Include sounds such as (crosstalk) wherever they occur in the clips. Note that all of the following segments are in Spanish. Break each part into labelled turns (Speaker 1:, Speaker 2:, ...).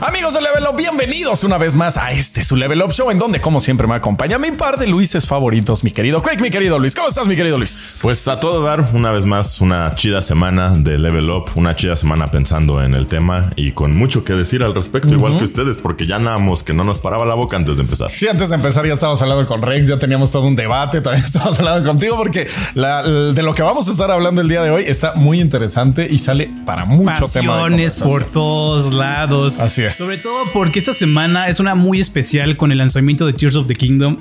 Speaker 1: Amigos de Level Up, bienvenidos una vez más a este su Level Up Show, en donde, como siempre, me acompaña mi par de Luises favoritos, mi querido Quick, mi querido Luis. ¿Cómo estás, mi querido Luis?
Speaker 2: Pues a todo dar, una vez más, una chida semana de Level Up, una chida semana pensando en el tema y con mucho que decir al respecto, igual que ustedes, porque ya andábamos que no nos paraba la boca antes de empezar.
Speaker 1: Sí, antes de empezar ya estábamos hablando con Rex, ya teníamos todo un debate, también (laughs) estábamos hablando contigo porque la- de lo que vamos a estar hablando el día de hoy está muy interesante y sale para mucho tema. de
Speaker 3: Pasiones
Speaker 1: conversación.
Speaker 3: por todos lados.
Speaker 1: Así es.
Speaker 3: Sobre todo porque esta semana es una muy especial con el lanzamiento de Tears of the Kingdom.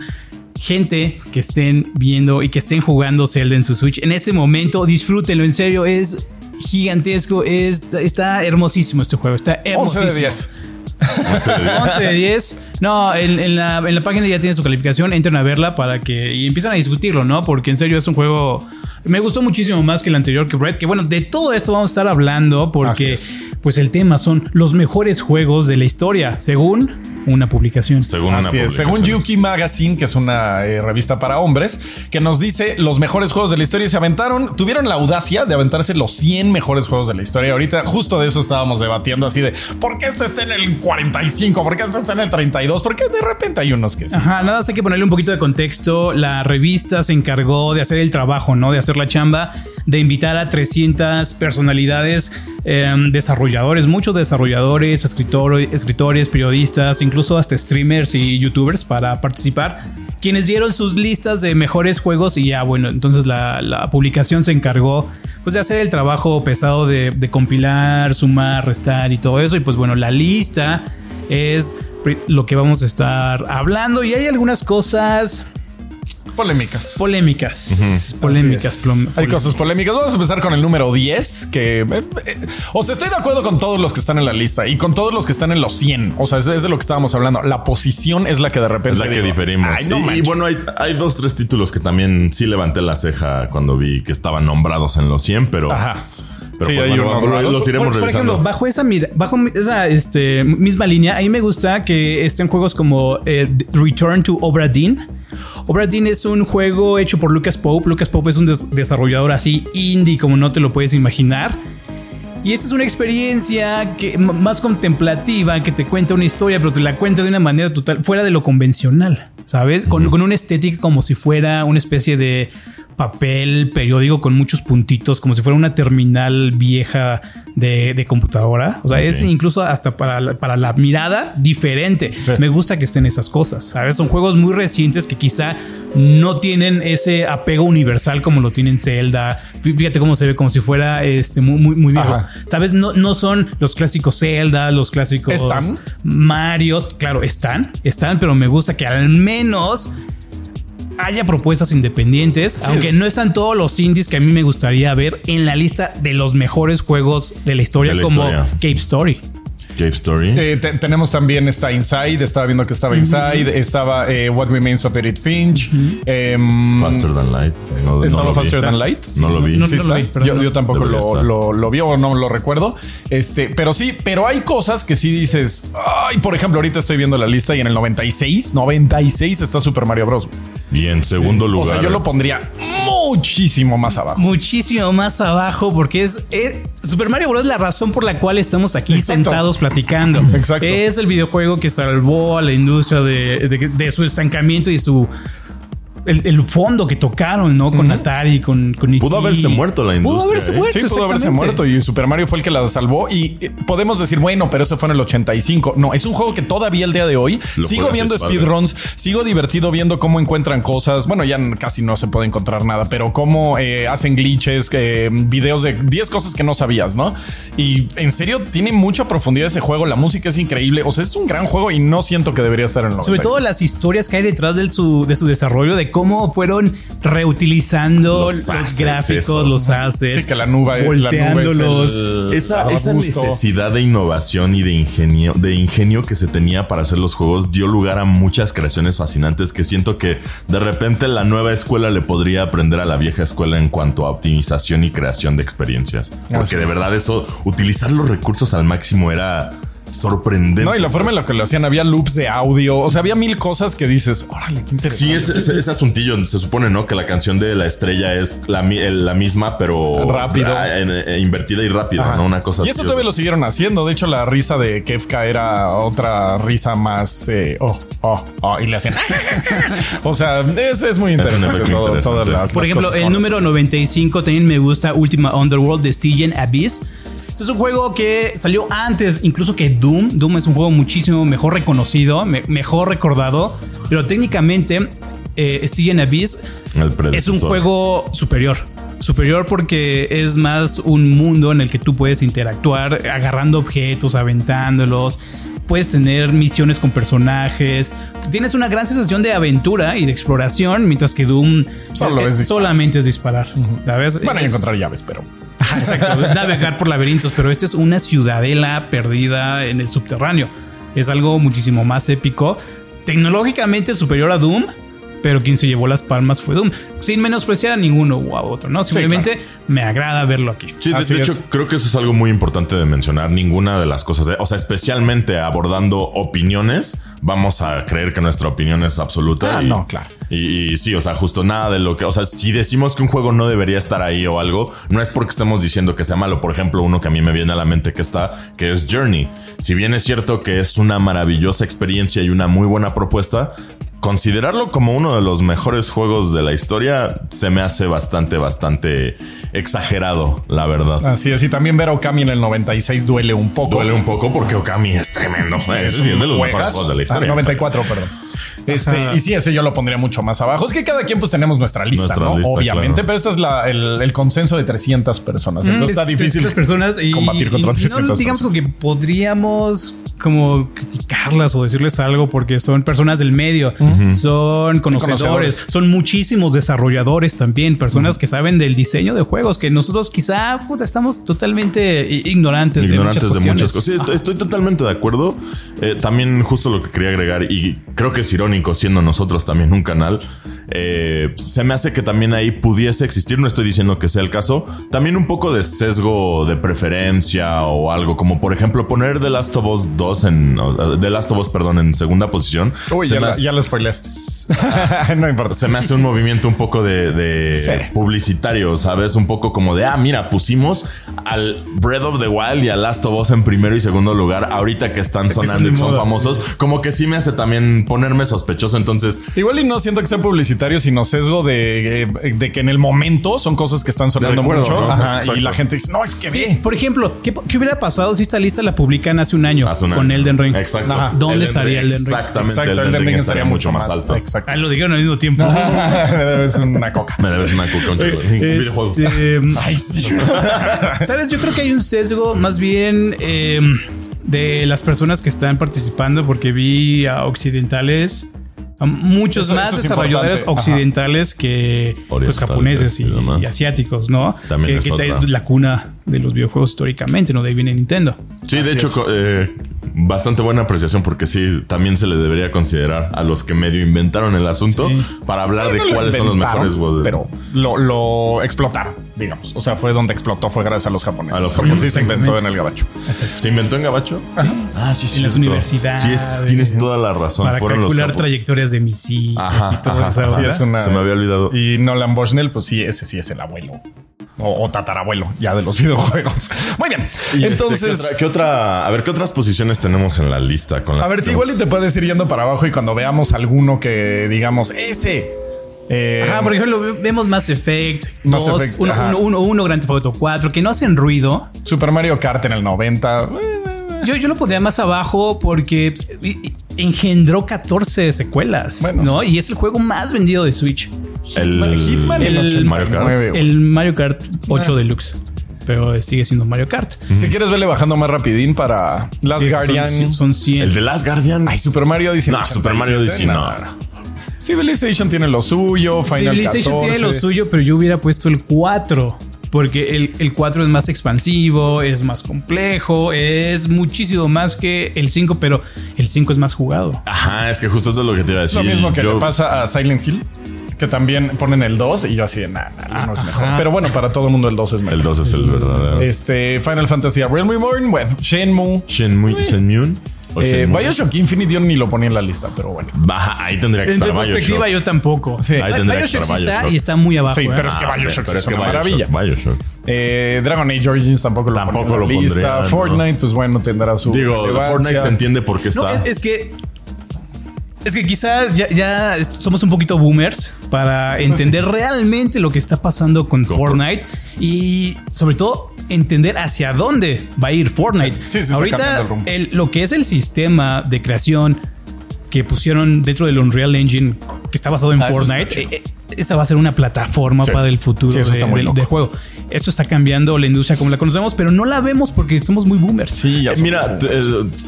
Speaker 3: Gente que estén viendo y que estén jugando Zelda en su Switch en este momento, disfrútenlo. En serio, es gigantesco. es- está hermosísimo este juego. Está
Speaker 1: 11
Speaker 3: hermosísimo.
Speaker 1: de 10.
Speaker 3: 11 de 10. No, en, en la, en la página ya tiene su calificación. Entren a verla para que. Y empiezan a discutirlo, ¿no? Porque en serio es un juego. Me gustó muchísimo más que el anterior que Red. Que bueno, de todo esto vamos a estar hablando.
Speaker 1: Así
Speaker 3: Porque,
Speaker 1: es.
Speaker 3: pues el tema son los mejores juegos de la historia, según una publicación.
Speaker 2: Según
Speaker 1: Así
Speaker 2: una
Speaker 1: es. Según
Speaker 2: publicación.
Speaker 1: Yuki Magazine, que es una eh, revista para hombres, que nos dice los mejores juegos de la historia y se aventaron, tuvieron la audacia de aventarse los 100 mejores juegos de la historia. Ahorita justo de eso estábamos debatiendo así de ¿por qué este está en el 45? ¿Por qué este está en el 32? Porque de repente hay unos que sí.
Speaker 2: Ah.
Speaker 3: Ajá, nada más hay que ponerle un poquito de contexto. La revista se encargó de hacer el trabajo, ¿no? De hacer la chamba, de invitar a 300 personalidades, eh, desarrolladores, muchos desarrolladores, escritores, escritores, periodistas, incluso hasta streamers y youtubers para participar. Quienes dieron sus listas de mejores juegos y ya, bueno, entonces la, la publicación se encargó pues de hacer el trabajo pesado de, de compilar, sumar, restar y todo eso. Y pues bueno, la lista es pri- lo que vamos a estar hablando y hay algunas cosas
Speaker 1: Polémicas.
Speaker 3: polémicas, polémicas,
Speaker 1: Así es.
Speaker 3: plom-
Speaker 1: Hay
Speaker 3: polé-
Speaker 1: cosas polémicas. Vamos a empezar con el número 10, que... eh, eh, o sea, estoy de acuerdo con todos los que están en la lista y con todos los que están en los 100. O sea, es de, es de lo que estábamos hablando. La posición es la que de repente...
Speaker 2: Es la que
Speaker 1: digo,
Speaker 2: diferimos.
Speaker 1: "Ay, no
Speaker 2: Y- y,
Speaker 1: manches".
Speaker 2: bueno, hay, hay dos, tres títulos que también sí levanté la ceja cuando vi que estaban nombrados en los 100, pero.
Speaker 1: Ajá.
Speaker 2: Pero
Speaker 1: Sí,
Speaker 2: pues,
Speaker 1: hay
Speaker 2: bueno,
Speaker 1: uno
Speaker 2: vamos-
Speaker 1: raro.
Speaker 2: los
Speaker 3: Por,
Speaker 2: iremos
Speaker 3: por
Speaker 2: revisando.
Speaker 3: ejemplo, bajo esa mira- bajo mi- esa este, misma línea, a mí me gusta que estén juegos como eh, Return to Obra Dinn. Obra Dinn es un juego hecho por Lucas Pope. Lucas Pope es un des- desarrollador así indie como no te lo puedes imaginar. Y esta es una experiencia que, m- más contemplativa, que te cuenta una historia, pero te la cuenta de una manera total, fuera de lo convencional, ¿sabes? Con, con una estética como si fuera una especie de papel periódico con muchos puntitos, como si fuera una terminal vieja de, de computadora. O sea, es
Speaker 2: Ok.
Speaker 3: incluso hasta para la, para la mirada diferente. Me gusta que estén esas cosas, ¿sabes? Son juegos muy recientes que quizá no tienen ese apego universal como lo tienen Zelda. Fí- Fíjate cómo se ve, como si fuera este, muy, muy, muy viejo.
Speaker 1: Ajá.
Speaker 3: ¿Sabes? No, no son los clásicos Zelda, los clásicos
Speaker 1: ¿Están?
Speaker 3: Marios. Claro, están, están, pero me gusta que al menos haya propuestas independientes, aunque no están todos los indies que a mí me gustaría ver en la lista de los mejores juegos de la historia,
Speaker 2: De la
Speaker 3: como
Speaker 2: historia.
Speaker 3: Cave Story.
Speaker 2: Cave Story.
Speaker 1: Eh, te- tenemos también esta Inside, estaba viendo que estaba Inside, estaba eh, What Remains of Edith Finch, em,
Speaker 2: Faster Than Light. eh, No- no
Speaker 1: estaba
Speaker 2: lo vi.
Speaker 1: Faster Than Light.
Speaker 2: No lo vi.
Speaker 3: no-
Speaker 1: Sí
Speaker 3: lo
Speaker 1: está.
Speaker 3: vi, perdón,
Speaker 1: yo,
Speaker 3: no.
Speaker 1: yo tampoco
Speaker 2: Debería
Speaker 1: lo,
Speaker 2: estar.
Speaker 1: lo, lo vi o no lo recuerdo. Este, pero sí, pero hay cosas que sí dices. Ay, por ejemplo, ahorita estoy viendo la lista y en el 96, 96 está Super Mario Bros.
Speaker 2: Y en segundo
Speaker 1: O
Speaker 2: lugar.
Speaker 1: sea, yo lo pondría muchísimo más abajo.
Speaker 3: Muchísimo más abajo, porque es, es- Super Mario Bros. es la razón por la cual estamos aquí
Speaker 1: Exacto.
Speaker 3: sentados platicando.
Speaker 1: Exacto.
Speaker 3: Es el videojuego que salvó a la industria de, de- de su estancamiento y su. El, el fondo que tocaron, ¿no? Con Atari, con, con
Speaker 2: Pudo
Speaker 3: E.T..
Speaker 2: haberse muerto la
Speaker 3: Pudo
Speaker 2: industria,
Speaker 3: haberse
Speaker 2: ¿eh?
Speaker 3: muerto.
Speaker 1: Sí, pudo haberse
Speaker 3: exactamente.
Speaker 1: muerto y Super Mario fue el que la salvó. Y eh, podemos decir, bueno, pero eso fue en el 85. No, es un juego que todavía el día de hoy
Speaker 2: Lo
Speaker 1: sigo
Speaker 2: juegas
Speaker 1: viendo
Speaker 2: de espalda.
Speaker 1: speedruns, sigo divertido viendo cómo encuentran cosas. Bueno, ya n- casi no se puede encontrar nada, pero cómo eh, hacen glitches, eh, videos de 10 cosas que no sabías, ¿no? Y en serio, tiene mucha profundidad ese juego. La música es increíble. O sea, es un gran juego y no siento que debería estar en el
Speaker 3: Sobre todo
Speaker 1: 96.
Speaker 3: las historias que hay detrás del su, de su desarrollo, de cómo fueron reutilizando
Speaker 2: Los
Speaker 3: los,
Speaker 2: assets,
Speaker 3: gráficos,
Speaker 2: eso.
Speaker 3: los assets.
Speaker 1: Sí, que la nube, la nube es
Speaker 3: volteándolos.
Speaker 1: el-
Speaker 2: Esa,
Speaker 1: el
Speaker 2: esa
Speaker 1: arbusto.
Speaker 2: necesidad de innovación y de ingenio, de ingenio que se tenía para hacer los juegos dio lugar a muchas creaciones fascinantes que siento que de repente la nueva escuela le podría aprender a la vieja escuela en cuanto a optimización y creación de experiencias. Porque
Speaker 1: Así
Speaker 2: de
Speaker 1: es.
Speaker 2: verdad eso, utilizar los recursos al máximo era sorprendente.
Speaker 1: No, y la forma en la que lo hacían, había loops de audio, o sea, había mil cosas que dices, órale, qué interesante.
Speaker 2: Sí, ese, ese- ese asuntillo se supone, ¿no? Que la canción de la estrella es la, mi- el- la misma, pero
Speaker 1: Rápido.
Speaker 2: Ah, en- eh, invertida y rápida,
Speaker 1: Ajá.
Speaker 2: ¿no? Una cosa
Speaker 1: y eso todavía lo siguieron haciendo. De hecho, la risa de Kefka era otra risa más. eh, oh, oh, oh, y le hacían. (laughs) o sea, ese es muy
Speaker 2: un
Speaker 1: interesante.
Speaker 2: efecto
Speaker 1: todo-
Speaker 2: interesante.
Speaker 1: todas las- las
Speaker 3: Por ejemplo,
Speaker 1: cosas
Speaker 3: el
Speaker 1: como
Speaker 3: número
Speaker 1: las-
Speaker 3: 95 también me gusta Ultima Underworld de Stygian Abyss. Este es un juego que salió antes incluso que Doom. Doom es un juego muchísimo mejor reconocido, me- mejor recordado, pero técnicamente eh, Stygian Abyss es un juego superior. Superior porque es más un mundo en el que tú puedes interactuar agarrando objetos, aventándolos. Puedes tener misiones con personajes. Tienes una gran sensación de aventura y de exploración, mientras que Doom
Speaker 1: Solo
Speaker 3: eh,
Speaker 1: es disparar.
Speaker 3: solamente es disparar. ¿Sabes?
Speaker 1: Van a
Speaker 3: Es-
Speaker 1: encontrar llaves, pero.
Speaker 3: Exacto, navegar por laberintos, pero esta es una ciudadela perdida en el subterráneo. Es algo muchísimo más épico, tecnológicamente superior a Doom, pero quien se llevó las palmas fue Doom, sin menospreciar a ninguno u a otro, ¿no? Simplemente me agrada verlo aquí.
Speaker 2: Sí, de,
Speaker 1: Así
Speaker 2: de hecho,
Speaker 1: es.
Speaker 2: creo que eso es algo muy importante de mencionar. Ninguna de las cosas, de- o sea, especialmente abordando opiniones, vamos a creer que nuestra opinión es absoluta.
Speaker 1: Ah,
Speaker 2: y-
Speaker 1: no, claro.
Speaker 2: Y, y sí, o sea, justo nada de lo que, o sea, si decimos que un juego no debería estar ahí o algo, no es porque estemos diciendo que sea malo. Por ejemplo, uno que a mí me viene a la mente que está, que es Journey. Si bien es cierto que es una maravillosa experiencia y una muy buena propuesta, considerarlo como uno de los mejores juegos de la historia se me hace bastante, bastante exagerado, la verdad.
Speaker 1: Así es. Y también ver a Okami en el 96 duele un poco.
Speaker 2: Duele un poco porque Okami es tremendo. Eso Ah, sí, es de los
Speaker 1: Juegas.
Speaker 2: mejores juegos de la historia.
Speaker 1: Ah, 94, perdón. Este, y sí, ese yo lo pondría mucho más abajo. Es que cada quien pues tenemos nuestra lista,
Speaker 2: Nuestra
Speaker 1: ¿no?
Speaker 2: lista,
Speaker 1: Obviamente,
Speaker 2: claro.
Speaker 1: pero este es la- el, el consenso de 300 personas. Entonces está
Speaker 3: Mm, Es-
Speaker 1: difícil
Speaker 3: estas este, personas y,
Speaker 1: combatir contra
Speaker 3: y no
Speaker 1: 300
Speaker 3: digamos
Speaker 1: personas.
Speaker 3: como que podríamos como criticarlas o decirles algo porque son personas del medio, son conocedores,
Speaker 1: conocedores.
Speaker 3: son muchísimos desarrolladores también, personas que saben del diseño de juegos, que nosotros quizá puta, estamos totalmente i- ignorantes,
Speaker 2: Ignorantes de muchas
Speaker 3: cuestiones.
Speaker 2: cosas. Sí, estoy, estoy totalmente de acuerdo. Eh, también justo lo que quería agregar, y creo que es irónico siendo nosotros también un canal, eh, se me hace que también ahí pudiese existir, no estoy diciendo que sea el caso, también un poco de sesgo de preferencia o algo, como por ejemplo poner The Last of Us 2 en... o, eh, The Last of Us, perdón, en segunda posición.
Speaker 1: Uy,
Speaker 2: Se
Speaker 1: ya,
Speaker 2: me
Speaker 1: la,
Speaker 2: hace-
Speaker 1: ya la spoileaste. (laughs) no importa.
Speaker 2: se me hace un movimiento un poco de, de
Speaker 1: Sí.
Speaker 2: publicitario, ¿sabes? Un poco como de, ah, mira, pusimos al Breath of the Wild y al Last of Us en primero y segundo lugar, ahorita que están sonando y
Speaker 1: de
Speaker 2: que son
Speaker 1: moda,
Speaker 2: famosos, como que sí me hace también ponerme sospechoso, entonces...
Speaker 1: Igual y no siento que sea publicitario, sino sesgo de, eh, de que en el momento son cosas que están sonando
Speaker 2: acuerdo,
Speaker 1: mucho.
Speaker 2: ¿no?
Speaker 1: Ajá, y
Speaker 2: Exacto.
Speaker 1: la gente dice, no, es que
Speaker 3: Sí,
Speaker 1: ve.
Speaker 3: por ejemplo, ¿qué, qué hubiera pasado si esta lista la publican hace un año
Speaker 2: hace una-
Speaker 3: con Elden Ring?
Speaker 2: Exacto.
Speaker 3: Ajá. ¿Dónde estaría
Speaker 2: el
Speaker 3: Elden Ring?
Speaker 2: Exactamente.
Speaker 1: Exacto,
Speaker 2: Elden, Ring estaría mucho más alto.
Speaker 1: Exacto. (laughs)
Speaker 3: Ah, lo dijeron al mismo tiempo.
Speaker 1: es una coca.
Speaker 2: Me debes una cuca, un
Speaker 3: (laughs)
Speaker 2: chico, un videojuego.
Speaker 3: Este,
Speaker 1: (laughs) Ay, sí.
Speaker 3: ¿Sabes? Yo creo que hay un sesgo más bien eh, de las personas que están participando, porque vi a occidentales, a muchos
Speaker 1: Eso-
Speaker 3: más
Speaker 1: eso es
Speaker 3: desarrolladores
Speaker 1: importante. Ajá.
Speaker 3: occidentales que pues,
Speaker 2: Orientales
Speaker 3: japoneses y,
Speaker 2: y demás.
Speaker 3: y asiáticos, ¿no?
Speaker 2: También
Speaker 3: que
Speaker 2: es
Speaker 3: que
Speaker 2: otra.
Speaker 3: es la cuna de los videojuegos históricamente, ¿no? De ahí viene Nintendo.
Speaker 2: Sí, de hecho, co- eh, bastante buena apreciación porque sí, también se le debería considerar a los que medio inventaron el asunto
Speaker 3: Sí.
Speaker 2: para hablar
Speaker 1: No
Speaker 2: de
Speaker 1: lo
Speaker 2: cuáles son los
Speaker 1: inventaron,
Speaker 2: mejores. juegos de-
Speaker 1: Pero lo, lo explotaron, digamos. O sea, fue donde explotó, fue gracias a los japoneses.
Speaker 2: A los
Speaker 1: Porque
Speaker 2: japoneses,
Speaker 1: Sí, se inventó en el gabacho.
Speaker 2: ¿Se inventó en Gabacho? Ah, sí, sí.
Speaker 3: En las
Speaker 2: cierto.
Speaker 3: universidades.
Speaker 2: Sí, es- tienes toda la razón.
Speaker 3: para
Speaker 2: Fueron los
Speaker 3: calcular
Speaker 2: japo-
Speaker 3: trayectorias de misiles
Speaker 2: Ajá,
Speaker 3: y todo
Speaker 2: ajá,
Speaker 3: eso.
Speaker 2: sí,
Speaker 1: Sí,
Speaker 3: ¿verdad?
Speaker 1: es una-
Speaker 2: Se me había olvidado.
Speaker 1: Y Nolan Bushnell, pues sí, ese sí es el abuelo. O, o tatarabuelo, ya de los (laughs) videojuegos. Muy bien.
Speaker 2: Y, este,
Speaker 1: Entonces.
Speaker 2: ¿qué otra, qué otra- A ver, ¿qué otras posiciones tenemos en la lista? Con las
Speaker 1: A ver,
Speaker 2: que
Speaker 1: si
Speaker 2: estamos-
Speaker 1: igual y te puedes ir yendo para abajo y cuando veamos alguno que digamos ese. eh,
Speaker 3: Ajá, por ejemplo, ve- vemos Mass Effect,
Speaker 1: Mass
Speaker 3: 2,
Speaker 1: Effect,
Speaker 3: 1,
Speaker 1: ajá.
Speaker 3: 1, 1, 1, Grand Theft Auto 4, que no hacen ruido,
Speaker 1: Super Mario Kart en el 90. eh,
Speaker 3: Yo, yo lo pondría más abajo porque engendró 14 secuelas,
Speaker 1: Bueno,
Speaker 3: ¿no? Y es el juego más vendido de Switch.
Speaker 2: El-
Speaker 1: Hitman en
Speaker 3: el-
Speaker 1: 89,
Speaker 2: Mario Kart.
Speaker 1: güey. Ah.
Speaker 3: El Mario Kart 8 Deluxe. Pero sigue siendo Mario Kart.
Speaker 1: Si quieres, vele bajando más rapidín para Last
Speaker 3: Sí,
Speaker 1: Guardian.
Speaker 3: Son, son 100.
Speaker 2: El de Last Guardian.
Speaker 1: Ay, Super Mario dice.
Speaker 2: no, Super Mario dice no.
Speaker 1: Civilization tiene lo suyo. Final
Speaker 3: Civilization
Speaker 1: 14.
Speaker 3: tiene lo suyo, pero yo hubiera puesto el 4. Porque el, el 4 es más expansivo, es más complejo, es muchísimo más que el 5, pero el 5 es más jugado.
Speaker 2: Ajá, es que justo eso es lo que te iba a decir.
Speaker 1: Lo mismo que
Speaker 2: Yo-
Speaker 1: le pasa a Silent Hill. que también ponen el 2 y yo así de nada, el 1 es mejor. Pero bueno, para todo el mundo el 2 es mejor.
Speaker 2: El 2 es el verdadero.
Speaker 1: Este Final Fantasy A Realm Reborn, bueno, Shenmue.
Speaker 2: Shenmue, Shenmue. o
Speaker 1: Eh,
Speaker 2: Shenmue.
Speaker 1: Bioshock Infinite yo ni lo ponía en la lista, pero bueno.
Speaker 2: Baja, ahí tendría que
Speaker 3: En
Speaker 2: estar
Speaker 3: perspectiva,
Speaker 2: Bioshock.
Speaker 3: yo tampoco.
Speaker 1: Sí.
Speaker 2: Ahí tendría que
Speaker 3: Bioshock
Speaker 2: estar
Speaker 3: sí está
Speaker 2: Bioshock.
Speaker 3: y está muy abajo.
Speaker 1: Sí,
Speaker 3: ¿eh?
Speaker 1: pero es que
Speaker 2: Ah,
Speaker 1: Bioshock
Speaker 2: pero
Speaker 1: es una maravilla.
Speaker 2: Bioshock.
Speaker 1: Eh, Dragon Age Origins tampoco lo
Speaker 2: Tampoco
Speaker 1: ponía en la
Speaker 2: lo
Speaker 1: lista.
Speaker 2: pondría, ¿no?
Speaker 1: Fortnite, pues bueno, tendrá su.
Speaker 2: Digo,
Speaker 1: relevancia.
Speaker 2: Fortnite se entiende por qué
Speaker 3: No,
Speaker 2: está.
Speaker 3: es, es que. Es que quizá ya, ya es- somos un poquito boomers
Speaker 1: Ah,
Speaker 3: para entender realmente lo que está pasando con
Speaker 2: Con
Speaker 3: Fortnite y sobre todo entender hacia dónde va a ir Fortnite.
Speaker 1: sí, se está cambiando el
Speaker 3: Ahorita
Speaker 1: rumbo.
Speaker 3: el- lo que es el sistema de creación que pusieron dentro del Unreal Engine que está basado en
Speaker 1: Ah, eso está
Speaker 3: Fortnite,
Speaker 1: chido.
Speaker 3: eh, eh, esa va a ser una plataforma
Speaker 1: Sí.
Speaker 3: para el futuro
Speaker 1: Sí, eso
Speaker 3: de-
Speaker 1: está muy
Speaker 3: del-
Speaker 1: loco.
Speaker 3: del juego. Esto está cambiando la industria como la conocemos, pero no la vemos porque somos muy boomers.
Speaker 1: Sí, ya
Speaker 2: Eh,
Speaker 1: son-
Speaker 2: Mira, te, eh,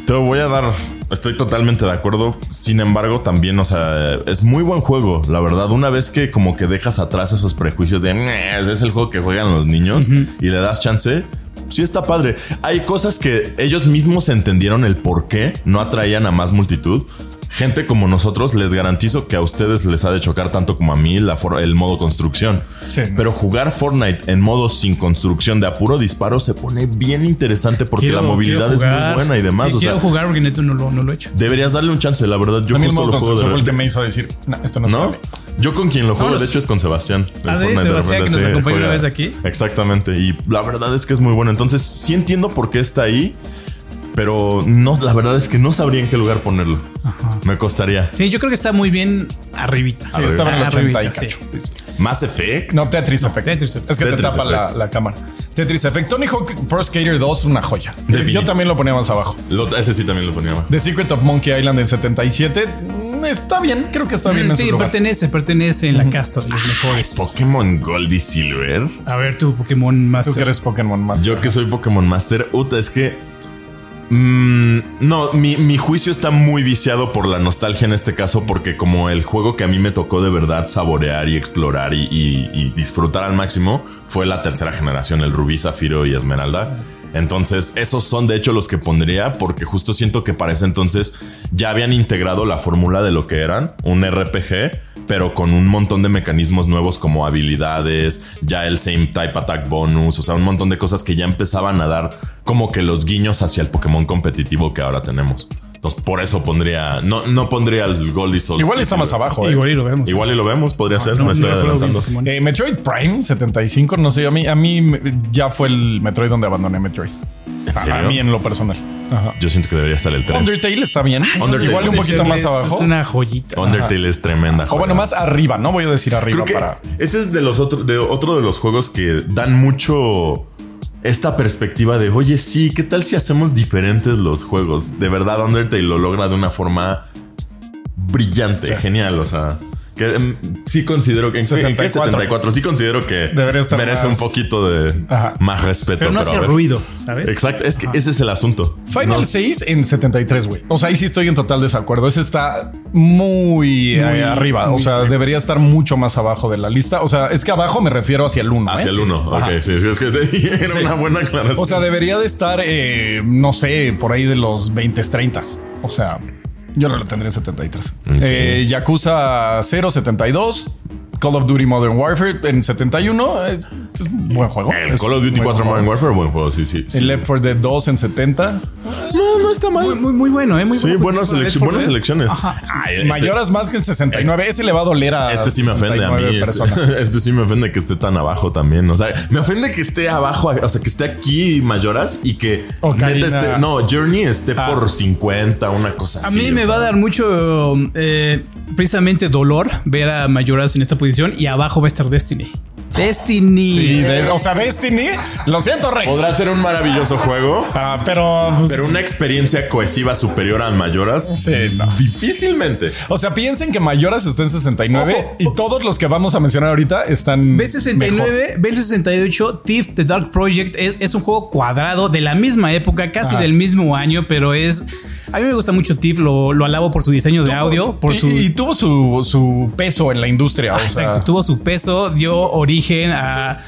Speaker 2: te voy a dar. Estoy totalmente de acuerdo. Sin embargo, también, o sea, es muy buen juego, la verdad. Una vez que como que dejas atrás esos prejuicios de "Meh, es el juego que juegan los niños y le das chance. Sí está padre. Hay cosas que ellos mismos entendieron el por qué no atraían a más multitud. Gente como nosotros, les garantizo que a ustedes les ha de chocar tanto como a mí la for- el modo construcción.
Speaker 1: Sí.
Speaker 2: Pero jugar Fortnite en modo sin construcción de apuro disparo se pone bien interesante porque
Speaker 3: Quiero-
Speaker 2: la movilidad
Speaker 3: quiero
Speaker 2: es muy
Speaker 3: jugar.
Speaker 2: buena y demás.
Speaker 3: Sí,
Speaker 2: o sea,
Speaker 3: quiero jugar porque neto no lo, no lo he hecho.
Speaker 2: deberías darle un chance. La verdad, yo
Speaker 1: a mí el
Speaker 2: justo
Speaker 1: modo
Speaker 2: lo juego
Speaker 1: construcción
Speaker 2: de
Speaker 1: fue el que me hizo decir, no, esto no, es para
Speaker 2: ¿No?
Speaker 1: mí".
Speaker 2: Yo con quien lo juego,
Speaker 3: Vámonos.
Speaker 2: de hecho, es con Sebastián. el
Speaker 3: Ah, sí,
Speaker 2: Fortnite de
Speaker 3: Sebastián,
Speaker 2: repente,
Speaker 3: que nos
Speaker 2: sí,
Speaker 3: acompañó una
Speaker 2: juega.
Speaker 3: vez aquí.
Speaker 2: Exactamente. Y la verdad es que es muy bueno. Entonces, sí entiendo por qué está ahí, pero no, la verdad es que no sabría en qué lugar ponerlo. Me costaría.
Speaker 3: Sí, yo creo que está muy bien arribita.
Speaker 1: Sí,
Speaker 2: ver. Ah,
Speaker 1: estaba en el 80 y
Speaker 3: Arribita, sí.
Speaker 1: cacho.
Speaker 2: Mass Effect.
Speaker 1: No, Tetris Effect.
Speaker 3: Tetris Effect.
Speaker 1: Es que te
Speaker 2: Tetris
Speaker 1: tapa la,
Speaker 2: Effect.
Speaker 1: la cámara. Tetris Effect. Tony Hawk Pro Skater 2, una joya. Eh,
Speaker 2: Definitivo.
Speaker 1: Yo también lo ponía más abajo.
Speaker 2: Lo- ese sí también lo ponía. abajo.
Speaker 1: The Secret of Monkey Island en 77. mm, Está bien, creo que está bien. en
Speaker 3: Mm, Sí,
Speaker 1: su lugar.
Speaker 3: pertenece, pertenece en la casta de los mejores.
Speaker 2: Pokémon Gold y Silver.
Speaker 3: A ver tu Pokémon
Speaker 1: Tú que
Speaker 3: Master.
Speaker 1: eres Pokémon más.
Speaker 2: Yo que soy Pokémon Master, Uta, es que. mm, no, mi, mi juicio está muy viciado por la nostalgia en este caso, porque como el juego que a mí me tocó de verdad saborear y explorar y, y- y disfrutar al máximo fue la tercera generación, el Rubí, Zafiro y Esmeralda. Entonces, esos son de hecho los que pondría, porque justo siento que para ese entonces ya habían integrado la fórmula de lo que eran, un RPG, pero con un montón de mecanismos nuevos como habilidades, ya el same type attack bonus, o sea, un montón de cosas que ya empezaban a dar como que los guiños hacia el Pokémon competitivo que ahora tenemos. Entonces, por eso pondría, no, no pondría el Goldie Soul.
Speaker 1: Igual está más abajo. eh.
Speaker 3: Igual y lo vemos.
Speaker 2: Igual y lo vemos, podría ser,
Speaker 3: Ah,
Speaker 2: me
Speaker 3: No, no,
Speaker 2: estoy
Speaker 3: no, solo
Speaker 2: adelantando.
Speaker 3: Pokémon.
Speaker 1: Eh, Metroid Prime 75, no sé, a mí, a mí mm, ya fue el Metroid donde abandoné Metroid.
Speaker 2: ¿En
Speaker 1: A, a
Speaker 2: serio?
Speaker 1: mí en lo personal. Ajá.
Speaker 2: Yo siento que debería estar el 3. Undertale,
Speaker 1: Ah, Undertale está bien.
Speaker 2: Undertale.
Speaker 1: Igual un poquito más
Speaker 3: Es-
Speaker 1: abajo.
Speaker 3: Es una joyita.
Speaker 2: es tremenda.
Speaker 1: O Ah, bueno,
Speaker 2: joya.
Speaker 1: más arriba, no voy a decir arriba
Speaker 2: Creo que
Speaker 1: para.
Speaker 2: ese es de los otros de otro de los juegos que dan mucho esta perspectiva de, oye, sí, ¿qué tal si hacemos diferentes los juegos? De verdad, Undertale lo logra de una forma brillante, genial, o sea, que mm, sí considero que en
Speaker 1: 74.
Speaker 2: 74, 74 sí considero que
Speaker 1: Debería estar
Speaker 2: merece
Speaker 1: más-
Speaker 2: un poquito de
Speaker 1: Ajá.
Speaker 2: más respeto,
Speaker 3: Pero no
Speaker 2: pero a
Speaker 3: hacía
Speaker 2: ver.
Speaker 3: ruido, ¿sabes?
Speaker 2: Exacto, es que ese es el asunto.
Speaker 1: ¿eh? Final
Speaker 2: No-
Speaker 1: 6 en 73, güey. O sea, ahí sí estoy en total desacuerdo. Ese está muy, eh, arriba. o
Speaker 3: muy
Speaker 1: sea,
Speaker 3: arriba.
Speaker 1: debería estar mucho más abajo de la lista. O sea, es que abajo me refiero hacia el 1.
Speaker 2: hacia el 1. Ok, sí, sí, es que (laughs) era una buena aclaración.
Speaker 1: O sea, debería de estar, eh, no sé, por ahí de los 20, 30. O sea, yo no lo tendría en 73.
Speaker 2: Ok.
Speaker 1: Eh, Yakuza 0, 72. Call of Duty Modern Warfare en 71. Es, es un buen juego.
Speaker 2: el
Speaker 1: Es
Speaker 2: Call of
Speaker 1: muy
Speaker 2: Duty 4
Speaker 1: buen
Speaker 2: Modern
Speaker 1: juego.
Speaker 2: Warfare, buen juego, sí, sí. sí.
Speaker 1: El Left 4 Dead 2 en 70.
Speaker 2: No, no está mal.
Speaker 3: Muy, muy, muy bueno, ¿eh? Muy
Speaker 2: Sí,
Speaker 3: bueno.
Speaker 2: buenas,
Speaker 3: Para el
Speaker 2: selec-
Speaker 3: Xbox,
Speaker 2: buenas
Speaker 3: ¿eh?
Speaker 2: elecciones.
Speaker 3: Ajá.
Speaker 2: Ay, este-
Speaker 1: Mayoras más que en 69. Ese le va a doler a.
Speaker 2: Este sí me ofende a mí.
Speaker 1: 69 personas.
Speaker 2: Este, (laughs) este sí me ofende que esté tan abajo también. O sea, me ofende que esté abajo, o sea, que esté aquí Mayoras y que
Speaker 1: Ocarina.
Speaker 2: esté- no, Journey esté por 50, una cosa
Speaker 3: Ah. A
Speaker 2: así.
Speaker 3: mí
Speaker 2: o
Speaker 3: me
Speaker 2: sea.
Speaker 3: va a dar mucho, eh, precisamente dolor ver a Mayoras en esta posición y abajo va a estar Destiny. Destiny.
Speaker 1: Y de- o sea, Destiny. Lo siento, Rey.
Speaker 2: Podrá ser un maravilloso juego,
Speaker 1: Ah, pero. pues,
Speaker 2: pero una experiencia cohesiva superior a Mayoras. eh,
Speaker 1: Sí, no.
Speaker 2: Difícilmente.
Speaker 1: O sea, piensen que Mayoras está en 69
Speaker 3: Ojo,
Speaker 1: y todos los que vamos a mencionar ahorita están. mejor.
Speaker 3: B69, B68, Thief, The Dark Project es, es un juego cuadrado de la misma época, casi
Speaker 1: Ajá.
Speaker 3: del mismo año, pero es. A mí me gusta mucho Thief, lo, lo alabo por su diseño de audio, por
Speaker 1: y,
Speaker 3: su. Ah,
Speaker 1: y tuvo su, su peso en la industria. o sea,
Speaker 3: Exacto, tuvo su peso, dio origen a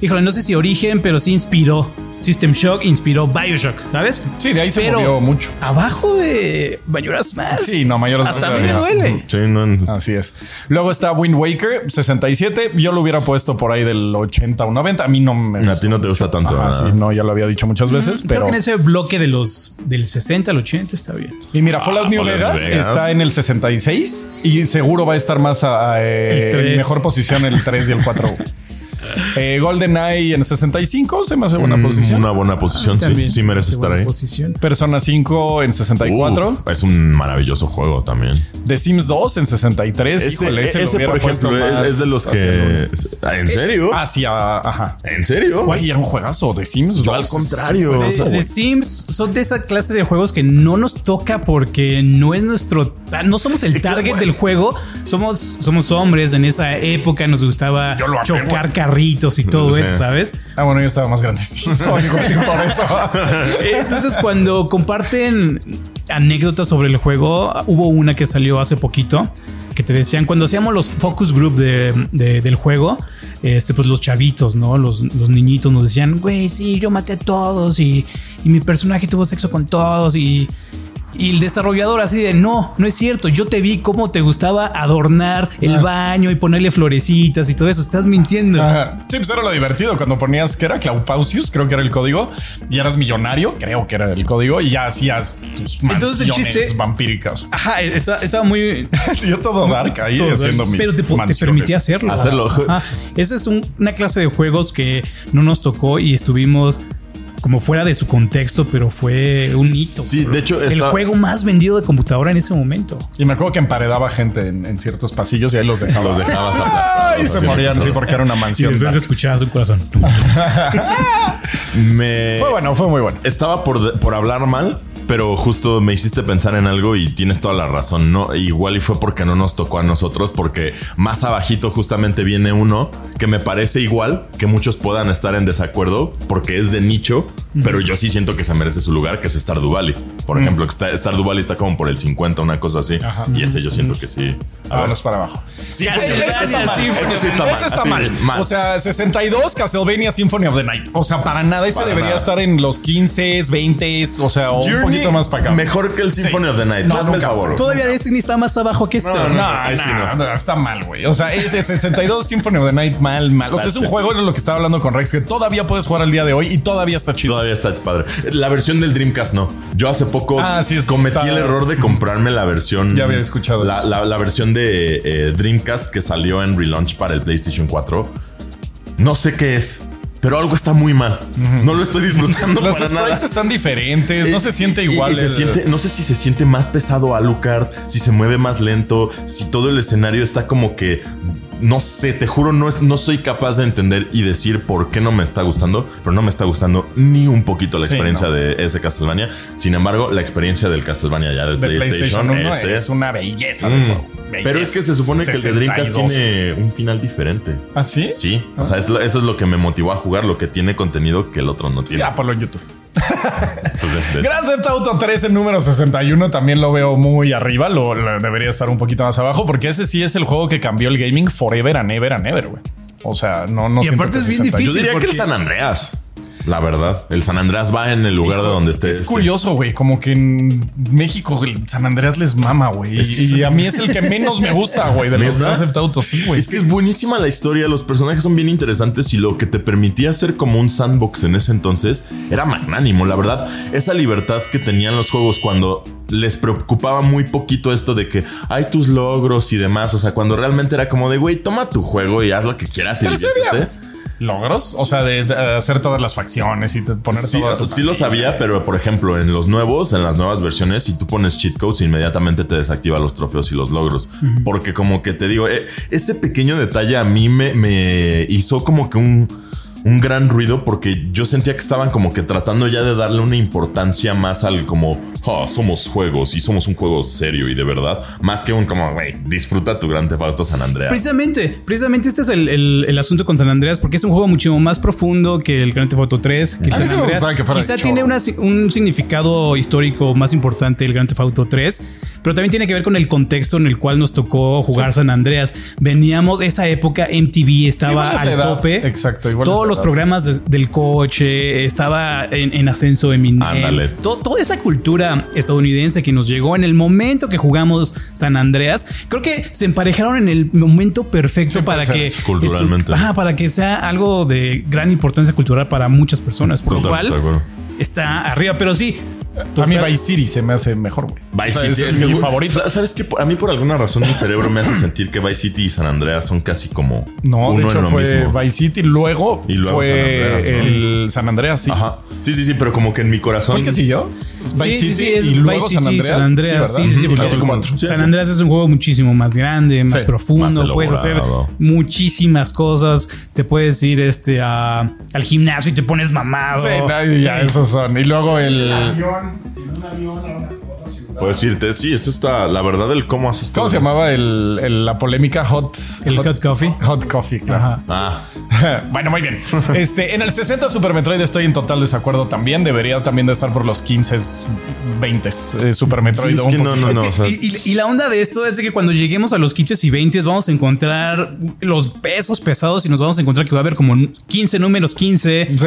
Speaker 3: híjole, no sé si origen, pero sí inspiró System Shock, inspiró Bioshock, ¿sabes?
Speaker 1: Sí, de ahí se
Speaker 3: Pero-
Speaker 1: movió mucho.
Speaker 3: Abajo de Mayoras más.
Speaker 1: Sí, no, mayores más
Speaker 3: Hasta a mí me
Speaker 1: de-
Speaker 3: duele.
Speaker 2: Sí, no,
Speaker 1: Así es. Luego está Wind Waker 67. Yo lo hubiera puesto por ahí del 80 o 90. A mí no me.
Speaker 2: a ti no te gusta tanto. ah,
Speaker 1: Ajá,
Speaker 2: ¿verdad?
Speaker 1: sí, no, ya lo había dicho muchas veces,
Speaker 3: Creo
Speaker 1: pero.
Speaker 3: que en ese bloque de los del 60 al 80 está bien.
Speaker 1: Y mira, Fallout New
Speaker 2: Ah, Fallout
Speaker 1: Vegas,
Speaker 2: Vegas.
Speaker 1: está en el 66 y seguro va a estar más a, a, eh,
Speaker 3: El tres.
Speaker 1: en mejor posición el 3 y el
Speaker 2: (laughs)
Speaker 1: 4. Eh, GoldenEye en 65 se me hace buena
Speaker 2: Mm,
Speaker 1: posición.
Speaker 2: Una buena posición, sí.
Speaker 3: También.
Speaker 2: Sí merece
Speaker 3: Qué
Speaker 2: estar
Speaker 3: buena
Speaker 2: ahí.
Speaker 3: Posición.
Speaker 1: Persona 5 en 64.
Speaker 2: Uf, es un maravilloso juego también.
Speaker 1: The Sims 2 en 63. Híjole, ese, lo hubiera puesto más
Speaker 2: es, es de los
Speaker 1: hacia el
Speaker 2: que. Ah, ¿En serio?
Speaker 1: uno. Hacia, ah, ajá.
Speaker 2: ¿En serio?
Speaker 1: Güey, era un juegazo de Sims.
Speaker 2: Yo al
Speaker 1: 2.
Speaker 2: contrario.
Speaker 3: De,
Speaker 2: o sea,
Speaker 3: de Sims son de esa clase de juegos que no nos toca porque no es nuestro ta- no somos el target del juego somos somos hombres en esa época nos gustaba
Speaker 1: Yo lo amé,
Speaker 3: chocar carritos y todo
Speaker 2: Sí.
Speaker 3: eso sabes
Speaker 1: Ah, bueno, yo estaba más grandecito. (laughs) igual por eso.
Speaker 2: (laughs)
Speaker 3: entonces cuando comparten anécdotas sobre el juego hubo una que salió hace poquito que te decían cuando hacíamos los focus group de- de- del juego este pues los chavitos no los, los niñitos nos decían güey sí yo maté a todos y, y mi personaje tuvo sexo con todos y y el desarrollador así de, no, no es cierto, yo te vi cómo te gustaba adornar el
Speaker 1: Ah.
Speaker 3: baño y ponerle florecitas y todo eso, estás mintiendo.
Speaker 1: Ajá. Sí, pues era lo divertido cuando ponías que era Claupausius, creo que era el código, y eras millonario, creo que era el código, y ya hacías tus
Speaker 3: Entonces, el
Speaker 1: mansiones
Speaker 3: chiste-
Speaker 1: vampíricas. (laughs)
Speaker 3: Ajá, está- estaba muy,
Speaker 1: Sí, Yo todo dark ahí
Speaker 3: Todo,
Speaker 1: haciendo mis
Speaker 3: pero te, po- te
Speaker 1: mansiones.
Speaker 3: permitía hacerlo.
Speaker 2: Hacerlo.
Speaker 3: Ajá. Esa es un- una clase de juegos que no nos tocó y estuvimos como fuera de su contexto, pero fue un hito.
Speaker 2: Sí, de hecho,
Speaker 3: el
Speaker 2: está-
Speaker 3: juego más vendido de computadora en ese momento.
Speaker 1: Y me acuerdo que emparedaba gente en, en ciertos pasillos y ahí los dejaba.
Speaker 2: Los dejabas
Speaker 1: (laughs) Ay,
Speaker 2: aplastados,
Speaker 1: se
Speaker 2: así,
Speaker 1: morían,
Speaker 2: ¿no?
Speaker 1: sí, porque era una
Speaker 3: Y
Speaker 1: mansión.
Speaker 3: después
Speaker 1: dark.
Speaker 3: escuchabas un corazón.
Speaker 2: Me.
Speaker 1: Fue bueno, fue muy bueno.
Speaker 2: Estaba por, por hablar mal, pero justo me hiciste pensar en algo y tienes toda la razón. No, igual y fue porque no nos tocó a nosotros, porque más abajito justamente viene uno que me parece igual que muchos puedan estar en desacuerdo porque es de nicho, pero yo sí siento que se merece su lugar, que es Stardew Valley. Por ejemplo, que está, Stardew Valley está como por el 50, una cosa así. Y ese yo siento que sí. A ver.
Speaker 3: Ah.
Speaker 1: Vámonos para abajo.
Speaker 2: Sí,
Speaker 3: Ya,
Speaker 2: porque
Speaker 3: sí,
Speaker 2: ese
Speaker 3: gracias,
Speaker 2: está mal.
Speaker 3: sí,
Speaker 2: Ese sí está mal.
Speaker 1: Ese está
Speaker 2: Así,
Speaker 1: mal. O sea, 62 Castlevania Symphony of the Night. O sea, para nada ese
Speaker 2: Para
Speaker 1: debería
Speaker 2: nada.
Speaker 1: estar en los 15, 20, o sea, o un
Speaker 2: Journey,
Speaker 1: poquito más para acá.
Speaker 2: Mejor que el Symphony of the Night.
Speaker 1: No,
Speaker 2: Hazme el
Speaker 1: nunca.
Speaker 2: favor.
Speaker 3: Todavía Destiny está más abajo que esto.
Speaker 2: No,
Speaker 1: No,
Speaker 2: ahí sí
Speaker 1: nah,
Speaker 2: no.
Speaker 1: nah, está mal, güey. O sea, ese 62 Symphony of the Night, mal, mal. O sea, es un juego de lo que estaba hablando con Rex, que todavía puedes jugar al día de hoy y todavía está
Speaker 2: Sí,
Speaker 1: chido.
Speaker 2: Todavía está padre. La versión del Dreamcast no. Yo hace poco
Speaker 1: Ah, sí, está-
Speaker 2: cometí el error de comprarme la versión.
Speaker 1: Ya había escuchado
Speaker 2: La,
Speaker 1: eso.
Speaker 2: la- la versión de eh, Dreamcast que salió en relaunch para el PlayStation 4. No sé qué es, pero algo está muy mal. No lo estoy
Speaker 1: (laughs)
Speaker 2: disfrutando
Speaker 1: Los
Speaker 2: para
Speaker 1: sprites
Speaker 2: nada.
Speaker 1: están diferentes, no se siente
Speaker 2: Eh, Y- y-
Speaker 1: igual.
Speaker 2: y se
Speaker 1: el-
Speaker 2: siente- no sé si se siente más pesado Alucard, si se mueve más lento, si todo el escenario está como que. No sé, te juro, no, es, no soy capaz de entender y decir por qué no me está gustando, pero no me está gustando ni un poquito la
Speaker 1: Sí,
Speaker 2: experiencia
Speaker 1: no.
Speaker 2: de ese Castlevania. Sin embargo, la experiencia del Castlevania ya del
Speaker 1: de
Speaker 2: PlayStation,
Speaker 1: PlayStation 1
Speaker 2: ese-
Speaker 1: es una belleza de
Speaker 2: Mm.
Speaker 1: juego.
Speaker 2: Pero es que se supone que el de Dreamcast
Speaker 1: 62.
Speaker 2: tiene un final diferente.
Speaker 1: ¿Ah, sí?
Speaker 2: Sí, o sea, es lo- eso es lo que me motivó a jugar, lo que tiene contenido que el otro no tiene.
Speaker 1: Ya, ah, ponlo en YouTube. pues, (laughs)
Speaker 2: Entonces, de-
Speaker 1: Grand Theft Auto 3 en número 61 también lo veo muy arriba, lo, lo debería estar un poquito más abajo porque ese sí es el juego que cambió el gaming forever and ever and ever, güey. O sea, no, no
Speaker 3: Y
Speaker 1: siento
Speaker 3: aparte
Speaker 1: que
Speaker 3: es
Speaker 1: 61.
Speaker 3: bien
Speaker 2: Yo
Speaker 3: difícil.
Speaker 2: diría que el
Speaker 3: porque-
Speaker 2: San Andreas. La verdad, el San Andreas va en el lugar de donde esté.
Speaker 1: Es
Speaker 2: este.
Speaker 1: curioso, güey, como que en México el San Andreas les mama, güey.
Speaker 2: Es que-
Speaker 1: y a mí es el que menos me gusta, güey, de los
Speaker 2: ¿Neta?
Speaker 1: Grand Theft Auto, sí, güey.
Speaker 2: Es que es buenísima la historia, los personajes son bien interesantes y lo que te permitía hacer como un sandbox en ese entonces era magnánimo, la verdad. Esa libertad que tenían los juegos cuando les preocupaba muy poquito esto de que hay tus logros y demás, o sea, cuando realmente era como de, güey, toma tu juego y haz lo que quieras y
Speaker 1: Pero sí había-
Speaker 2: diviértete".
Speaker 1: ¿Logros? O sea, de, de hacer todas las facciones y te- poner
Speaker 2: Sí,
Speaker 1: todo. a tu
Speaker 2: sí lo sabía, pero por ejemplo, en los nuevos, en las nuevas versiones, si tú pones cheat codes, inmediatamente te desactiva los trofeos y los logros. Porque como que te digo, eh, ese pequeño detalle a mí me, me hizo como que un, un gran ruido porque yo sentía que estaban como que tratando ya de darle una importancia más al como "Ah, somos juegos y somos un juego serio y de verdad, más que un como, güey, disfruta tu gran Theft San Andreas.
Speaker 3: Precisamente, precisamente este es el, el- el asunto con San Andreas, porque es un juego mucho más profundo que el Grand Theft Auto 3. Que
Speaker 1: A mí
Speaker 3: San
Speaker 1: sí me
Speaker 3: Andreas.
Speaker 1: gustaba que fuera
Speaker 3: Quizá
Speaker 1: chorro.
Speaker 3: tiene una- un significado histórico más importante el Grand Theft Auto 3, pero también tiene que ver con el contexto en el cual nos tocó jugar San Andreas. Veníamos esa época MTV
Speaker 1: Sí,
Speaker 3: estaba
Speaker 1: igual es
Speaker 3: al
Speaker 1: la edad.
Speaker 3: tope.
Speaker 1: Exacto, igual es
Speaker 3: Todos
Speaker 1: la
Speaker 3: los
Speaker 1: edad.
Speaker 3: programas de- del coche estaba en, en ascenso Eminem.
Speaker 2: Ándale.
Speaker 3: To- toda esa cultura estadounidense que nos llegó en el momento que jugamos San Andreas, creo que se emparejaron en el momento perfecto
Speaker 1: Sí,
Speaker 3: para
Speaker 1: puede
Speaker 3: que
Speaker 2: ser, culturalmente.
Speaker 3: estu- ajá, para que sea algo de gran importancia cultural para muchas personas, por lo
Speaker 2: Total- de
Speaker 3: cual
Speaker 2: acuerdo.
Speaker 3: está arriba, pero sí.
Speaker 1: A mí
Speaker 3: total-
Speaker 1: Vice City se me hace mejor, güey.
Speaker 2: Vice
Speaker 1: O sea,
Speaker 2: City
Speaker 1: ese es mi favorito.
Speaker 2: Sa- ¿Sabes que A mí por alguna razón mi cerebro me (clears throat) hace sentir que Vice City y San Andreas son casi como
Speaker 1: No, de
Speaker 2: uno en
Speaker 1: hecho
Speaker 2: lo
Speaker 1: fue
Speaker 2: mismo.
Speaker 1: Vice City, luego,
Speaker 2: Y luego
Speaker 1: fue
Speaker 2: San Andreas, ¿no?
Speaker 1: el San Andreas, sí.
Speaker 2: Ajá. Sí, sí, sí, pero como que en mi corazón.
Speaker 1: ¿Pues que sí yo?
Speaker 3: Sí,
Speaker 1: Vice
Speaker 3: sí,
Speaker 1: City
Speaker 3: sí, es
Speaker 1: y luego
Speaker 3: Vice
Speaker 1: San
Speaker 3: City,
Speaker 1: Andreas.
Speaker 3: San Andreas,
Speaker 1: ¿verdad?
Speaker 3: sí, sí, sí,
Speaker 1: Ujú.
Speaker 3: porque-
Speaker 1: Así como cuatro.
Speaker 2: Sí,
Speaker 3: San
Speaker 2: sí.
Speaker 3: Andreas es un juego muchísimo más grande, más
Speaker 1: Sí,
Speaker 3: profundo.
Speaker 2: más
Speaker 3: puedes hacer
Speaker 2: elaborado.
Speaker 3: muchísimas cosas. Te puedes ir este a- al gimnasio y te pones mamado.
Speaker 1: Sí, no, y ya, esos son. Y luego el.
Speaker 4: avión, en un avión a una- a otra ciudad.
Speaker 2: Puedes irte, sí, eso está, la verdad, el cómo haces
Speaker 1: ¿Cómo
Speaker 2: todo.
Speaker 1: se llamaba el, el- la polémica Hot?
Speaker 3: El hot coffee.
Speaker 1: Hot Coffee, claro.
Speaker 3: Ajá.
Speaker 2: Ah,
Speaker 1: (laughs) bueno,
Speaker 3: (laughs)
Speaker 1: muy bien. Este, en el 60 Super Metroid estoy en total desacuerdo también. Debería también de estar por los 15, 20 eh, Super Metroid.
Speaker 2: Sí, es
Speaker 1: un
Speaker 2: que no,
Speaker 1: poquito.
Speaker 2: no, no. o sea,
Speaker 3: Y, y- y la onda de esto es de que cuando lleguemos a los 15 y 20 vamos a encontrar los pesos pesados y nos vamos a encontrar que va a haber como 15 números 15,
Speaker 1: Sí,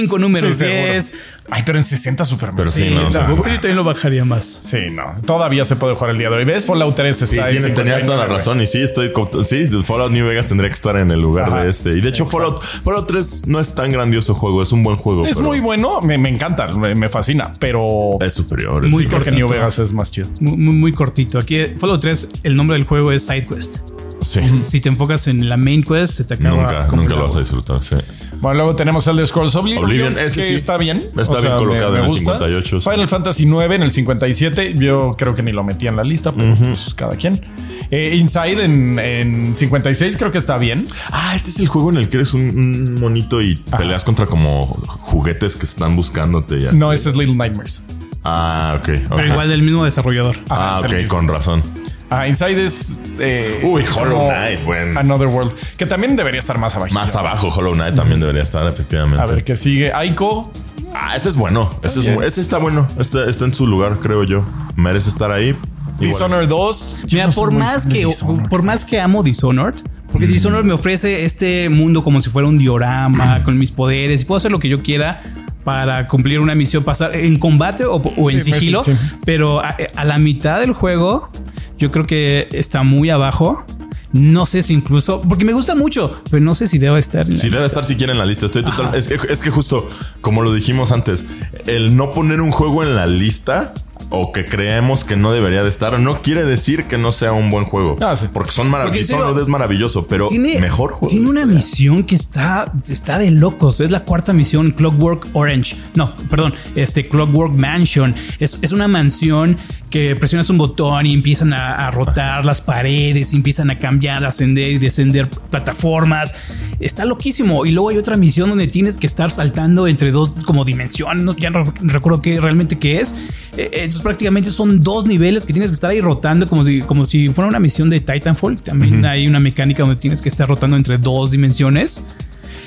Speaker 3: 5
Speaker 1: sí,
Speaker 3: números
Speaker 1: seguro.
Speaker 3: 10.
Speaker 1: Ay, pero en 60 Super
Speaker 2: Pero sí,
Speaker 1: Metroid.
Speaker 2: no, o sea,
Speaker 3: Yo también lo bajaría más.
Speaker 1: Sí, no. Todavía se puede jugar el día de hoy. ¿Ves? Fallout 3 está
Speaker 2: Sí,
Speaker 1: ahí,
Speaker 2: tiene- tenías toda la
Speaker 1: 59.
Speaker 2: razón y sí, estoy con- sí, Fallout New Vegas tendría que estar en el lugar
Speaker 1: Ajá.
Speaker 2: de este. Y de hecho, Fallout, Fallout 3 no es tan grandioso juego, es un buen juego.
Speaker 1: Es
Speaker 2: pero
Speaker 1: muy bueno. Me, me encanta. Me, me fascina. Pero
Speaker 2: Es superior.
Speaker 3: Muy
Speaker 2: es
Speaker 1: creo que
Speaker 3: cortito.
Speaker 1: New Vegas es más chido.
Speaker 3: Muy, muy- muy cortito. Aquí, Fallout 3, el nombre del juego es SideQuest.
Speaker 2: Sí,
Speaker 3: Si te enfocas en la main quest, se te acaba.
Speaker 2: nunca,
Speaker 3: como
Speaker 2: nunca
Speaker 3: la-
Speaker 2: lo vas a disfrutar. Sí.
Speaker 1: Bueno, luego tenemos Elder Scrolls Oblivion,
Speaker 2: Oblivion,
Speaker 1: que
Speaker 2: ese sí.
Speaker 1: está bien.
Speaker 2: Está bien colocado en el 58, sí.
Speaker 1: Final Fantasy 9 en el 57. Yo creo que ni lo metí en la lista, pero pues, cada quien. Eh, Inside en, en 56 creo que está bien.
Speaker 2: Ah, este es el juego en el que eres un, un monito y peleas contra como juguetes que están buscándote. Ya.
Speaker 1: No, ese es Little Nightmares.
Speaker 2: Ah, ok. ok.
Speaker 3: Pero igual del mismo desarrollador.
Speaker 1: Ajá,
Speaker 2: Ah,
Speaker 1: es el
Speaker 2: ok,
Speaker 1: mismo.
Speaker 2: con razón.
Speaker 1: Ah, Inside es... eh,
Speaker 2: Uy, Hollow
Speaker 1: como
Speaker 2: Knight, bueno.
Speaker 1: Another World, que también debería estar más abajo.
Speaker 2: Más abajo, Hollow Knight también debería estar, efectivamente.
Speaker 1: A ver qué sigue. Aiko.
Speaker 2: Ah, ese es bueno. Ese, es
Speaker 1: bien.
Speaker 2: mu- ese está bueno. Este, está en su lugar, creo yo. Merece estar ahí. Igual.
Speaker 1: Dishonored 2. Yo
Speaker 3: Mira,
Speaker 1: no soy
Speaker 3: por
Speaker 1: muy
Speaker 3: más
Speaker 1: fan de
Speaker 3: que
Speaker 1: Dishonored.
Speaker 3: por más que amo Dishonored, porque Dishonored me ofrece este mundo como si fuera un diorama con mis poderes y puedo hacer lo que yo quiera para cumplir una misión, pasar en combate o, o en
Speaker 1: Sí, pues,
Speaker 3: sigilo,
Speaker 1: sí, sí.
Speaker 3: pero a, a la mitad del juego yo creo que está muy abajo. No sé si incluso, porque me gusta mucho, pero no sé si debe estar. en la
Speaker 2: Si debe
Speaker 1: Este-
Speaker 3: lista.
Speaker 2: estar siquiera en la lista. Estoy total. Es que, es que justo, como lo dijimos antes, el no poner un juego en la lista o que creemos que no debería de estar, no quiere decir que no sea un buen juego.
Speaker 1: Ah, sí.
Speaker 2: Porque son
Speaker 3: Porque en
Speaker 2: maravillosos.
Speaker 3: serio,
Speaker 2: Dishonored es maravilloso, pero
Speaker 3: tiene,
Speaker 2: mejor juego.
Speaker 3: Tiene
Speaker 2: de
Speaker 3: una
Speaker 2: historia.
Speaker 3: misión que está, está de locos. Es la cuarta misión, Clockwork Orange. No, perdón, este Clockwork Mansion. Es, es una mansión que presionas un botón y empiezan a, a rotar las paredes, y empiezan a cambiar, ascender y descender plataformas. Está loquísimo. Y luego hay otra misión donde tienes que estar saltando entre dos como dimensiones. No, ya no recuerdo qué realmente qué es. Eh, Entonces prácticamente son dos niveles que tienes que estar ahí rotando como si, como si fuera una misión de Titanfall. También hay una mecánica donde tienes que estar rotando entre dos dimensiones.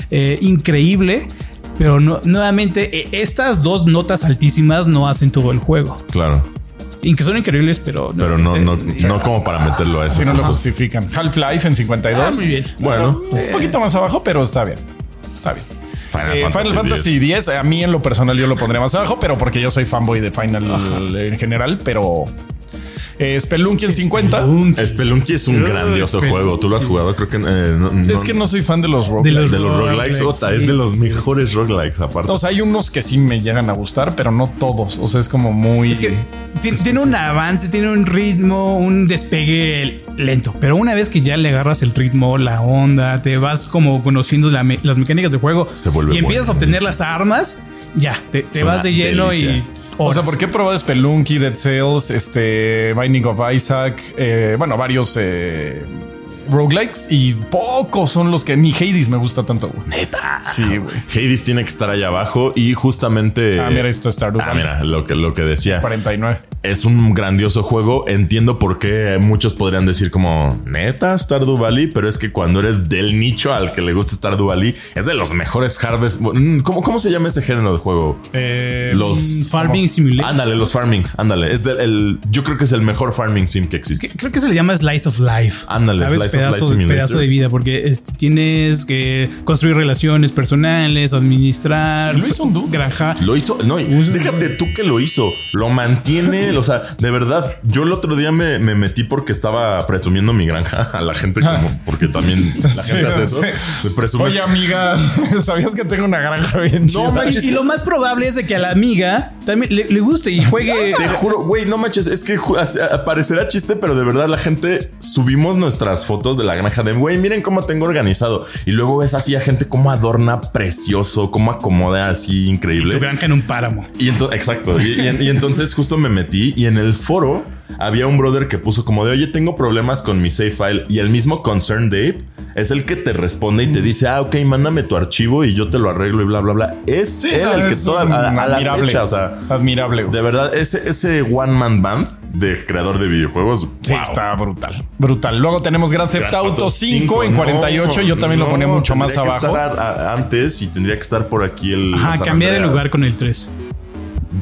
Speaker 3: Eh, increíble. Pero no- nuevamente, eh, estas dos notas altísimas no hacen todo el juego.
Speaker 2: Claro,
Speaker 3: Y que son increíbles, pero...
Speaker 2: pero
Speaker 1: eh,
Speaker 2: no, no,
Speaker 3: nuevamente,
Speaker 2: no como para meterlo a eso.
Speaker 1: Si no lo justifican. Half-Life en 52.
Speaker 3: Ah, muy bien.
Speaker 2: Bueno,
Speaker 1: Un poquito más abajo, pero está bien. Está bien.
Speaker 2: Final
Speaker 1: Eh, Final Fantasy X, a mí en lo personal yo lo pondría más abajo, pero porque yo soy fanboy de Final en general, pero... Eh, Spelunky
Speaker 3: este,
Speaker 1: en 50.
Speaker 3: Spelunky.
Speaker 2: Spelunky es un
Speaker 3: Ay,
Speaker 2: grandioso
Speaker 3: Spelunky.
Speaker 2: juego. Tú lo has jugado, creo que. eh, no-
Speaker 1: Es que no soy fan de los
Speaker 3: De
Speaker 1: roguelikes.
Speaker 2: De los roguelikes, ota, es de
Speaker 3: Sí,
Speaker 2: los
Speaker 3: sí, sí.
Speaker 2: mejores roguelikes aparte.
Speaker 1: O sea, hay unos que sí me llegan a gustar, pero no todos. O sea, es como muy...
Speaker 3: Es que ti- tiene un avance, tiene un ritmo, un despegue lento. Pero una vez que ya le agarras el ritmo, la onda, te vas como conociendo la me- las mecánicas de juego
Speaker 2: Se vuelve
Speaker 3: y empiezas a
Speaker 2: bueno,
Speaker 3: obtener
Speaker 2: sí.
Speaker 3: las armas, ya te, te
Speaker 2: Es
Speaker 3: vas
Speaker 2: una
Speaker 3: de lleno y.
Speaker 2: delicia.
Speaker 1: O sea,
Speaker 3: horas.
Speaker 1: porque he probado Spelunky, Dead Cells, este, Binding of Isaac, eh, bueno, varios eh, roguelikes y pocos son los que ni Hades me gusta tanto. güey.
Speaker 2: Neta. Eh,
Speaker 1: Sí, güey.
Speaker 2: Hades tiene que estar allá abajo y justamente.
Speaker 1: Ah, mira, está Stardew
Speaker 2: Ah,
Speaker 1: Valley.
Speaker 2: mira, lo que, lo que decía.
Speaker 1: 49.
Speaker 2: Es un grandioso juego. Entiendo por qué muchos podrían decir como neta Stardew Valley, pero es que cuando eres del nicho al que le gusta Stardew Valley, es de los mejores harvest. Mm, ¿Cómo, cómo se llama ese género de juego?
Speaker 1: Eh,
Speaker 2: Los
Speaker 3: Mm, Farming Simulator.
Speaker 2: Ándale, los farmings. Ándale. Es del- el, yo creo que es el mejor farming sim que existe.
Speaker 3: Que- Creo que se le llama Slice of Life.
Speaker 2: Ándale,
Speaker 3: ¿Sabes?
Speaker 2: Slice of
Speaker 3: pedazo,
Speaker 2: Life Simulator.
Speaker 3: pedazo de vida, porque este, tienes que construir relaciones personales, administrar,
Speaker 1: Lo hizo un dude.
Speaker 3: granja.
Speaker 2: Lo hizo, no, y déjate tú que lo hizo,
Speaker 1: (laughs)
Speaker 2: lo mantiene, o sea, de verdad, yo el otro día me, me metí porque estaba presumiendo mi granja a la gente, como, porque también la
Speaker 1: (laughs) Sí,
Speaker 2: gente hace eso,
Speaker 1: sí.
Speaker 2: te presumes.
Speaker 1: Oye, amiga, (laughs) ¿sabías que tengo una granja bien chida?
Speaker 2: No manches,
Speaker 1: (laughs)
Speaker 3: Y, y lo más probable es de que a la amiga también le, le guste y juegue.
Speaker 2: Te juro, güey, no manches, es que ju- as- a- parecerá chiste, pero de verdad la gente subimos nuestras fotos de la granja de, güey, miren cómo tengo organizado. Y luego es así a gente cómo adorna precioso, cómo acomoda así increíble.
Speaker 3: Tu granja en un páramo.
Speaker 2: Y ento- exacto. Y, y en- y entonces justo me metí y en el foro había un brother que puso como de, oye, tengo problemas con mi save file. Y el mismo Concern Dave es el que te responde y te dice, ah, ok, mándame tu archivo y yo te lo arreglo y bla, bla, bla. Es él el que
Speaker 1: es
Speaker 2: toda,
Speaker 1: un
Speaker 2: a, a la
Speaker 1: admirable.
Speaker 2: fecha, o sea,
Speaker 1: admirable. güey.
Speaker 2: de verdad, ese, ese one man band de creador de videojuegos.
Speaker 1: Sí,
Speaker 2: wow.
Speaker 1: está brutal. Brutal. Luego tenemos Grand Theft
Speaker 2: Grand Theft
Speaker 1: Auto 5 en
Speaker 2: no,
Speaker 1: 48. Yo también lo
Speaker 2: no,
Speaker 1: ponía mucho más
Speaker 2: tendría que
Speaker 1: abajo.
Speaker 2: estar a- a- antes y tendría que estar por aquí el.
Speaker 3: Ajá,
Speaker 2: San
Speaker 3: cambiar el
Speaker 2: Andreas.
Speaker 3: lugar con el 3.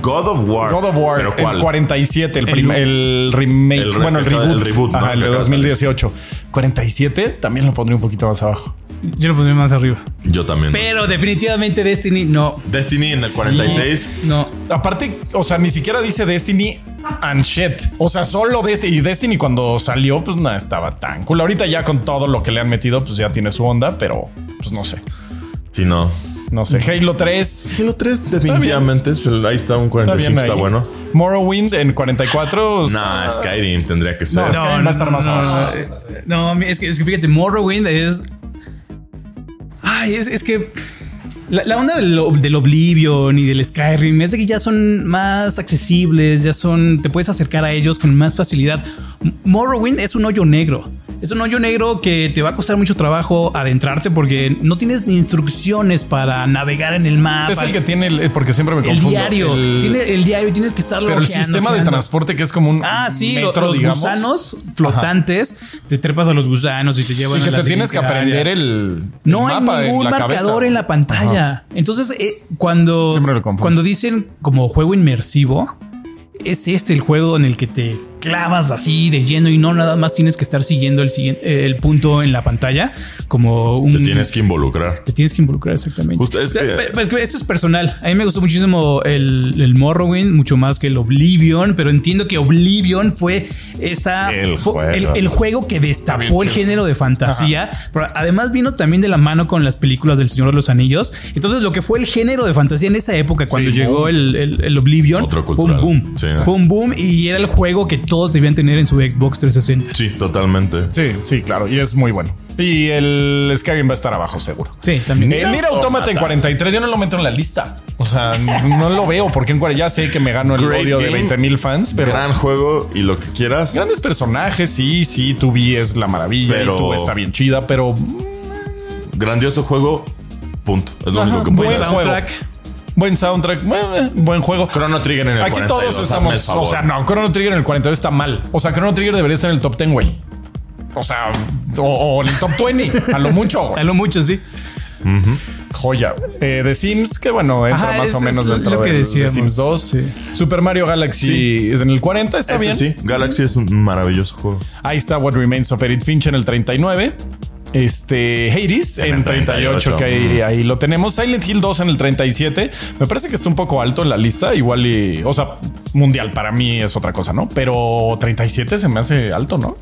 Speaker 2: God of War.
Speaker 1: God of War,
Speaker 2: ¿Pero
Speaker 1: el
Speaker 2: cuál?
Speaker 1: 47, el,
Speaker 3: El-
Speaker 1: prim- el remake,
Speaker 2: el re-
Speaker 1: bueno, el
Speaker 2: el-
Speaker 1: reboot,
Speaker 2: el reboot, ¿no?
Speaker 1: Ajá, el de
Speaker 2: Que acaba de
Speaker 1: 2018. 47 también lo pondría un poquito más abajo.
Speaker 3: Yo lo pondré más arriba.
Speaker 2: Yo también.
Speaker 3: Pero definitivamente Destiny no.
Speaker 2: Destiny en el 46.
Speaker 3: No.
Speaker 1: Aparte, o sea, ni siquiera dice Destiny and shit. O sea, solo Destiny. Y Destiny cuando salió, pues nada, estaba tan cool. Ahorita ya con todo lo que le han metido, pues ya tiene su onda, pero pues no sé.
Speaker 2: Si no.
Speaker 1: No sé. Halo 3.
Speaker 2: Halo 3 definitivamente. es el- ahí está un 45, está,
Speaker 1: ahí.
Speaker 2: bueno.
Speaker 1: Morrowind en 44.
Speaker 2: Nah, Skyrim tendría que ser.
Speaker 1: No, Skyrim Pues va a estar más abajo.
Speaker 3: eh, No, es que, es que fíjate, Morrowind es. Ay, es, es que. La, la onda del, del Oblivion y del Skyrim es de que ya son más accesibles, ya son. Te puedes acercar a ellos con más facilidad. M- Morrowind es un hoyo negro. Es un hoyo negro que te va a costar mucho trabajo adentrarte porque no tienes ni instrucciones para navegar en el mapa.
Speaker 1: Es el que tiene el, porque siempre me
Speaker 3: El
Speaker 1: confundo.
Speaker 3: diario.
Speaker 1: El-
Speaker 3: tiene el diario, tienes que estarlo
Speaker 1: pero el
Speaker 3: ojeando,
Speaker 1: sistema de
Speaker 3: ojeando.
Speaker 1: transporte que es como un
Speaker 3: Ah, sí, lo-
Speaker 1: metro,
Speaker 3: los
Speaker 1: digamos.
Speaker 3: gusanos flotantes, te trepas a los gusanos y te llevan
Speaker 1: Sí,
Speaker 3: a
Speaker 1: que
Speaker 3: la
Speaker 1: te tienes que
Speaker 3: siguiente
Speaker 1: aprender
Speaker 3: área.
Speaker 1: el,
Speaker 3: No
Speaker 1: el
Speaker 3: hay
Speaker 1: mapa en
Speaker 3: ningún
Speaker 1: la cabeza.
Speaker 3: marcador en la pantalla. Entonces, eh, cuando,
Speaker 1: Siempre lo confundo.
Speaker 3: cuando dicen como juego inmersivo, es este el juego en el que te clavas así de lleno y no nada más tienes que estar siguiendo el, siguiente, el punto en la pantalla como un...
Speaker 2: Te tienes que involucrar.
Speaker 3: Te tienes que involucrar exactamente.
Speaker 2: Justo, es que-
Speaker 3: Pe- pe- es que esto es personal. A mí me gustó muchísimo el, el Morrowind, mucho más que el Oblivion, pero entiendo que Oblivion fue esta
Speaker 2: El
Speaker 3: fue
Speaker 2: juego.
Speaker 3: el- el juego que destapó el
Speaker 1: chido.
Speaker 3: género de fantasía. Pero además vino también de la mano con las películas del Señor de los Anillos. Entonces, lo que fue el género de fantasía en esa época, cuando
Speaker 1: Sí,
Speaker 3: llegó el, el- el Oblivion,
Speaker 2: Otro
Speaker 3: fue un
Speaker 2: cultural.
Speaker 3: boom.
Speaker 2: Sí.
Speaker 3: Fue un boom y era el juego que todos debían tener en su Xbox 360.
Speaker 2: Sí, totalmente.
Speaker 1: Sí, sí, claro. Y es muy bueno. Y el Skyrim va a estar abajo, seguro.
Speaker 3: Sí, también.
Speaker 1: El Nier Automata en 43, yo no lo meto en la lista. O sea, no lo veo porque en 40 ya sé que me gano el
Speaker 2: Great
Speaker 1: odio de
Speaker 2: game.
Speaker 1: 20 mil fans, pero
Speaker 2: Gran juego y lo que quieras.
Speaker 1: grandes personajes. Sí, sí, tu vi es la maravilla
Speaker 2: Pero-
Speaker 1: y tu está bien chida, pero
Speaker 2: Grandioso juego. Punto. Es lo
Speaker 1: Ajá,
Speaker 2: único que
Speaker 1: buen
Speaker 2: puedo decir.
Speaker 1: juego.
Speaker 3: Soundtrack.
Speaker 1: buen soundtrack, eh, buen juego.
Speaker 2: Chrono Trigger
Speaker 3: (laughs)
Speaker 2: en el
Speaker 1: Aquí
Speaker 2: 42,
Speaker 1: todos
Speaker 2: hazme el
Speaker 1: estamos.
Speaker 2: favor.
Speaker 1: O sea, no, Chrono Trigger en el 42 está mal. O sea, Chrono Trigger debería estar en el top 10, güey. O sea, o, o en el top
Speaker 3: (laughs)
Speaker 1: 20, a lo mucho. güey.
Speaker 3: A lo mucho, sí.
Speaker 1: Joya. Eh, The Sims, que bueno, entra
Speaker 3: Ajá,
Speaker 1: más
Speaker 3: es-
Speaker 1: o
Speaker 3: es
Speaker 1: menos
Speaker 3: lo
Speaker 1: dentro
Speaker 3: que
Speaker 1: de The
Speaker 3: decíamos.
Speaker 1: Sims 2.
Speaker 3: Sí.
Speaker 1: Super Mario Galaxy
Speaker 2: Sí.
Speaker 1: es en el 40, está
Speaker 2: Ese
Speaker 1: bien.
Speaker 2: sí, Galaxy es un maravilloso juego.
Speaker 1: Ahí está What Remains of Edith Finch en el 39. Este Hades en,
Speaker 2: el
Speaker 1: 38,
Speaker 2: 38,
Speaker 1: que ahí, ahí lo tenemos. Silent Hill 2 en el 37. Me parece que está un poco alto en la lista. Igual y, o sea, mundial para mí es otra cosa, ¿no? Pero 37 se me hace alto, ¿no?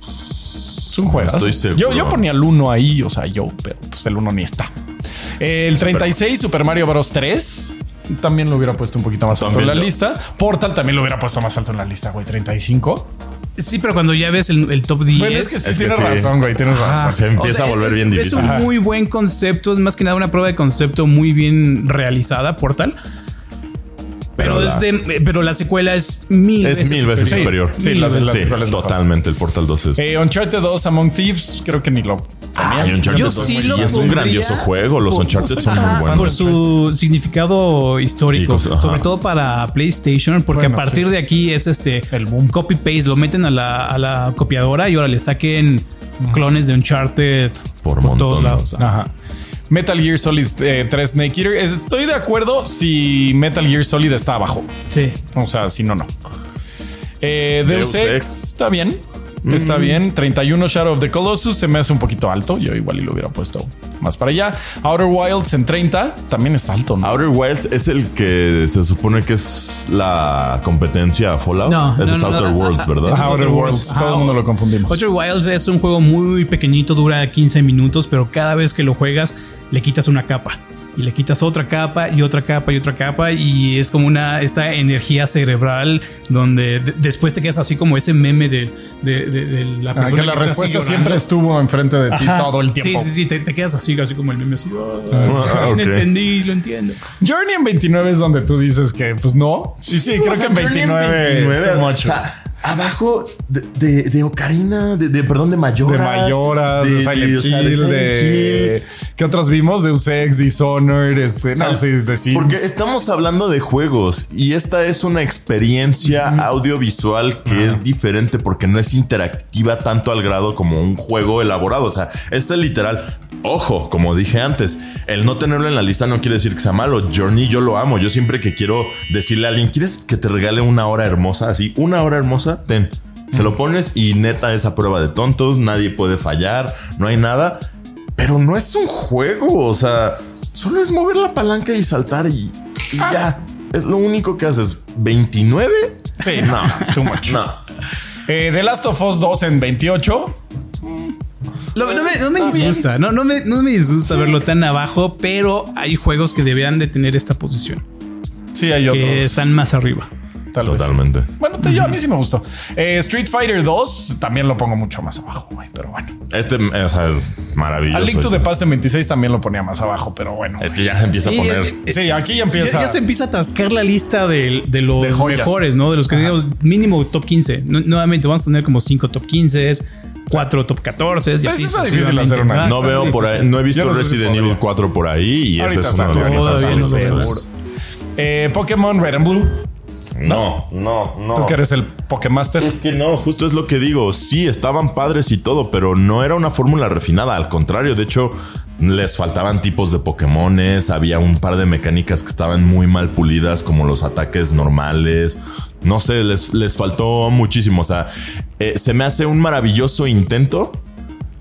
Speaker 1: Es un juego.
Speaker 2: Estoy seguro.
Speaker 1: Yo, yo ponía el 1 ahí, o sea, yo, pero pues el 1 ni está. El 36, Super Mario Bros. 3. También lo hubiera puesto un poquito más alto en
Speaker 2: También
Speaker 1: la
Speaker 2: lo-
Speaker 1: lista. Portal también lo hubiera puesto más alto en la lista, güey. 35.
Speaker 3: Sí, pero cuando ya ves el, el top 10.
Speaker 1: Bueno, es que sí,
Speaker 2: Es que
Speaker 1: tienes
Speaker 2: sí.
Speaker 1: razón, güey, tienes
Speaker 3: Ah,
Speaker 1: razón.
Speaker 2: Se empieza
Speaker 3: o sea,
Speaker 2: a volver
Speaker 3: es-
Speaker 2: bien
Speaker 3: Es
Speaker 2: difícil.
Speaker 3: un muy buen concepto, es más que nada una prueba de concepto muy bien realizada, Portal. Pero,
Speaker 2: la-
Speaker 3: es de- pero la secuela es mil
Speaker 2: es
Speaker 3: veces.
Speaker 2: mil veces
Speaker 1: Sí,
Speaker 2: superior.
Speaker 1: sí,
Speaker 2: Mil
Speaker 1: las-
Speaker 2: veces.
Speaker 1: las-
Speaker 2: Sí,
Speaker 1: las-
Speaker 2: totalmente. El Portal 2 es.
Speaker 1: Eh, Uncharted 2 Among Thieves, creo que ni lo
Speaker 2: Ah, y Uncharted
Speaker 3: Yo
Speaker 2: 2
Speaker 3: sí
Speaker 2: sí
Speaker 3: lo
Speaker 2: es un
Speaker 3: pondría
Speaker 2: grandioso juego. Los
Speaker 3: por-
Speaker 2: Uncharted son
Speaker 3: Ajá,
Speaker 2: muy
Speaker 3: Por
Speaker 2: buenos.
Speaker 3: su significado histórico,
Speaker 2: Y cosas, ajá.
Speaker 3: sobre todo para PlayStation, porque
Speaker 1: Bueno,
Speaker 3: a partir
Speaker 1: sí.
Speaker 3: de aquí es este el boom. Copy paste, lo meten a la, a la copiadora y ahora le saquen clones de Uncharted
Speaker 2: Por
Speaker 3: todos
Speaker 2: montón,
Speaker 3: lados.
Speaker 2: ¿no?
Speaker 1: Ajá. Metal Gear Solid eh, 3 Snake Eater. Es- Estoy de acuerdo si Metal Gear Solid está abajo.
Speaker 3: Sí.
Speaker 1: O sea, si no, no. Eh, Deus,
Speaker 2: Deus
Speaker 1: Ex,
Speaker 2: Ex. Mm.
Speaker 1: está bien. Está bien. 31 Shadow of the Colossus se me hace un poquito alto. Yo igual y lo hubiera puesto más para allá. Outer Wilds en 30 también está alto, ¿no?
Speaker 2: Outer Wilds es el que se supone que es la competencia a Fallout.
Speaker 3: No,
Speaker 2: Ese
Speaker 3: no,
Speaker 2: es
Speaker 3: no,
Speaker 2: Outer
Speaker 3: no,
Speaker 2: Worlds,
Speaker 3: no, no,
Speaker 2: ¿verdad?
Speaker 3: ese es
Speaker 1: Outer Worlds,
Speaker 3: Ajá.
Speaker 1: todo el mundo lo confundimos.
Speaker 3: Outer Wilds es un juego muy pequeñito, dura 15 minutos, pero cada vez que lo juegas le quitas una capa. Y le quitas otra capa y otra capa y otra capa y es como una esta energía cerebral donde de- después te quedas así como ese meme de, de- de- de la
Speaker 1: Ah, que
Speaker 3: persona
Speaker 1: la
Speaker 3: que está así
Speaker 1: respuesta
Speaker 3: llorando.
Speaker 1: siempre estuvo enfrente de ti
Speaker 3: Ajá.
Speaker 1: todo el tiempo.
Speaker 3: Sí, sí, sí, te, te quedas así, así como el meme así. "Oh,
Speaker 2: Ah, ok.
Speaker 3: Entendí, lo entiendo.
Speaker 1: Journey en 29 es donde tú dices que, pues no. Sí, sí, creo que en 29. too much.
Speaker 2: O sea, abajo de, de, de Ocarina, de, de- perdón, de Mayoras.
Speaker 1: de Mayoras, de, Silent
Speaker 2: o sea, de
Speaker 1: Hill,
Speaker 2: Silent
Speaker 1: de-
Speaker 2: Hill.
Speaker 1: ¿Qué otros vimos? De Ex, Dishonored, este...
Speaker 2: O sea,
Speaker 1: no, sí, de Sims.
Speaker 2: Porque estamos hablando de juegos y esta es una experiencia audiovisual que es diferente porque no es interactiva tanto al grado como un juego elaborado. O sea, este es literal. Ojo, como dije antes, el no tenerlo en la lista no quiere decir que sea malo. Journey, yo lo amo. Yo siempre que quiero decirle a alguien, ¿quieres que te regale una hora hermosa? Así, una hora hermosa, ten. Se lo pones y neta esa prueba de tontos, nadie puede fallar, no hay nada. Pero no es un juego, o sea, solo es mover la palanca y saltar y, y ya. Es lo único que haces. ¿29?
Speaker 1: Sí,
Speaker 2: No,
Speaker 1: (laughs) too much.
Speaker 2: no.
Speaker 1: Eh, The Last of Us 2 en 28.
Speaker 3: Lo- no, me, no
Speaker 1: Ah,
Speaker 3: me disgusta, no, no, me, no me disgusta verlo tan abajo, pero hay juegos que deberían de tener esta posición,
Speaker 1: Sí, hay otros.
Speaker 3: que están más arriba.
Speaker 1: Tal vez.
Speaker 2: Totalmente.
Speaker 1: Bueno, te- yo a mí sí me gustó. Eh, Street Fighter 2 también lo pongo mucho más abajo, güey, pero bueno.
Speaker 2: Este o sea, es maravilloso.
Speaker 1: A Link to the Past en 26 también lo ponía más abajo, pero bueno.
Speaker 2: Es que ya se empieza a
Speaker 3: Sí,
Speaker 2: poner.
Speaker 3: es-
Speaker 1: Sí, aquí ya
Speaker 3: Ya,
Speaker 1: empieza.
Speaker 3: ya se empieza a atascar la lista de, de los
Speaker 1: De joyas.
Speaker 3: mejores, ¿no? De los que tenemos mínimo top 15. Nu- nuevamente vamos a tener como 5 top 15, 4 top 14.
Speaker 1: Pues está difícil hacer una lista.
Speaker 2: No veo por ahí, no he visto
Speaker 1: Yo no sé si
Speaker 2: Resident Evil
Speaker 1: podría.
Speaker 2: 4 por ahí y ese
Speaker 1: Ahorita
Speaker 2: es uno de los
Speaker 1: saco,
Speaker 2: mejores
Speaker 3: todavía no lo
Speaker 2: juegos.
Speaker 1: seguro. Eh, Pokémon Red and Blue.
Speaker 2: No, no, no.
Speaker 1: Tú que eres el Pokémaster.
Speaker 2: Es que no, justo es lo que digo. Sí, estaban padres y todo, pero no era una fórmula refinada. Al contrario, de hecho, les faltaban tipos de Pokémones. Había un par de mecánicas que estaban muy mal pulidas, como los ataques normales. No sé, les, les faltó muchísimo. O sea, eh, se me hace un maravilloso intento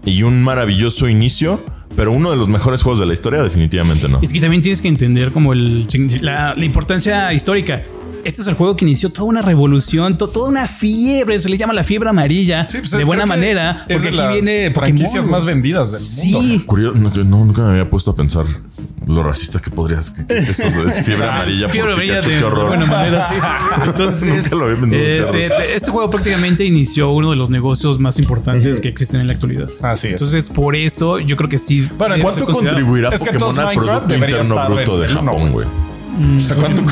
Speaker 2: y un maravilloso inicio, pero uno de los mejores juegos de la historia, definitivamente no.
Speaker 3: Es que también tienes que entender como el, la, la importancia histórica. Este es el juego que inició toda una revolución, to- toda una fiebre, se le llama la fiebre amarilla,
Speaker 1: Sí, pues,
Speaker 3: de
Speaker 1: creo
Speaker 3: buena
Speaker 1: que
Speaker 3: manera,
Speaker 1: es
Speaker 3: porque
Speaker 1: de
Speaker 3: aquí
Speaker 1: las
Speaker 3: viene Pokémon.
Speaker 1: franquicias más vendidas del mundo.
Speaker 3: Sí,
Speaker 2: Curioso, no, que no, nunca me había puesto a pensar lo racista que podrías. que- que es eso? Es
Speaker 3: (laughs)
Speaker 2: fiebre amarilla. por
Speaker 3: Fiebre amarilla
Speaker 2: Pikachu,
Speaker 3: de,
Speaker 2: qué
Speaker 3: de
Speaker 2: horror.
Speaker 3: buena manera, sí. Entonces,
Speaker 2: Nunca lo había pensado,
Speaker 3: este,
Speaker 2: claro.
Speaker 3: este juego prácticamente inició uno de los negocios más importantes que existen en la actualidad.
Speaker 1: Así es.
Speaker 3: Entonces, por esto, yo creo que sí.
Speaker 1: Bueno, ¿en
Speaker 3: debe
Speaker 1: cuánto
Speaker 3: ser considerado.
Speaker 2: contribuirá
Speaker 1: Es que
Speaker 2: Pokémon
Speaker 1: todos
Speaker 2: al
Speaker 1: Minecraft
Speaker 2: Producto
Speaker 1: debería
Speaker 2: Interno
Speaker 1: estar
Speaker 2: Bruto de
Speaker 1: en- no,
Speaker 2: Japón, güey?
Speaker 3: (laughs)
Speaker 1: ¿Cuánto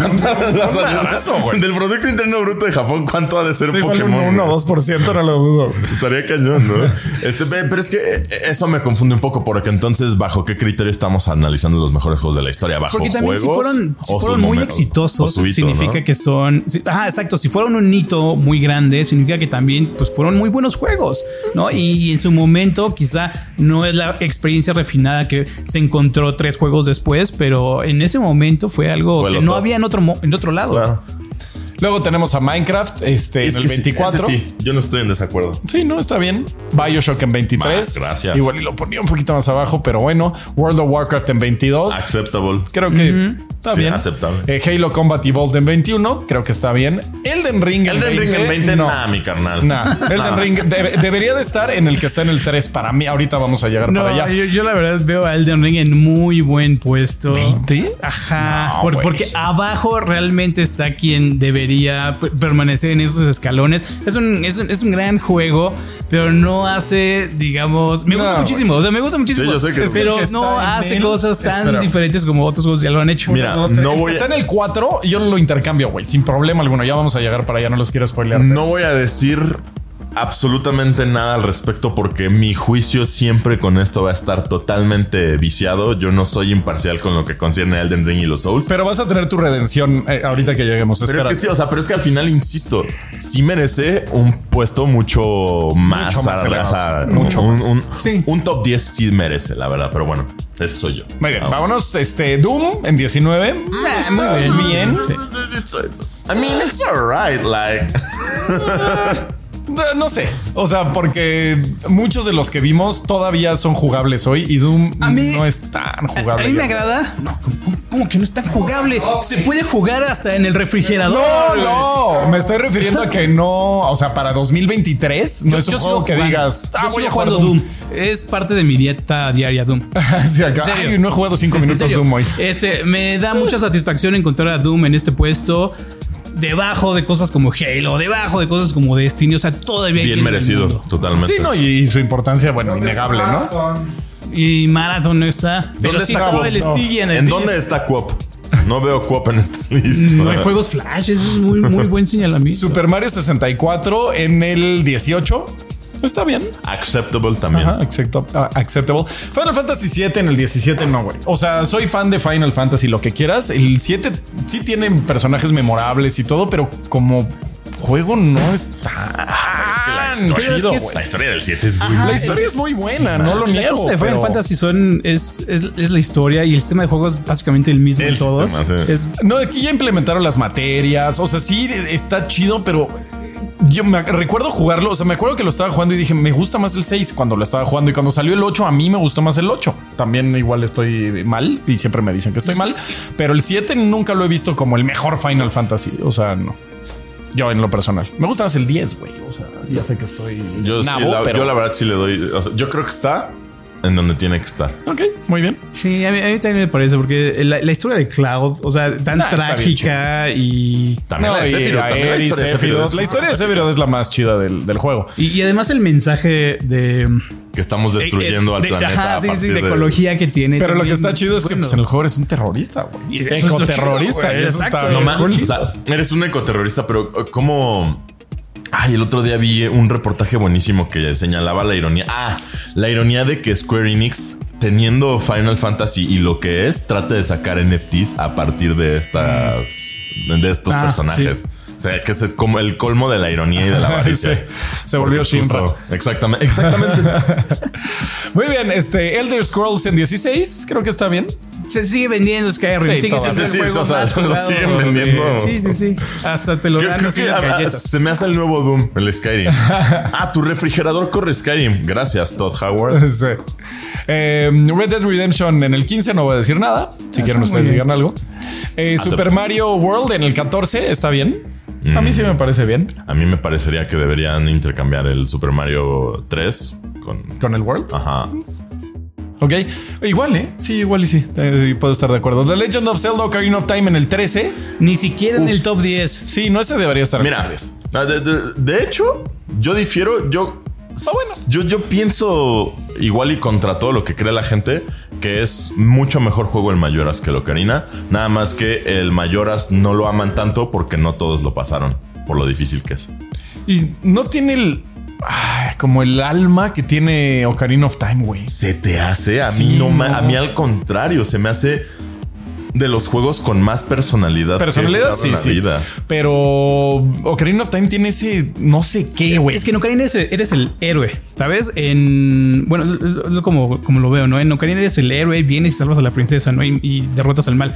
Speaker 2: (laughs) Del Producto Interno Bruto de Japón, ¿cuánto ha de ser Pokémon?
Speaker 1: un 1
Speaker 2: güey?
Speaker 1: o 2%, no lo dudo.
Speaker 2: Estaría cañón, ¿no? Este, pe- pero es que eh, eso me confunde un poco, porque entonces, ¿bajo qué criterio estamos analizando los mejores juegos de la historia? ¿Bajo
Speaker 3: Porque también si
Speaker 2: juegos
Speaker 3: fueron, si
Speaker 2: o sus
Speaker 3: fueron muy
Speaker 2: momen- o
Speaker 3: exitosos,
Speaker 2: su hito,
Speaker 3: significa
Speaker 2: ¿no?
Speaker 3: que son... sí, ajá, exacto. Si fueron un hito muy grande, significa que también pues, fueron muy buenos juegos, ¿no? Y en su momento quizá no es la experiencia refinada que se encontró tres juegos después, pero en ese momento fue algo
Speaker 2: Fue lo
Speaker 3: que no
Speaker 2: top.
Speaker 3: había en otro, mo- en otro lado.
Speaker 2: Claro.
Speaker 1: Luego tenemos a Minecraft este,
Speaker 2: Es
Speaker 1: en el
Speaker 2: que sí,
Speaker 1: 24.
Speaker 2: ese
Speaker 1: Sí,
Speaker 2: sí, yo no estoy en desacuerdo.
Speaker 1: no, está bien. Bioshock en 23.
Speaker 2: Ma, gracias.
Speaker 1: Igual y lo ponía un poquito más abajo, pero bueno. World of Warcraft en 22.
Speaker 2: Acceptable.
Speaker 1: Creo que está
Speaker 2: Sí,
Speaker 1: bien.
Speaker 2: aceptable.
Speaker 1: Eh, Halo Combat Evolved en 21. Creo que está bien. Elden Ring en
Speaker 2: Elden Ring en 20,
Speaker 1: no.
Speaker 2: nada, mi carnal.
Speaker 1: Nah, Elden Ring debe- debería de estar en el que está en el 3 para mí. Ahorita vamos a llegar
Speaker 3: No,
Speaker 1: para allá.
Speaker 3: yo, yo la verdad veo a Elden Ring en muy buen puesto.
Speaker 1: ¿20?
Speaker 3: Ajá,
Speaker 1: No,
Speaker 3: por-
Speaker 1: güey.
Speaker 3: porque abajo realmente está quien debería p- permanecer en esos escalones. Es un, es un, es un gran juego, pero no hace, digamos, me gusta
Speaker 1: No,
Speaker 3: muchísimo, o sea, me gusta muchísimo,
Speaker 2: Sí, yo sé que- Es que
Speaker 3: pero
Speaker 1: el que
Speaker 3: no
Speaker 1: está en
Speaker 3: hace
Speaker 1: él-
Speaker 3: cosas tan
Speaker 1: Espera.
Speaker 3: diferentes como otros juegos ya lo han hecho.
Speaker 2: Mira, Mira,
Speaker 1: dos, tres.
Speaker 2: no
Speaker 1: El que
Speaker 2: voy a-
Speaker 1: Está en el 4, yo lo intercambio, güey, sin problema alguno. Ya vamos a llegar para allá, no los quiero spoilear.
Speaker 2: No voy a decir absolutamente nada al respecto porque mi juicio siempre con esto va a estar totalmente viciado. Yo no soy imparcial con lo que concierne a Elden Ring y los Souls.
Speaker 1: Pero vas a tener tu redención eh, ahorita que lleguemos.
Speaker 2: Pero es
Speaker 1: Espera.
Speaker 2: que sí, o sea, pero es que al final, insisto, sí merece un puesto mucho más,
Speaker 1: Mucho más
Speaker 2: a-
Speaker 1: elevado.
Speaker 2: a-
Speaker 1: Mucho
Speaker 2: un,
Speaker 1: más.
Speaker 2: un-
Speaker 1: Sí.
Speaker 2: un top 10 sí merece, la verdad, pero bueno, ese soy yo.
Speaker 1: Muy bien,
Speaker 2: Ah,
Speaker 1: vámonos. Este Doom en 19. Ah, Está bien.
Speaker 3: Sí.
Speaker 2: It's a- I mean, it's alright, like.
Speaker 1: No, no sé. O sea, porque muchos de los que vimos todavía son jugables hoy y Doom
Speaker 3: A mí-
Speaker 1: no es tan
Speaker 3: A
Speaker 1: jugable.
Speaker 3: mí me
Speaker 1: yo
Speaker 3: agrada. No, ¿cómo- ¿cómo, cómo que no es tan jugable? Se puede jugar hasta en el refrigerador.
Speaker 1: No,
Speaker 3: güey.
Speaker 1: no, me estoy refiriendo a que no, o sea, para 2023 no es un
Speaker 3: Yo
Speaker 1: juego
Speaker 3: sigo
Speaker 1: que
Speaker 3: jugando.
Speaker 1: digas, ah,
Speaker 3: Yo
Speaker 1: voy
Speaker 3: sigo
Speaker 1: a jugar
Speaker 3: jugando
Speaker 1: Doom. (laughs)
Speaker 3: Es parte de mi dieta diaria Doom.
Speaker 1: Así acá,
Speaker 3: En serio.
Speaker 1: "Ay, no he jugado (laughs) cinco
Speaker 3: En
Speaker 1: minutos
Speaker 3: serio.
Speaker 1: Doom hoy.
Speaker 3: Este, me da mucha satisfacción encontrar a Doom en este puesto. Debajo de cosas como Halo, debajo de cosas como Destiny, o sea, todavía hay
Speaker 2: Bien
Speaker 3: hielo en el
Speaker 2: merecido,
Speaker 3: mundo.
Speaker 2: totalmente.
Speaker 1: Sí, no, y, y su importancia, bueno, innegable, ¿no?
Speaker 3: Y Marathon no está. Pero sí
Speaker 2: está
Speaker 3: estaba
Speaker 2: Coop?
Speaker 3: el Stigia en el
Speaker 2: ¿En dónde
Speaker 3: list.
Speaker 2: está Coop? No veo Coop en esta (laughs) lista.
Speaker 3: No hay juegos Flash, eso es muy, muy buen señalamiento.
Speaker 1: Super Mario 64 en el 18. Está bien.
Speaker 2: Acceptable también.
Speaker 1: Ajá, accepto- ah, acceptable. Final Fantasy 7 en el 17, no, güey. O sea, soy fan de Final Fantasy, lo que quieras. El 7 sí tiene personajes memorables y todo, pero como juego no está.
Speaker 2: Es que
Speaker 3: Ah,
Speaker 2: la historia,
Speaker 1: chido,
Speaker 2: es que
Speaker 1: güey.
Speaker 2: la historia del 7 es
Speaker 1: (laughs)
Speaker 2: muy
Speaker 1: La historia es muy buena, no lo
Speaker 3: La
Speaker 1: niego.
Speaker 3: cosa de Final
Speaker 1: pero-
Speaker 3: Fantasy son, es, es, es la historia y el sistema de juego es básicamente el mismo
Speaker 2: El
Speaker 3: en todos.
Speaker 2: sistema, sí.
Speaker 3: Es-
Speaker 1: No, aquí ya implementaron las materias. O sea, sí está chido, pero eh, yo me ac- recuerdo jugarlo. O sea, me acuerdo que lo estaba jugando y dije, me gusta más el 6 cuando lo estaba jugando. Y cuando salió el 8, a mí me gustó más el 8. También igual estoy mal y siempre me dicen que estoy mal. Pero el 7 nunca lo he visto como el mejor Final Fantasy. O sea, no. Yo en lo personal. Me gusta más el 10, güey. O sea, ya sé que estoy...
Speaker 2: Yo, sí,
Speaker 1: nabo,
Speaker 2: la,
Speaker 1: pero-
Speaker 2: yo la verdad sí le doy. o sea, yo creo que está en donde tiene que estar.
Speaker 1: Ok, muy bien.
Speaker 3: sí, a mí, a mí también me parece, porque la, la historia de Cloud, o sea, tan
Speaker 1: Nah, está bien
Speaker 3: trágica y,
Speaker 2: También la
Speaker 1: No,
Speaker 2: de
Speaker 1: y
Speaker 2: Sephiroth,
Speaker 1: a
Speaker 2: también la
Speaker 1: Eris,
Speaker 2: historia de
Speaker 1: Sephiroth.
Speaker 2: Sephiroth.
Speaker 1: La historia de Sephiroth es la más chida del, del juego.
Speaker 3: y. y además el mensaje de.
Speaker 2: Que estamos destruyendo
Speaker 3: Eh, de-
Speaker 2: al
Speaker 3: de-
Speaker 2: planeta.
Speaker 3: ajá,
Speaker 2: a
Speaker 3: sí, sí,
Speaker 2: partir
Speaker 3: de
Speaker 2: de-
Speaker 3: ecología que tiene.
Speaker 1: Pero lo que
Speaker 3: también.
Speaker 1: está chido es que
Speaker 3: Bueno,
Speaker 1: pues, en el juego es un terrorista, güey.
Speaker 3: eso es lo chido,
Speaker 1: Ecoterrorista.
Speaker 3: güey.
Speaker 1: Eso está
Speaker 3: Exacto,
Speaker 1: bien
Speaker 3: no
Speaker 2: Ma-
Speaker 3: mames,
Speaker 1: cool.
Speaker 2: O sea, eres un ecoterrorista, pero eh, ¿cómo? Ay, el otro día vi un reportaje buenísimo que señalaba la ironía. Ah, la ironía de que Square Enix, teniendo Final Fantasy y lo que es, trate de sacar NFTs a partir de estas, de estos
Speaker 3: Ah,
Speaker 2: personajes. O sea, que es el- como el colmo de la ironía y de la avaricia.
Speaker 1: (laughs) Sí, se volvió
Speaker 2: Porque justo-
Speaker 1: Shinra. (laughs)
Speaker 2: Exactamente, exactamente.
Speaker 1: Muy bien, este Elder Scrolls en 16, creo que está
Speaker 3: (laughs)
Speaker 1: bien.
Speaker 3: Se sigue vendiendo Skyrim.
Speaker 1: Sí,
Speaker 3: sigue
Speaker 1: todo.
Speaker 3: siendo el
Speaker 2: Sí, sí,
Speaker 3: juego
Speaker 2: o sea,
Speaker 3: más
Speaker 2: lo
Speaker 3: jugado
Speaker 2: siguen
Speaker 3: de-
Speaker 2: vendiendo.
Speaker 3: Sí, sí, sí. Hasta te lo
Speaker 2: Yo
Speaker 3: dan
Speaker 2: creo
Speaker 3: así
Speaker 2: que,
Speaker 3: en
Speaker 2: ah,
Speaker 3: galletas.
Speaker 2: se me hace el nuevo Doom, el
Speaker 1: (laughs)
Speaker 2: Skyrim. ah, tu refrigerador corre Skyrim. Gracias, Todd Howard.
Speaker 1: Sí. Eh, Red Dead Redemption en el 15, no voy a decir nada. Si quieren
Speaker 3: Ah, muy
Speaker 1: ustedes
Speaker 3: bien.
Speaker 1: digan algo. Eh, Super Mario World en el 14, está bien. A mí sí me parece bien.
Speaker 2: A mí me parecería que deberían intercambiar el Super Mario 3 con.
Speaker 1: Con el World.
Speaker 2: Ajá.
Speaker 1: Ok. Igual, ¿eh? Sí, igual y sí. Eh, sí, Puedo estar de acuerdo. The Legend of Zelda Ocarina of Time en el 13.
Speaker 3: Ni siquiera en el top 10.
Speaker 1: Sí, no, ese debería estar. en el
Speaker 2: Mira,
Speaker 1: 10.
Speaker 2: no, Ah, de, de- de hecho, yo difiero. Yo,
Speaker 1: Ah, bueno.
Speaker 2: yo, yo pienso igual y contra todo lo que cree la gente que es mucho mejor juego el Mayoras que el Ocarina. Nada más que el Mayoras no lo aman tanto porque no todos lo pasaron por lo difícil que es.
Speaker 1: Y no tiene el. ay, como el alma que tiene Ocarina of Time, güey.
Speaker 2: Se te hace, a
Speaker 1: Sí,
Speaker 2: mí no, ma-
Speaker 1: no.
Speaker 2: a mí al contrario, se me hace de los juegos con más personalidad. que he
Speaker 1: Personalidad,
Speaker 2: jugado en
Speaker 1: sí,
Speaker 2: la
Speaker 1: sí.
Speaker 2: vida.
Speaker 1: Pero Ocarina of Time tiene ese no sé qué, Eh, güey.
Speaker 3: Es que en Ocarina eres, eres el héroe, ¿sabes? En. Bueno, l- l- como, como lo veo, ¿no? En Ocarina eres el héroe, vienes y salvas a la princesa, ¿no? Y, y derrotas al mal.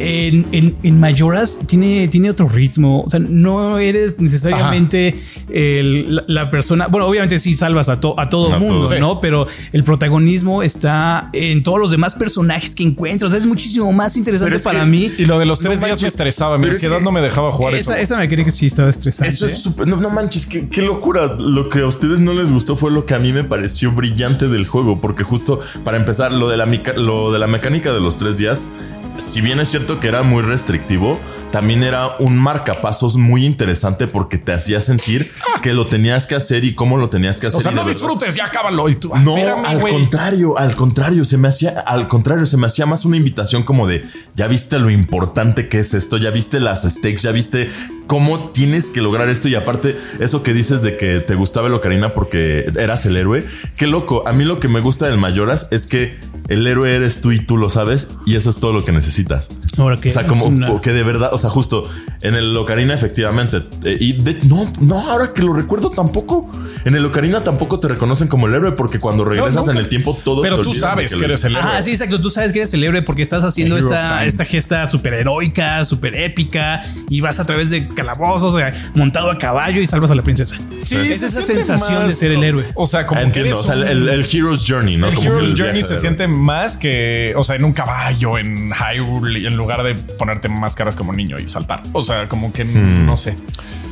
Speaker 3: En, en, en Mayoras tiene, tiene otro ritmo. O sea, no eres necesariamente el- la, la persona. Bueno, obviamente sí salvas a, to- a todo
Speaker 2: A
Speaker 3: mundo,
Speaker 2: todos. Sí.
Speaker 3: ¿no? Pero el protagonismo está en todos los demás personajes que encuentras. O sea, es muchísimo más interesante
Speaker 2: Pero es
Speaker 3: para
Speaker 2: que-
Speaker 3: mí.
Speaker 1: y lo de los tres
Speaker 2: No
Speaker 1: días
Speaker 2: manches,
Speaker 1: me estresaba. Mi
Speaker 2: pero es
Speaker 1: ansiedad
Speaker 2: que-
Speaker 1: no me dejaba jugar eso.
Speaker 3: Esa, esa me cree que sí estaba estresante. ¿eh?
Speaker 2: Eso es súper. No, no manches, qué, qué locura. Lo que a ustedes no les gustó fue lo que a mí me pareció brillante del juego, porque justo para empezar, lo de la, mica- lo de la mecánica de los tres días si bien es cierto que era muy restrictivo, también era un marcapasos muy interesante porque te hacía sentir que lo tenías que hacer y cómo lo tenías que hacer.
Speaker 1: O sea,
Speaker 2: y
Speaker 1: no
Speaker 2: de verdad-
Speaker 1: disfrutes, ya cábalo. Y tú,
Speaker 2: no,
Speaker 1: ah, espérame,
Speaker 2: al
Speaker 1: güey.
Speaker 2: contrario, al contrario, se me hacía, al contrario, se me hacía más una invitación como de, ya viste lo importante que es esto, ya viste las stakes, ya viste cómo tienes que lograr esto y aparte eso que dices de que te gustaba el Ocarina porque eras el héroe, qué loco, a mí lo que me gusta del Mayoras es que el héroe eres tú y tú lo sabes y eso es todo lo que necesitas.
Speaker 3: Ahora que
Speaker 2: O sea, como
Speaker 3: es una-
Speaker 2: como que de verdad, o sea, justo en el Ocarina, efectivamente. eh, y de- no, no, ahora que lo recuerdo tampoco. En el Ocarina tampoco te reconocen como el héroe, porque cuando regresas
Speaker 1: nunca.
Speaker 2: en el tiempo, todo
Speaker 1: Pero tú sabes que eres el héroe.
Speaker 3: Ah, sí, exacto. Tú sabes que eres el héroe porque estás haciendo
Speaker 1: Hero of
Speaker 3: esta,
Speaker 1: Time.
Speaker 3: esta gesta súper heroica, súper épica y vas a través de calabozos, o sea, montado a caballo y salvas a la princesa.
Speaker 1: Sí,
Speaker 3: es
Speaker 1: se
Speaker 3: esa
Speaker 1: siente
Speaker 3: sensación
Speaker 1: más-
Speaker 3: de ser el héroe.
Speaker 1: O sea, como que
Speaker 2: Ah, Entiendo,
Speaker 1: eres
Speaker 2: o sea,
Speaker 1: un-
Speaker 2: el, el Hero's Journey, ¿no?
Speaker 1: el
Speaker 2: Como que
Speaker 1: Hero's
Speaker 2: viaje
Speaker 1: Journey
Speaker 2: del
Speaker 1: se
Speaker 2: héroe.
Speaker 1: siente más que, o sea, en un caballo, en Hyrule, en lugar de ponerte máscaras como niño y saltar. O sea, como que no sé,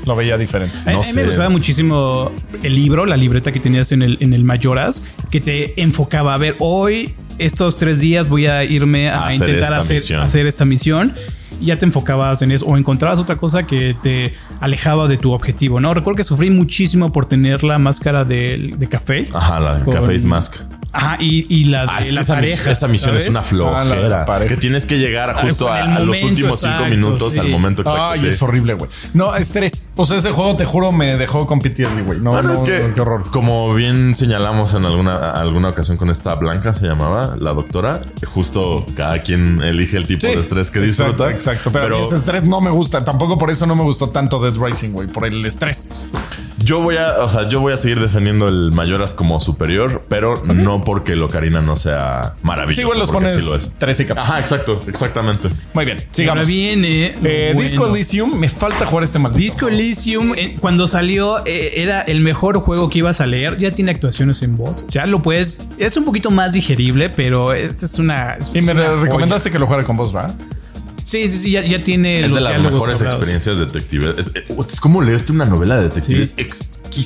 Speaker 1: lo veía diferente. Eh,
Speaker 3: A-
Speaker 2: Hmm. No
Speaker 3: a mí me
Speaker 2: sé.
Speaker 3: gustaba muchísimo el libro, la libreta que tenías en el, en el Mayoras, que te enfocaba a ver hoy. Estos tres días voy a irme a,
Speaker 2: A hacer
Speaker 3: intentar
Speaker 2: esta
Speaker 3: hacer,
Speaker 2: misión.
Speaker 3: hacer esta misión. Y ya te enfocabas en eso o encontrabas otra cosa que te alejaba de tu objetivo, ¿no? Recuerdo que sufrí muchísimo por tener la máscara de, de café.
Speaker 2: Ajá, la
Speaker 3: Con-
Speaker 2: Café Mask.
Speaker 3: Ajá, y, y la de
Speaker 2: Ah, es que
Speaker 3: la
Speaker 2: esa, mis-
Speaker 3: pareja.
Speaker 2: esa misión es
Speaker 3: ¿sabes?
Speaker 2: una
Speaker 1: Ah, la de
Speaker 2: flojera.
Speaker 1: la pareja.
Speaker 2: que tienes que llegar justo
Speaker 3: con
Speaker 2: a,
Speaker 3: el
Speaker 2: a los
Speaker 3: momento
Speaker 2: últimos cinco
Speaker 3: exacto,
Speaker 2: minutos
Speaker 3: sí.
Speaker 2: al momento exacto.
Speaker 1: Ay,
Speaker 2: sí.
Speaker 1: es horrible, güey. No, estrés. O sea, ese juego, te juro, me dejó con PTSD, güey. No,
Speaker 2: Bueno,
Speaker 1: Ah, no,
Speaker 2: Ah, es que,
Speaker 1: no, qué horror.
Speaker 2: como bien señalamos en alguna, alguna ocasión con esta Blanca, se llamaba la doctora, justo cada quien elige el tipo
Speaker 1: Sí,
Speaker 2: de estrés que
Speaker 1: exacto,
Speaker 2: disfruta.
Speaker 1: Exacto, pero, a mí ese estrés no me gusta. Tampoco por eso no me gustó tanto Dead Racing, güey, por el estrés.
Speaker 2: yo voy a, o sea, yo voy a seguir defendiendo el Mayoras como superior, pero no porque el Ocarina no sea maravilloso.
Speaker 1: Sí, güey, los
Speaker 2: porque
Speaker 1: pones
Speaker 2: sí lo es.
Speaker 1: 13 y
Speaker 2: Ajá, exactamente, exactamente.
Speaker 1: Muy bien,
Speaker 3: Y Ahora
Speaker 1: sigamos.
Speaker 3: viene.
Speaker 1: Eh,
Speaker 3: bueno.
Speaker 1: Disco Elysium, me falta jugar este maldito.
Speaker 3: Disco Elysium, eh, cuando salió, eh, era el mejor juego que ibas a leer. Ya tiene actuaciones en voz. Ya lo puedes. Es un poquito más digerible, pero esta es una. es
Speaker 1: Y me
Speaker 3: una
Speaker 1: re-
Speaker 3: joya.
Speaker 1: recomendaste que lo jugara con vos, ¿verdad?
Speaker 3: Sí, sí, sí. Ya, ya tiene.
Speaker 2: Es
Speaker 3: los
Speaker 2: de las
Speaker 3: diálogos
Speaker 2: mejores
Speaker 3: hablados.
Speaker 2: experiencias detectives. Es, es como leerte una novela de detectives
Speaker 3: Sí.
Speaker 2: exquisita.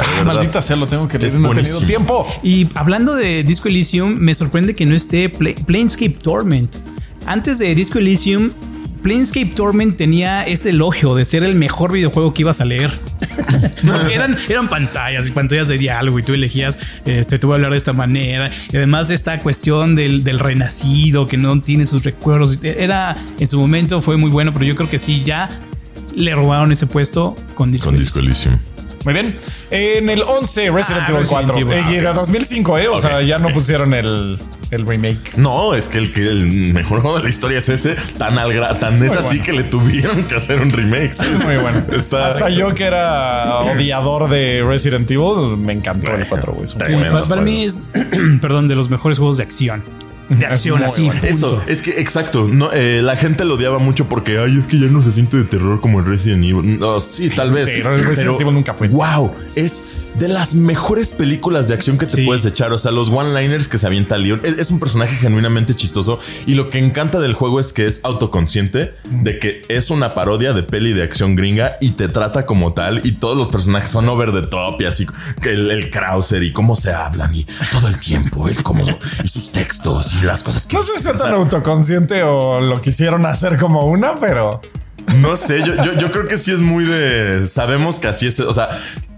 Speaker 2: de
Speaker 1: Ah,
Speaker 2: verdad.
Speaker 1: Maldita sea, lo tengo que leer.
Speaker 2: Es
Speaker 1: No he tenido
Speaker 2: buenísimo.
Speaker 1: tiempo.
Speaker 3: Y hablando de Disco Elysium, me sorprende que no esté Pla- Planescape Torment. Antes de Disco Elysium, Planescape Torment tenía este elogio de ser el mejor videojuego que ibas a leer. (laughs) Porque eran, eran pantallas y pantallas de diálogo y tú elegías, este, tú voy a hablar de esta manera. Y además de esta cuestión del, del renacido que no tiene sus recuerdos. Era, en su momento fue muy bueno, pero yo creo que sí, ya le robaron ese puesto con Disco,
Speaker 2: Con
Speaker 3: Elysium.
Speaker 2: Disco Elysium.
Speaker 1: Muy bien. En el 11, Resident
Speaker 3: Ah,
Speaker 1: Evil
Speaker 3: Resident
Speaker 1: 4.
Speaker 3: Evil.
Speaker 1: Eh, y era 2005, ¿eh? O
Speaker 2: Ok,
Speaker 1: sea, ya no
Speaker 2: ok.
Speaker 1: pusieron el, el remake.
Speaker 2: No, es que el, que el mejor juego de la historia es ese. Tan, al gra- tan es,
Speaker 1: muy
Speaker 2: así
Speaker 1: bueno.
Speaker 2: que le tuvieron que hacer un
Speaker 1: (laughs)
Speaker 2: remake.
Speaker 1: Es muy bueno.
Speaker 2: (laughs) Está-
Speaker 1: Hasta yo, que era odiador de Resident Evil, me encantó el 4, güey. Es un
Speaker 2: Está
Speaker 1: juego.
Speaker 3: Bueno,
Speaker 2: Tremendo
Speaker 3: para, para mí es, (clears throat) perdón, de los mejores juegos de acción. De acción,
Speaker 1: muy
Speaker 3: así.
Speaker 1: bueno.
Speaker 3: punto.
Speaker 2: Eso, es que exacto. No, eh, la gente lo odiaba mucho porque, ay, es que ya no se siente de terror como en Resident Evil. No, sí, tal vez.
Speaker 1: Pero el Resident Evil nunca fue.
Speaker 2: Wow, es de las mejores películas de acción que te
Speaker 3: Sí.
Speaker 2: puedes echar. O sea, los one-liners que se avienta Leon es, es un personaje genuinamente chistoso. Y lo que encanta del juego es que es autoconsciente de que es una parodia de peli de acción gringa y te trata como tal. Y todos los personajes son over the top y así que el, el Krauser y cómo se hablan y todo el tiempo, el cómo y sus textos y las cosas que
Speaker 1: No sé si
Speaker 2: dicen.
Speaker 1: es
Speaker 2: O sea,
Speaker 1: tan autoconsciente o lo quisieron hacer como una, pero.
Speaker 2: No sé, yo, yo, yo creo que sí es muy de. Sabemos que así es. O sea,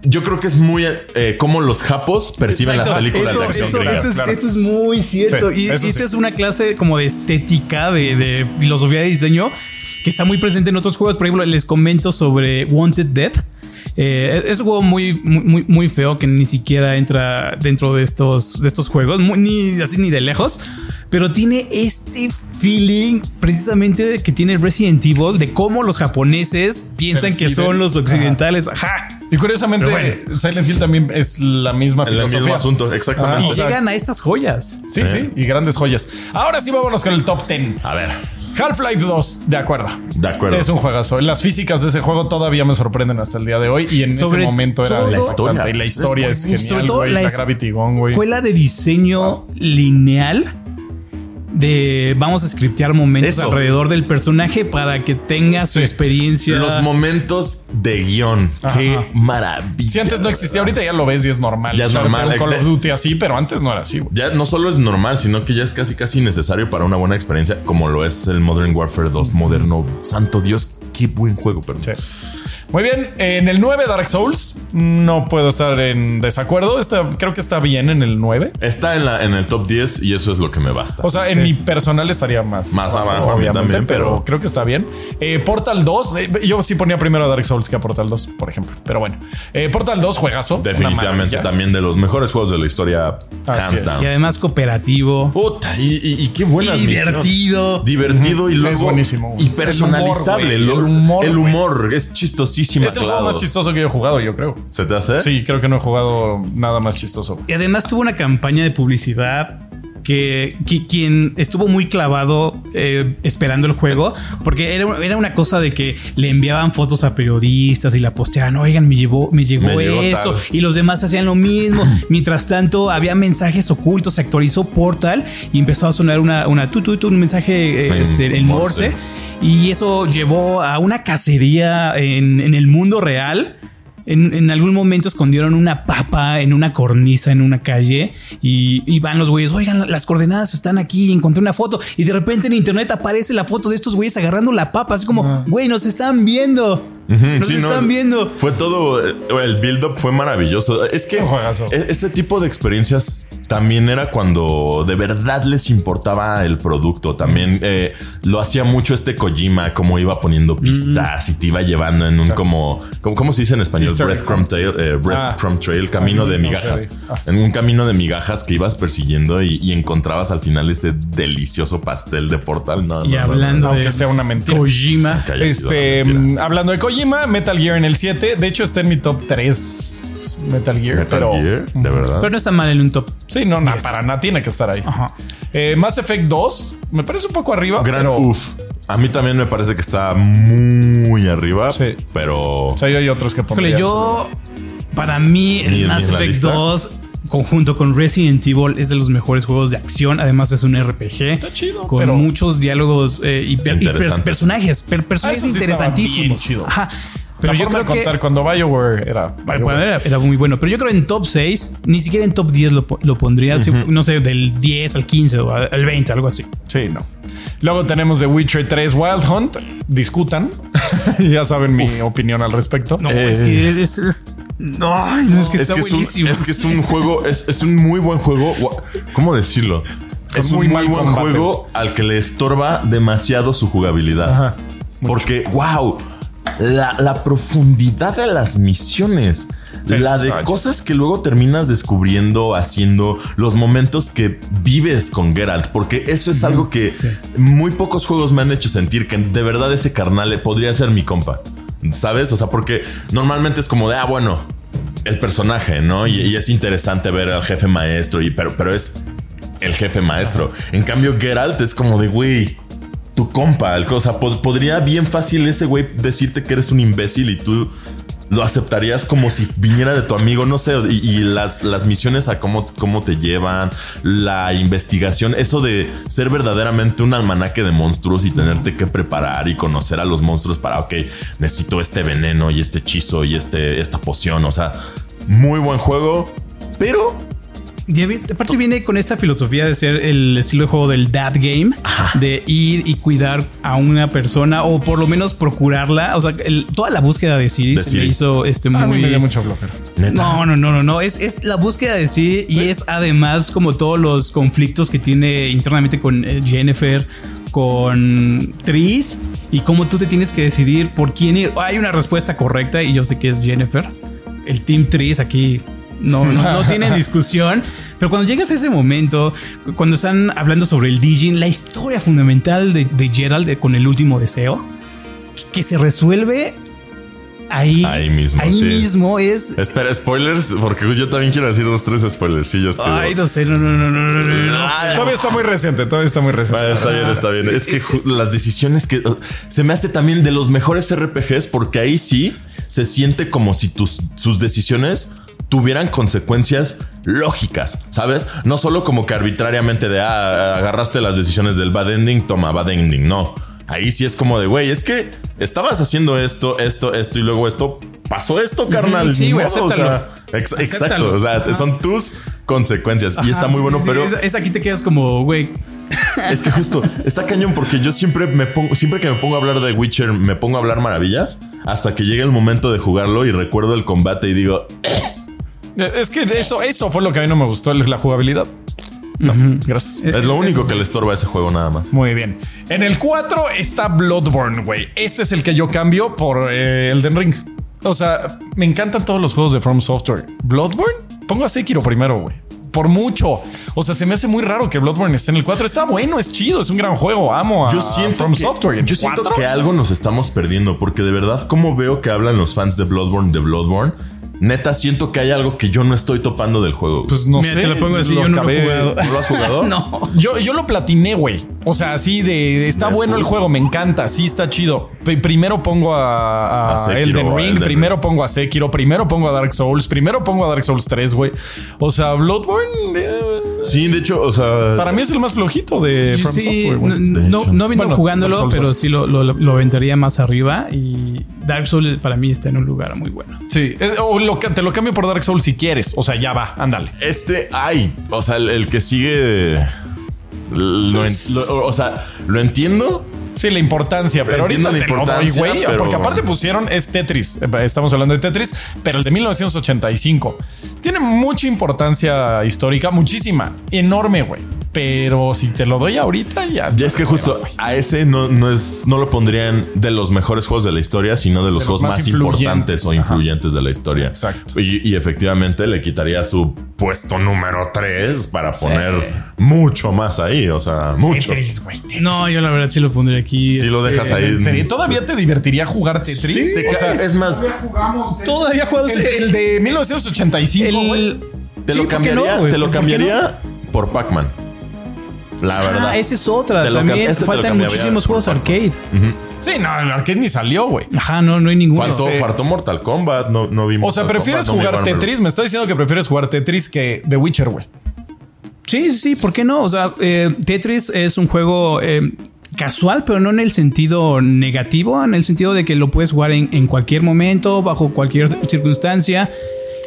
Speaker 2: yo creo que es muy eh, como los japos perciben las
Speaker 3: Exacto.
Speaker 2: películas
Speaker 3: Eso-
Speaker 2: de acción
Speaker 3: eso-
Speaker 2: gringa.
Speaker 3: esto, es,
Speaker 1: claro.
Speaker 3: esto es muy cierto.
Speaker 1: Sí,
Speaker 3: y y
Speaker 1: eso
Speaker 3: esta
Speaker 1: sí.
Speaker 3: es una clase como de estética, de, de filosofía de diseño, que está muy presente en otros juegos. Por ejemplo, les comento sobre Wanted Dead. Eh, es un juego muy, muy, muy- muy feo que ni siquiera entra dentro de estos, de estos juegos, muy- ni así ni de lejos. Pero tiene este feeling precisamente de que tiene Resident Evil, de cómo los japoneses piensan que
Speaker 1: Perciben.
Speaker 3: son los occidentales. Ajá.
Speaker 1: Y curiosamente,
Speaker 3: Pero
Speaker 1: Silent Hill también es la misma
Speaker 2: El
Speaker 1: filosofía.
Speaker 2: mismo asunto,
Speaker 1: Ah,
Speaker 2: exactamente.
Speaker 1: o
Speaker 3: Y
Speaker 1: sea-
Speaker 3: llegan a estas joyas.
Speaker 1: Sí, sí, y grandes joyas. Ahora sí, vámonos con el top 10.
Speaker 2: a ver,
Speaker 1: Half-Life 2, de acuerdo.
Speaker 2: de acuerdo.
Speaker 1: Es un juegazo. Las físicas de ese juego todavía me sorprenden hasta el día de hoy. Y en
Speaker 3: Sobre
Speaker 1: ese momento era
Speaker 3: todo-
Speaker 1: la historia.
Speaker 2: La
Speaker 1: Y la historia es
Speaker 3: Y sobre
Speaker 1: genial,
Speaker 3: todo
Speaker 1: güey.
Speaker 3: la
Speaker 2: Ah.
Speaker 1: La, Gravity Gun, güey.
Speaker 3: escuela de diseño lineal de vamos a scriptear momentos
Speaker 2: Eso.
Speaker 3: alrededor del personaje para que tenga su
Speaker 1: Sí.
Speaker 3: experiencia.
Speaker 2: Los momentos de guión. Qué maravilla.
Speaker 1: Si antes no existía, ahorita ya lo ves y es normal.
Speaker 2: Ya es
Speaker 1: Echarte
Speaker 2: normal,
Speaker 1: un
Speaker 2: eh,
Speaker 1: Call of
Speaker 2: de-
Speaker 1: Duty así, pero antes no era así. güey.
Speaker 2: Ya no solo es normal, sino que ya es casi casi necesario para una buena experiencia, como lo es el Modern Warfare 2 moderno. Santo Dios, qué buen juego, perdón.
Speaker 1: Sí. Muy bien, en el 9 Dark Souls no puedo estar en desacuerdo. Está, creo que está bien en el 9.
Speaker 2: Está en, la, en el top 10 y eso es lo que me basta.
Speaker 1: O sea, en mi personal estaría más.
Speaker 2: Más abajo, a mí también, pero-
Speaker 1: creo que está bien. Eh, Portal 2, eh, yo sí ponía primero a Dark Souls que a Portal 2, por ejemplo. Pero bueno, Eh, Portal 2, juegazo. una
Speaker 2: Definitivamente
Speaker 1: maravilla.
Speaker 2: también de los mejores juegos de la historia,
Speaker 1: Así
Speaker 2: hands
Speaker 1: es.
Speaker 2: down.
Speaker 3: y además cooperativo.
Speaker 2: Puta, y, y- y qué buena
Speaker 3: Y
Speaker 2: admisión.
Speaker 3: divertido.
Speaker 2: Divertido y
Speaker 1: Es
Speaker 2: luego.
Speaker 1: buenísimo, güey.
Speaker 2: Y personalizable.
Speaker 1: El humor, güey.
Speaker 2: Lo-
Speaker 1: El humor,
Speaker 2: el
Speaker 1: güey.
Speaker 2: humor es chistosísimo.
Speaker 1: Es el juego más chistoso que yo he jugado, yo creo.
Speaker 2: ¿Se te hace?
Speaker 1: Sí, creo que no he jugado nada más chistoso.
Speaker 3: Y además tuvo una campaña de publicidad que, que quien estuvo muy clavado eh, esperando el juego, porque era, era una cosa de que le enviaban fotos a periodistas y la posteaban, oigan, me, llevó, me llegó
Speaker 2: Me llegó
Speaker 3: esto,
Speaker 2: tal.
Speaker 3: y los demás hacían
Speaker 2: (clears throat)
Speaker 3: lo mismo. Mientras tanto, había mensajes ocultos, se actualizó Portal y empezó a sonar una, una tu, tu, tu, un mensaje eh,
Speaker 2: En
Speaker 3: este, en
Speaker 2: Morse.
Speaker 3: Morse. Y eso llevó a una cacería en, en el mundo real. En, en algún momento escondieron una papa en una cornisa en una calle y, y van los güeyes, oigan, las coordenadas están aquí, encontré una foto y de repente en internet aparece la foto de estos güeyes agarrando la papa, así como, güey, nos están viendo, nos
Speaker 2: Sí, no,
Speaker 3: están
Speaker 2: es-
Speaker 3: viendo.
Speaker 2: Fue todo. eh, El build-up fue maravilloso. Es que
Speaker 1: Un juegazo.
Speaker 2: e- ese tipo de experiencias también era cuando de verdad les importaba el producto. También eh, lo hacía mucho este Kojima, como iba poniendo pistas y te iba llevando en un como, como. ¿Cómo se dice en español?
Speaker 1: Easter egg.
Speaker 2: Breadcrumb Trail, eh, breadcrumb trail camino de
Speaker 1: no sé.
Speaker 2: migajas. En un camino de migajas que ibas persiguiendo y, y encontrabas al final ese delicioso pastel de portal. No,
Speaker 3: Y
Speaker 2: no, no, no,
Speaker 3: hablando
Speaker 1: aunque
Speaker 3: de
Speaker 1: sea una mentira.
Speaker 3: Kojima,
Speaker 2: que haya sido
Speaker 1: Este,
Speaker 2: una mentira.
Speaker 1: mm, hablando de Kojima, Metal Gear en el 7. De hecho, está en mi top 3 Metal Gear,
Speaker 2: Metal
Speaker 1: pero. mm,
Speaker 2: Gear, de verdad.
Speaker 3: pero no está mal en un top.
Speaker 1: Sí, no, no, para nada tiene que estar ahí.
Speaker 3: Ajá.
Speaker 1: Eh, Mass Effect 2, me parece un poco arriba.
Speaker 2: Gran
Speaker 1: pero,
Speaker 2: uf. Ah, A mí también me parece que está muy arriba,
Speaker 1: Sí.
Speaker 2: pero
Speaker 1: O sea, yo hay otros que pondría.
Speaker 3: Híjole, yo, para mí,
Speaker 2: Ni- ni
Speaker 3: el Mass
Speaker 2: en la
Speaker 3: Effect
Speaker 2: lista.
Speaker 3: 2, conjunto con Resident Evil, es de los mejores juegos de acción. Además, es un RPG.
Speaker 1: Está chido,
Speaker 3: Con
Speaker 1: pero-
Speaker 3: muchos diálogos eh, y, per- y per-
Speaker 2: Interesantes.
Speaker 3: personajes. per- personajes
Speaker 1: Ah, eso sí estaba bien
Speaker 3: interesantísimos.
Speaker 1: chido.
Speaker 3: Ajá. Pero
Speaker 1: la
Speaker 3: yo
Speaker 1: forma
Speaker 3: creo
Speaker 1: de contar
Speaker 3: que.
Speaker 1: cuando BioWare era. BioWare.
Speaker 3: Bueno, era, era muy bueno, pero yo creo en top 6, ni siquiera en top 10 lo, po- lo pondría, así, no sé, del 10 al 15 o al 20, algo así.
Speaker 1: Sí, no. Luego tenemos The Witcher 3 Wild Hunt. Discutan. (laughs) ya saben mi opinión al respecto.
Speaker 3: No,
Speaker 2: Eh.
Speaker 3: es que es, es- no, ay, no, es que
Speaker 2: es
Speaker 3: está
Speaker 2: que es, un,
Speaker 3: buenísimo.
Speaker 2: es que es un juego, es, es un muy buen juego. Gua- ¿Cómo decirlo?
Speaker 1: Con
Speaker 2: es un
Speaker 1: muy
Speaker 2: muy,
Speaker 1: mal
Speaker 2: buen
Speaker 1: combate.
Speaker 2: juego al que le estorba demasiado su jugabilidad.
Speaker 1: Ajá.
Speaker 2: Porque, wow, la, la profundidad de las misiones.
Speaker 1: Sí,
Speaker 2: la
Speaker 1: eso
Speaker 2: de
Speaker 1: está
Speaker 2: cosas que luego terminas descubriendo, haciendo los momentos que vives con Geralt, porque eso es algo que muy pocos juegos me han hecho sentir que de verdad ese carnal podría ser mi compa, ¿sabes? O sea, porque normalmente es como de, ah, bueno, el personaje, ¿no? Y, y es interesante ver al jefe maestro, y, pero, pero es el jefe maestro. En cambio, Geralt es como de, güey, tu compa. el co- O sea, pod- podría bien fácil ese güey decirte que eres un imbécil y tú lo aceptarías como si viniera de tu amigo, no sé. Y, y las, las misiones a cómo, cómo te llevan, la investigación, eso de ser verdaderamente un almanaque de monstruos y tenerte que preparar y conocer a los monstruos para, ok, necesito este veneno y este hechizo y este, esta poción. O sea, muy buen juego, pero
Speaker 3: Y avi- aparte viene con esta filosofía de ser el estilo de juego del dad game, de ir y cuidar a una persona o por lo menos procurarla, o sea, el- toda la búsqueda de Siri
Speaker 2: De
Speaker 3: se
Speaker 2: Ciri.
Speaker 3: me hizo este
Speaker 1: A mí
Speaker 3: muy
Speaker 1: Ah, me dio mucho flojera.
Speaker 2: neta.
Speaker 3: no, no, no, no, no. Es, es la búsqueda de sí y es además como todos los conflictos que tiene internamente con eh, Jennifer, con Tris y cómo tú te tienes que decidir por quién ir. Hay una respuesta correcta y yo sé que es Jennifer. El Team Tris aquí no,
Speaker 2: (laughs)
Speaker 3: no, no tiene discusión. Pero cuando llegas a ese momento, cu- cuando están hablando sobre el Dijin, la historia fundamental de, de Gerald de- con el último deseo, que- que se resuelve ahí.
Speaker 2: Ahí mismo,
Speaker 3: Ahí
Speaker 2: sí.
Speaker 3: mismo es
Speaker 2: Espera, spoilers, porque yo también quiero decir dos, tres spoilercillos. que-
Speaker 3: Ay, no sé, no, no, no, no, no, no, no.
Speaker 2: Ah,
Speaker 1: Todavía está muy reciente, todavía está muy reciente.
Speaker 2: Bueno, está bien, está bien. Es que ju- las decisiones que uh, se me hace también de los mejores RPGs, porque ahí sí se siente como si tus sus decisiones tuvieran consecuencias lógicas, ¿sabes? No solo como que arbitrariamente de ah, agarraste las decisiones del bad ending, toma bad ending, no. Ahí sí es como de, güey, es que estabas haciendo esto, esto, esto y luego esto. Pasó esto, carnal.
Speaker 3: sí,
Speaker 2: ni
Speaker 3: güey,
Speaker 2: modo, o sea,
Speaker 3: acéptalo.
Speaker 2: ex-
Speaker 3: Acéptalo.
Speaker 2: exacto. O sea,
Speaker 3: Ajá.
Speaker 2: son tus consecuencias. y está
Speaker 3: Ajá,
Speaker 2: muy
Speaker 3: sí,
Speaker 2: bueno,
Speaker 3: Ah, sí,
Speaker 2: pero
Speaker 3: Es, es aquí te quedas como, güey.
Speaker 2: es que justo está cañón porque yo siempre me pongo, siempre que me pongo a hablar de Witcher, me pongo a hablar maravillas hasta que llega el momento de jugarlo y recuerdo el combate y digo,
Speaker 1: Eh, Es que eso, eso fue lo que a mí no me gustó, la jugabilidad. No, gracias.
Speaker 2: es lo único que le estorba a ese juego nada más.
Speaker 1: Muy bien. En el 4 está Bloodborne, güey. Este es el que yo cambio por eh, Elden Ring. O sea, me encantan todos los juegos de From Software. ¿Bloodborne? Pongo a Sekiro primero, güey. Por mucho. O sea, se me hace muy raro que Bloodborne esté en el 4. Está bueno, es chido, es un gran juego. Amo a
Speaker 2: Yo siento,
Speaker 1: Ah, From
Speaker 2: que,
Speaker 1: Software. ¿Y el
Speaker 2: yo siento
Speaker 1: cuatro?
Speaker 2: que algo nos estamos perdiendo porque de verdad, como veo que hablan los fans de Bloodborne, de Bloodborne, neta siento que hay algo que yo no estoy topando del juego.
Speaker 1: Pues no
Speaker 3: Mira,
Speaker 1: sé.
Speaker 3: te lo pongo así, yo no lo he
Speaker 1: acabé-
Speaker 3: jugado.
Speaker 2: ¿No lo
Speaker 1: (laughs)
Speaker 2: has jugado?
Speaker 3: No.
Speaker 1: Yo, yo lo platiné, güey. O sea, así de, de- está
Speaker 2: De
Speaker 1: bueno el
Speaker 2: full.
Speaker 1: juego, me encanta, sí está chido. P- primero pongo a, a
Speaker 2: A Sekiro,
Speaker 1: Elden
Speaker 2: a
Speaker 1: Ring,
Speaker 2: Elden
Speaker 1: primero
Speaker 2: Ring.
Speaker 1: pongo a Sekiro, primero pongo a Dark Souls, primero pongo a Dark Souls 3, güey. O sea, Bloodborne eh,
Speaker 2: Sí, de hecho, o sea,
Speaker 1: para mí es el más flojito
Speaker 2: Eh,
Speaker 1: de From
Speaker 3: Sí,
Speaker 1: Software, güey.
Speaker 3: no, no,
Speaker 2: hecho.
Speaker 3: no vino
Speaker 1: Bueno, Dark
Speaker 3: jugándolo,
Speaker 1: Souls
Speaker 3: pero
Speaker 1: dos.
Speaker 3: sí lo, lo, lo aventaría más arriba. Y Dark Souls para mí está en un lugar muy bueno.
Speaker 1: Sí, es- o lo ca- te lo cambio por Dark Souls si quieres. O sea, ya va, ándale.
Speaker 2: Este, ay, o sea, el, el que sigue. lo en- lo- o sea, lo entiendo.
Speaker 1: Sí, la importancia, pero ahorita
Speaker 2: Entiendo la
Speaker 1: te lo doy,
Speaker 2: importancia,
Speaker 1: güey.
Speaker 2: pero-
Speaker 1: Porque aparte pusieron es Tetris. eh, Estamos hablando de Tetris, pero el de 1985. Tiene mucha importancia histórica, muchísima, enorme, güey. Pero si te lo doy ahorita, ya está.
Speaker 2: Ya es que justo a ese no, no es, no lo pondrían de los mejores juegos de la historia, sino de los
Speaker 1: los
Speaker 2: juegos
Speaker 1: más
Speaker 2: más, importantes
Speaker 1: influyentes,
Speaker 2: o
Speaker 1: ajá.
Speaker 2: influyentes de la historia.
Speaker 1: Exacto.
Speaker 2: Y, y efectivamente le quitaría su puesto número 3 para poner mucho más ahí. O sea, mucho.
Speaker 1: Tetris, güey. Tetris.
Speaker 3: No, yo la verdad sí lo pondría aquí. Este,
Speaker 2: Si lo dejas ahí. mm,
Speaker 1: Te- ¿Todavía te divertiría jugar Tetris?
Speaker 2: Se
Speaker 1: O sea,
Speaker 2: cae. es más,
Speaker 4: Todavía jugamos. de-
Speaker 3: Todavía juegas
Speaker 1: el, el de 1985, güey.
Speaker 2: te lo cambiaría, te lo cambiaría por Pac-Man. La verdad.
Speaker 3: Ah, esa es otra.
Speaker 2: Te lo cam-
Speaker 3: También
Speaker 2: este te lo
Speaker 3: faltan
Speaker 2: cambiaría
Speaker 3: muchísimos
Speaker 2: por
Speaker 3: juegos
Speaker 2: Pac-Man.
Speaker 3: arcade.
Speaker 1: Sí, no, el arcade ni salió, güey.
Speaker 3: Ajá, no, no hay ninguno.
Speaker 2: Faltó,
Speaker 1: Este-
Speaker 2: faltó Mortal Kombat, no, no vimos.
Speaker 1: O sea,
Speaker 2: Mortal
Speaker 1: prefieres
Speaker 2: Kombat, no
Speaker 1: jugar
Speaker 2: vimos Marvel.
Speaker 1: Tetris. Me está diciendo que prefieres jugar Tetris que The Witcher, güey.
Speaker 3: Sí, sí, sí, ¿por qué no? O sea, eh, Tetris es un juego eh, casual, pero no en el sentido negativo, en el sentido de que lo puedes jugar en, en cualquier momento, bajo cualquier circunstancia.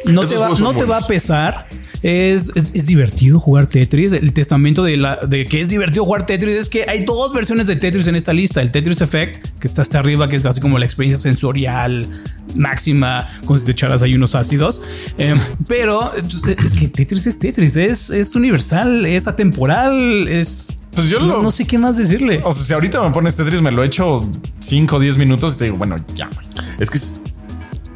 Speaker 3: No,
Speaker 2: Esos
Speaker 3: te va,
Speaker 2: juegos son
Speaker 3: no te va a
Speaker 2: buenos.
Speaker 3: pesar. Es, es- es divertido jugar Tetris. El testamento de, la, de que es divertido jugar Tetris es que hay dos versiones de Tetris en esta lista. El Tetris Effect, que está hasta arriba, que es así como la experiencia sensorial máxima, con si te echaras ahí unos ácidos. Eh, pero eh, es que Tetris es Tetris, es, es universal, es atemporal, es...
Speaker 1: Pues yo
Speaker 3: no,
Speaker 1: lo-
Speaker 3: no sé qué más decirle.
Speaker 1: O sea, si ahorita me pones Tetris, me lo echo 5 o 10 minutos y te digo, bueno, ya, güey.
Speaker 2: Es que es-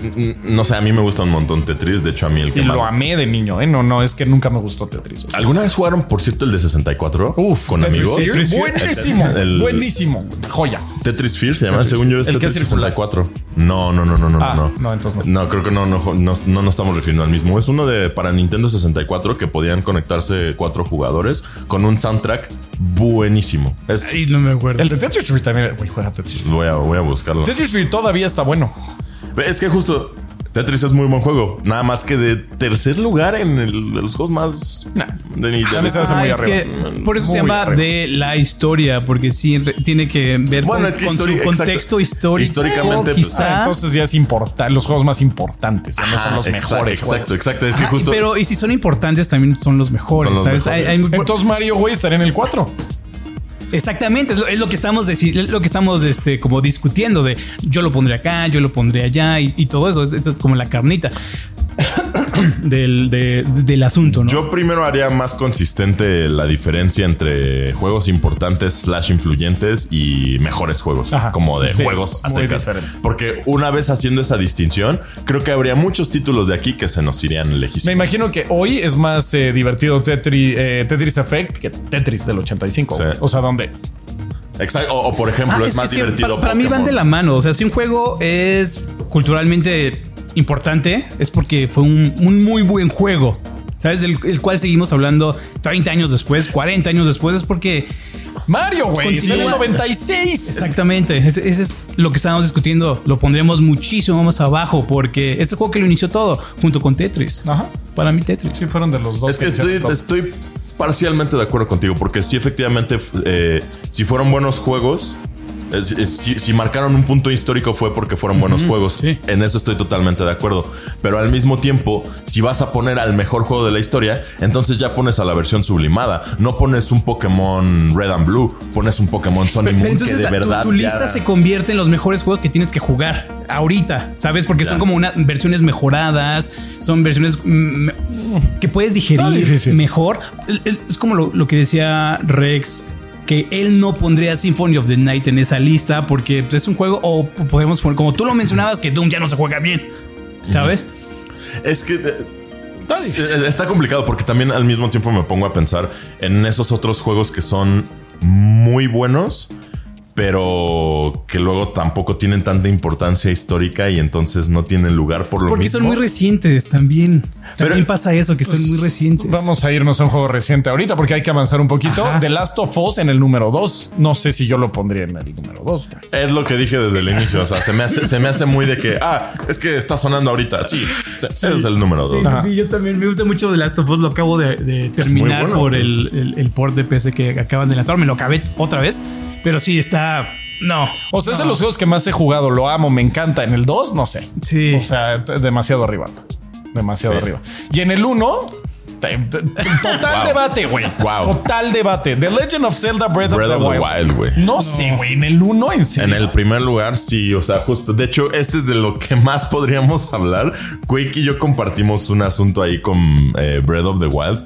Speaker 2: n- no sé, a mí me gusta un montón Tetris. De hecho, a mí el que
Speaker 1: Y
Speaker 2: más.
Speaker 1: lo amé de niño, ¿eh? No, no, es que nunca me gustó Tetris. o sea.
Speaker 2: ¿Alguna vez jugaron, por cierto, el de 64?
Speaker 1: Uf,
Speaker 2: con
Speaker 1: Tetris
Speaker 2: amigos.
Speaker 1: Fear, Buenísimo,
Speaker 2: El-
Speaker 1: buenísimo. Joya.
Speaker 2: Tetris Fear se llama, según yo, es
Speaker 1: ¿El que
Speaker 2: Tetris
Speaker 1: es circular?
Speaker 2: 64. No, no, no, no, no,
Speaker 1: Ah,
Speaker 2: no.
Speaker 1: no, entonces
Speaker 2: no. creo que no, no, no, no nos estamos refiriendo al mismo. Es uno de para Nintendo 64 que podían conectarse cuatro jugadores con un soundtrack buenísimo. Es,
Speaker 3: Ay, no me acuerdo.
Speaker 1: El de Tetris Free también, güey, juega Tetris. Free.
Speaker 2: voy, a, voy a buscarlo.
Speaker 1: Tetris Free todavía está bueno.
Speaker 2: Es que justo Tetris es muy buen juego. Nada más que de tercer lugar en el- de los juegos más.
Speaker 1: Nah.
Speaker 2: de Nintendo.
Speaker 1: También se hace muy
Speaker 3: Ah, es que
Speaker 1: arriba.
Speaker 3: por eso
Speaker 1: Muy
Speaker 3: se llama
Speaker 1: arriba.
Speaker 3: de la historia, porque sí re- tiene que ver
Speaker 2: Bueno,
Speaker 3: con,
Speaker 2: es que
Speaker 3: con su
Speaker 2: histori- exacto.
Speaker 3: contexto histórico.
Speaker 2: Históricamente,
Speaker 1: Ah,
Speaker 2: pues,
Speaker 3: quizá.
Speaker 1: entonces ya es importante, los juegos más importantes, ya no son los
Speaker 2: Ah, Exacto,
Speaker 1: mejores.
Speaker 2: Exacto,
Speaker 1: juegos.
Speaker 2: exacto. Es que
Speaker 3: Ah,
Speaker 2: justo.
Speaker 3: Pero y si son importantes también son los mejores,
Speaker 2: Son los
Speaker 3: ¿sabes?
Speaker 2: mejores.
Speaker 3: Hay- hay-
Speaker 1: Entonces Mario, güey, estaría en el 4.
Speaker 3: exactamente, es lo, es lo que estamos deci- es lo que estamos este como discutiendo de yo lo pondré acá, yo lo pondré allá y, y todo eso, es, es como la carnita (coughs) del, de- del asunto, ¿no?
Speaker 2: Yo primero haría más consistente la diferencia entre juegos importantes slash influyentes y mejores juegos,
Speaker 1: Ajá.
Speaker 2: como de
Speaker 1: Sí,
Speaker 2: juegos
Speaker 1: es
Speaker 2: a
Speaker 1: muy
Speaker 2: secas.
Speaker 1: diferente.
Speaker 2: Porque una vez haciendo esa distinción, creo que habría muchos títulos de aquí que se nos irían
Speaker 1: Me
Speaker 2: lejísimos.
Speaker 1: imagino que hoy es más eh, divertido Tetris, eh, Tetris Effect que Tetris del 85.
Speaker 2: Sí.
Speaker 1: güey. O sea, donde
Speaker 2: Exacto. O, o, por ejemplo,
Speaker 3: Ah,
Speaker 2: es, más
Speaker 3: que
Speaker 2: divertido.
Speaker 3: Para, para mí van
Speaker 2: Pokémon.
Speaker 3: de la mano. O sea, si un juego es culturalmente importante, es porque fue un, un muy buen juego. ¿Sabes? Del el cual seguimos hablando 30 años después, 40 años después, es porque
Speaker 1: Mario, güey. Está en el 96.
Speaker 3: Exactamente, ese, ese es lo que estábamos discutiendo. Lo pondremos muchísimo más abajo porque es el juego que lo inició todo, junto con Tetris.
Speaker 1: Ajá.
Speaker 3: Para mí Tetris.
Speaker 1: Sí, fueron de los dos.
Speaker 2: Es que
Speaker 1: hicieron
Speaker 2: estoy,
Speaker 1: top.
Speaker 2: estoy parcialmente de acuerdo contigo, porque sí, efectivamente, eh, si fueron buenos juegos, es- es- si, si marcaron un punto histórico fue porque fueron buenos juegos.
Speaker 3: sí.
Speaker 2: En eso estoy totalmente de acuerdo. Pero al mismo tiempo, si vas a poner al mejor juego de la historia, entonces ya pones a la versión sublimada. No pones un Pokémon Red and Blue, pones un Pokémon Sun y
Speaker 3: Pero
Speaker 2: Moon
Speaker 3: entonces
Speaker 2: que de
Speaker 3: la- tu-
Speaker 2: verdad.
Speaker 3: tu, lista
Speaker 2: ya-
Speaker 3: se convierte en los mejores juegos que tienes que jugar ahorita, ¿sabes? Porque son
Speaker 2: Ya.
Speaker 3: como unas versiones mejoradas, son versiones mm, que puedes digerir
Speaker 1: difícil.
Speaker 3: mejor. El- el- Es como lo, lo que decía Rex. Que él no pondría Symphony of the Night en esa lista porque pues, es un juego, o podemos poner, como tú lo mencionabas, que Doom ya no se juega bien, ¿sabes?
Speaker 2: Es que. eh, sí, eh, Está, complicado porque también al mismo tiempo me pongo a pensar en esos otros juegos que son muy buenos, pero que luego tampoco tienen tanta importancia histórica y entonces no tienen lugar por lo
Speaker 3: Porque
Speaker 2: mismo.
Speaker 3: son muy recientes también.
Speaker 2: Pero- pues,
Speaker 3: también pasa eso, que son muy recientes.
Speaker 1: Vamos a irnos a un juego reciente ahorita porque hay que avanzar un poquito.
Speaker 3: Ajá.
Speaker 1: The Last of Us en el número 2. No sé si yo lo pondría en el número 2.
Speaker 2: es lo que dije desde el inicio. O sea, se me hace, se me hace muy de que, ah, es que está sonando ahorita. Sí, ese es el número
Speaker 3: Sí,
Speaker 2: dos.
Speaker 3: sí, sí, yo también. Me gusta mucho The Last of Us. Lo acabo de, de terminar
Speaker 2: bueno.
Speaker 3: por el, el- el port de PC que acaban de lanzar. Me lo acabé otra vez. Pero sí, está. No.
Speaker 1: O sea, es de los juegos que más he jugado. Lo amo, me encanta. En el 2, no sé.
Speaker 3: Sí.
Speaker 1: O sea, t- demasiado arriba. Demasiado
Speaker 2: Sí.
Speaker 1: arriba. Y en el 1, total debate, güey.
Speaker 2: Wow.
Speaker 1: Total debate. The Legend of Zelda Breath,
Speaker 2: Breath
Speaker 1: of the Wild.
Speaker 2: güey.
Speaker 1: No, sé, güey. En el 1, en serio.
Speaker 2: En el primer lugar, sí, o sea, justo. De hecho, este es de lo que más podríamos (laughs) hablar. Quake y yo compartimos un asunto ahí con eh, Breath of the Wild.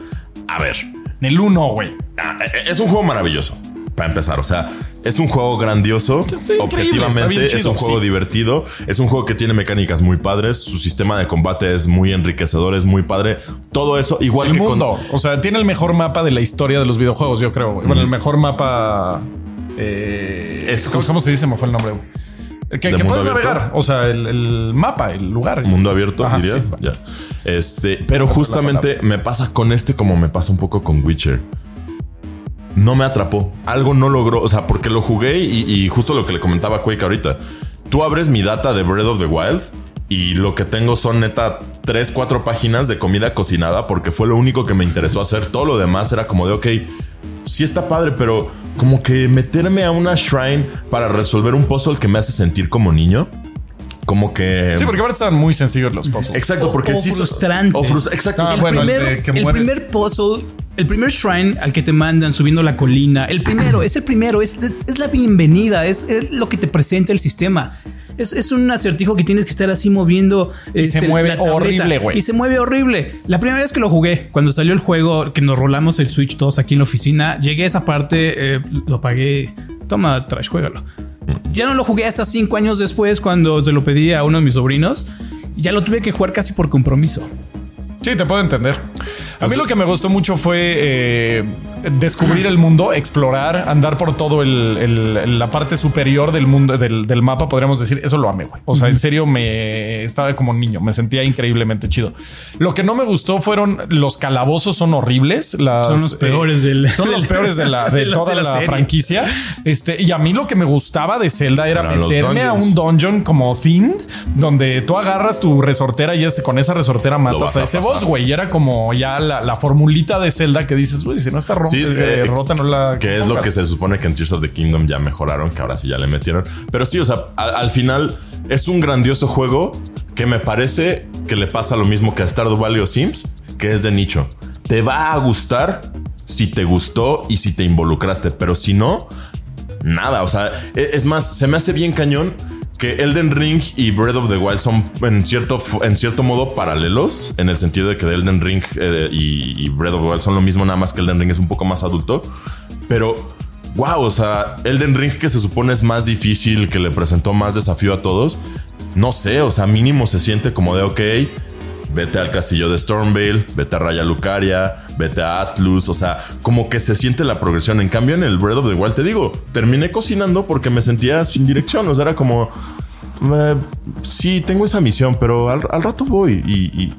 Speaker 2: A ver,
Speaker 1: En el 1, güey.
Speaker 2: ah, es un juego maravilloso. Para empezar, o sea, es un juego grandioso.
Speaker 1: Está increíble, está bien
Speaker 2: objetivamente, es
Speaker 1: chido,
Speaker 2: un juego
Speaker 1: sí.
Speaker 2: divertido. Es un juego que tiene mecánicas muy padres. Su sistema de combate es muy enriquecedor, es muy padre. Todo eso, igual
Speaker 1: El
Speaker 2: que con-
Speaker 1: mundo. O sea, tiene el mejor mapa de la historia de los videojuegos, yo creo. güey. Bueno, el mejor mapa. eh,
Speaker 2: Es
Speaker 1: ¿cómo,
Speaker 2: justo-
Speaker 1: cómo se dice? Me fue el nombre. güey. Que, que
Speaker 2: mundo
Speaker 1: puedes
Speaker 2: abierto?
Speaker 1: navegar. O sea, el, el mapa, el lugar.
Speaker 2: mundo abierto,
Speaker 1: Ajá,
Speaker 2: dirías.
Speaker 1: sí.
Speaker 2: Ya. Este, pero justamente me pasa con este como me pasa un poco con Witcher. No me atrapó. Algo no logró. O sea, porque lo jugué y, y justo lo que le comentaba a Quake ahorita. Tú abres mi data de Breath of the Wild y lo que tengo son neta 3, 4 páginas de comida cocinada porque fue lo único que me interesó hacer. Todo lo demás era como de, ok, sí está padre, pero como que meterme a una shrine para resolver un puzzle que me hace sentir como niño. Como que...
Speaker 1: Sí, porque ahora están muy sencillos los puzzles.
Speaker 2: Exacto, porque
Speaker 3: o
Speaker 2: sí. son-
Speaker 3: frustrante.
Speaker 2: o frus- exacto.
Speaker 1: Ah,
Speaker 3: el,
Speaker 1: bueno, el
Speaker 3: primer,
Speaker 1: de que
Speaker 3: el
Speaker 1: mueres.
Speaker 3: primer puzzle, el primer shrine al que te mandan subiendo la colina, el
Speaker 1: (clears throat)
Speaker 3: primero, es el primero, es, es la bienvenida, es, es lo que te presenta el sistema. Es, es un acertijo que tienes que estar así moviendo. este,
Speaker 1: mueve
Speaker 3: la tableta,
Speaker 1: horrible, güey.
Speaker 3: Y se mueve horrible. La primera vez que lo jugué, cuando salió el juego, que nos rolamos el Switch todos aquí en la oficina, llegué a esa parte, eh, lo pagué. Toma, trash, juégalo.
Speaker 1: Mm.
Speaker 3: Ya no lo jugué hasta cinco años después cuando se lo pedí a uno de mis sobrinos. Ya lo tuve que jugar casi por compromiso.
Speaker 1: Sí, te puedo entender. A mí lo que me gustó mucho fue eh, descubrir el mundo, explorar, andar por todo el, el- la parte superior del mundo, del, del mapa, podríamos decir. Eso lo amé, güey. O sea, en serio me estaba como niño, me sentía increíblemente chido. Lo que no me gustó fueron los calabozos, son horribles. las- eh,
Speaker 3: Son los peores
Speaker 1: (laughs)
Speaker 3: del-
Speaker 1: son los
Speaker 3: del-
Speaker 1: peores de la de,
Speaker 3: (laughs) de la-
Speaker 1: toda
Speaker 3: de la
Speaker 1: la,
Speaker 3: serie.
Speaker 1: franquicia. Este y a mí lo que me gustaba de Zelda era
Speaker 2: Eran los
Speaker 1: meterme a
Speaker 2: dungeons.
Speaker 1: un dungeon como themed, donde tú agarras tu resortera y ese- con esa resortera matas
Speaker 2: vas
Speaker 1: a
Speaker 2: a
Speaker 1: ese
Speaker 2: pasar.
Speaker 1: boss, güey. Y era como ya la, la formulita de Zelda que dices, güey, si no está rompe,
Speaker 2: Sí,
Speaker 1: eh,
Speaker 2: eh,
Speaker 1: rota, no la.
Speaker 2: Que es lo que se supone que en Tears of the Kingdom ya mejoraron, que ahora sí ya le metieron. Pero sí, o sea, al, al final es un grandioso juego que me parece que le pasa lo mismo que a Stardew Valley o Sims, que es de nicho. Te va a gustar si te gustó y si te involucraste, pero si no, nada. O sea, e- es más, se me hace bien cañón que Elden Ring y Breath of the Wild son en cierto, f- en cierto modo paralelos, en el sentido de que Elden Ring eh, y, y Breath of the Wild son lo mismo, nada más que Elden Ring es un poco más adulto. Pero, wow, o sea, Elden Ring que se supone es más difícil, que le presentó más desafío a todos, no sé, o sea, mínimo se siente como de, ok, Vete al castillo de Stormvale, vete a Raya Lucaria, vete a Atlus, o sea, como que se siente la progresión. En cambio, en el Breath of the Wild, te digo, terminé cocinando porque me sentía sin dirección, o sea, era como, eh, sí, tengo esa misión, pero al, al rato voy y, y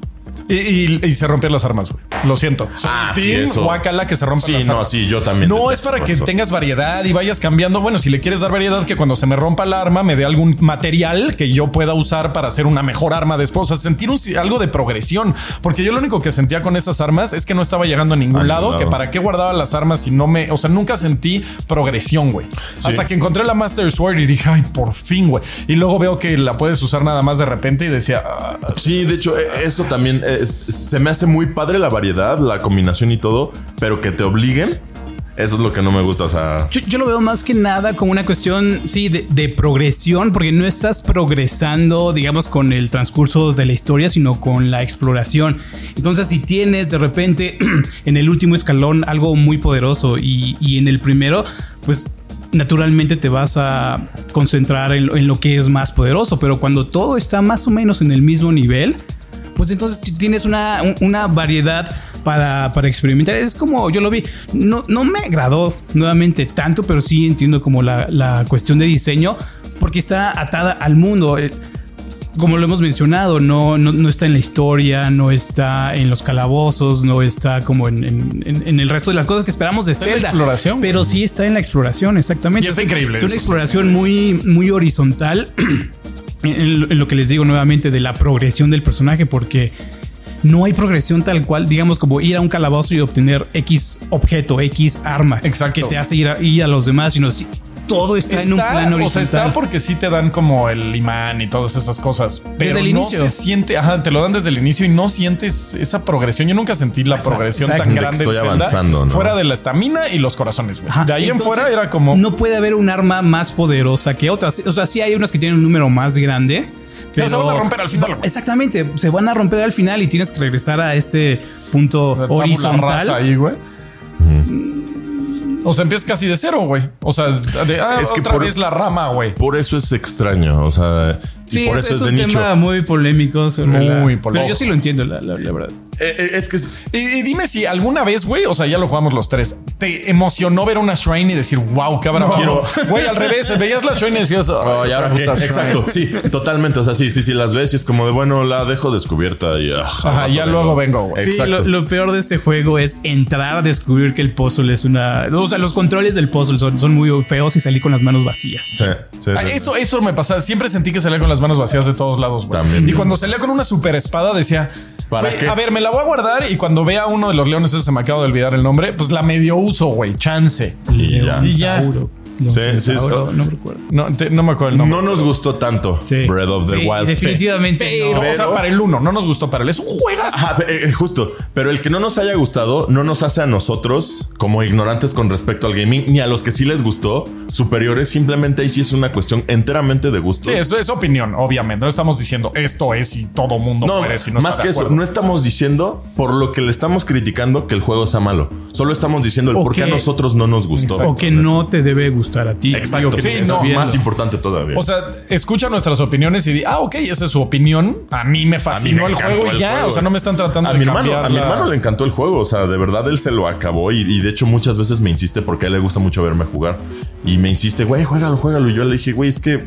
Speaker 1: Y, y- y se rompieron las armas, güey. Lo siento. Soy
Speaker 2: Ah, sí,
Speaker 1: team
Speaker 2: eso.
Speaker 1: guácala que se rompan
Speaker 2: Sí,
Speaker 1: las
Speaker 2: no,
Speaker 1: armas.
Speaker 2: sí, yo también.
Speaker 1: No,
Speaker 2: te-
Speaker 1: es para que
Speaker 2: eso.
Speaker 1: tengas variedad y vayas cambiando. Bueno, si le quieres dar variedad, que cuando se me rompa el arma me dé algún material que yo pueda usar para hacer una mejor arma después. O sea, sentir un- algo de progresión. Porque yo lo único que sentía con esas armas es que no estaba llegando a ningún
Speaker 2: A ningún
Speaker 1: lado, Que
Speaker 2: lado.
Speaker 1: para qué guardaba las armas si no me... O sea, nunca sentí progresión, güey. Hasta que encontré la Master Sword y dije, ay, por fin, güey. Y luego veo que la puedes usar nada más de repente y decía... "Ah,
Speaker 2: Sí, de hecho, eh, eso también es- se me hace muy padre la variedad, la combinación y todo, pero que te obliguen, eso es lo que no me gusta. O sea,
Speaker 3: Yo, yo lo veo más que nada como una cuestión, sí, de, de progresión, porque no estás progresando, digamos, con el transcurso de la historia, sino con la exploración. Entonces, si tienes de repente (clears throat) en el último escalón algo muy poderoso y, y en el primero, pues naturalmente te vas a concentrar en, lo- en lo que es más poderoso, pero cuando todo está más o menos en el mismo nivel, pues entonces t- tienes una, un- una variedad para, para experimentar. Es como yo lo vi. No, no me agradó nuevamente tanto, pero sí entiendo como la, la cuestión de diseño, porque está atada al mundo. Eh, Como lo hemos mencionado, no, no, no está en la historia, no está en los calabozos, no está como en, en- en- en el resto de las cosas que esperamos de
Speaker 1: en la
Speaker 3: Zelda.
Speaker 1: exploración.
Speaker 3: Pero sí está en la exploración, exactamente.
Speaker 1: Y está increíble
Speaker 3: Es una
Speaker 1: eso.
Speaker 3: exploración muy, muy horizontal. (clears throat) en, lo- en lo que les digo nuevamente de la progresión del personaje, porque no hay progresión tal cual, digamos, como ir a un calabozo y obtener X objeto, X arma.
Speaker 1: Exacto.
Speaker 3: Que te hace ir a, ir a los demás, sino si todo está, en un
Speaker 1: Está,
Speaker 3: plano horizontal.
Speaker 1: O sea, está porque sí te dan como el imán y todas esas cosas. Pero
Speaker 3: Desde el
Speaker 1: no
Speaker 3: inicio.
Speaker 1: se siente, ajá, te lo dan desde el inicio y no sientes esa progresión. Yo nunca sentí la progresión
Speaker 3: exacto.
Speaker 1: tan
Speaker 2: De que
Speaker 1: grande
Speaker 2: estoy
Speaker 1: en Zelda,
Speaker 2: avanzando, ¿no?
Speaker 1: fuera de la estamina y los corazones, güey.
Speaker 3: Ajá.
Speaker 1: De ahí
Speaker 3: Entonces,
Speaker 1: en fuera era como
Speaker 3: No puede haber un arma más poderosa que otras. O sea, sí hay unas que tienen un número más grande. Pero
Speaker 1: Pero se van a romper al final, güey.
Speaker 3: Exactamente, se van a romper al final y tienes que regresar a este punto
Speaker 1: tabula
Speaker 3: horizontal.
Speaker 1: rasa ahí, güey. O sea, empiezas casi de cero, güey. O sea, de ah,
Speaker 2: Es que
Speaker 1: otra
Speaker 2: por-
Speaker 1: vez la rama, güey.
Speaker 2: por eso es extraño. O sea, y
Speaker 3: Sí,
Speaker 2: por
Speaker 3: es,
Speaker 2: eso
Speaker 3: es
Speaker 2: es, de
Speaker 3: un
Speaker 2: nicho.
Speaker 3: tema muy polémico. sobre la-
Speaker 1: Muy polémico.
Speaker 3: Pero yo sí lo entiendo, la, la- la verdad.
Speaker 2: Eh, eh, es que es-
Speaker 1: Y, y dime si alguna vez, güey, o sea, ya lo jugamos los tres. ¿Te emocionó ver una shrine y decir, wow, cabrón, quiero? Güey, al revés, veías la shrine y decías,
Speaker 2: Oh,
Speaker 1: "Ay,
Speaker 2: y ahora
Speaker 1: otra
Speaker 2: qué?
Speaker 1: puta shrine".
Speaker 2: Exacto, sí, totalmente. O sea, sí, sí, sí, las ves y es como de bueno, la dejo descubierta y ah,
Speaker 1: Ajá, ya
Speaker 2: rato
Speaker 1: luego vengo, güey.
Speaker 3: Sí,
Speaker 2: Exacto.
Speaker 3: lo, lo peor de este juego es entrar a descubrir que el puzzle es una. O sea, los controles del puzzle son, son muy feos y salí con las manos vacías.
Speaker 2: Sí, sí,
Speaker 1: Ah,
Speaker 2: sí, sí.
Speaker 1: Eso, eso me pasaba. Siempre sentí que salía con las manos vacías de todos lados, güey.
Speaker 2: También.
Speaker 1: Y cuando salía con una super espada, decía.
Speaker 2: ¿Para
Speaker 1: "Güey,
Speaker 2: qué?"
Speaker 1: A ver, me la voy a guardar y cuando vea uno de los leones, eso se me acaba de olvidar el nombre, pues la medio uso, güey. Chance.
Speaker 2: Y ya.
Speaker 1: Y ya.
Speaker 3: Tauro, no,
Speaker 2: Sí,
Speaker 3: sé,
Speaker 2: sí, es-
Speaker 3: Tauro, no recuerdo.
Speaker 1: No, te- no me acuerdo el nombre.
Speaker 2: No nos gustó tanto
Speaker 3: Sí.
Speaker 2: Breath of the
Speaker 3: Sí,
Speaker 2: Wild.
Speaker 3: Definitivamente.
Speaker 1: pero,
Speaker 3: no.
Speaker 1: o sea,
Speaker 2: Pero-
Speaker 1: para el uno, no nos gustó para él. Es un juegas.
Speaker 2: Ajá, eh, eh, justo. Pero el que no nos haya gustado no nos hace a nosotros, como ignorantes con respecto al gaming, ni a los que sí les gustó, superiores. Simplemente ahí sí es una cuestión enteramente de gustos.
Speaker 1: Sí, eso es opinión, obviamente. No estamos diciendo esto es y todo mundo
Speaker 2: No,
Speaker 1: muere si no
Speaker 2: más
Speaker 1: está
Speaker 2: que
Speaker 1: de
Speaker 2: eso,
Speaker 1: acuerdo".
Speaker 2: no estamos diciendo por lo que le estamos criticando que el juego sea malo. Solo estamos diciendo el
Speaker 3: O
Speaker 2: por qué a
Speaker 3: que-
Speaker 2: nosotros no nos gustó.
Speaker 3: o que no te debe gustar a ti.
Speaker 2: Exacto.
Speaker 1: que
Speaker 2: Sí,
Speaker 1: no
Speaker 2: eso
Speaker 1: estás
Speaker 2: es
Speaker 1: viendo.
Speaker 2: más importante todavía.
Speaker 1: O sea, escucha nuestras opiniones y di, ah, ok, esa es su opinión. A mí me fascinó el
Speaker 2: encantó
Speaker 1: juego y
Speaker 2: el
Speaker 1: ya.
Speaker 2: juego. eh.
Speaker 1: O sea, no me están tratando
Speaker 2: a
Speaker 1: de
Speaker 2: mi hermano,
Speaker 1: cambiar
Speaker 2: a mi
Speaker 1: la-
Speaker 2: hermano le encantó el juego, o sea, de verdad él se lo acabó y, y de hecho muchas veces me insiste porque a él le gusta mucho verme jugar y me insiste, güey, juégalo, juégalo. Y yo le dije, güey, es que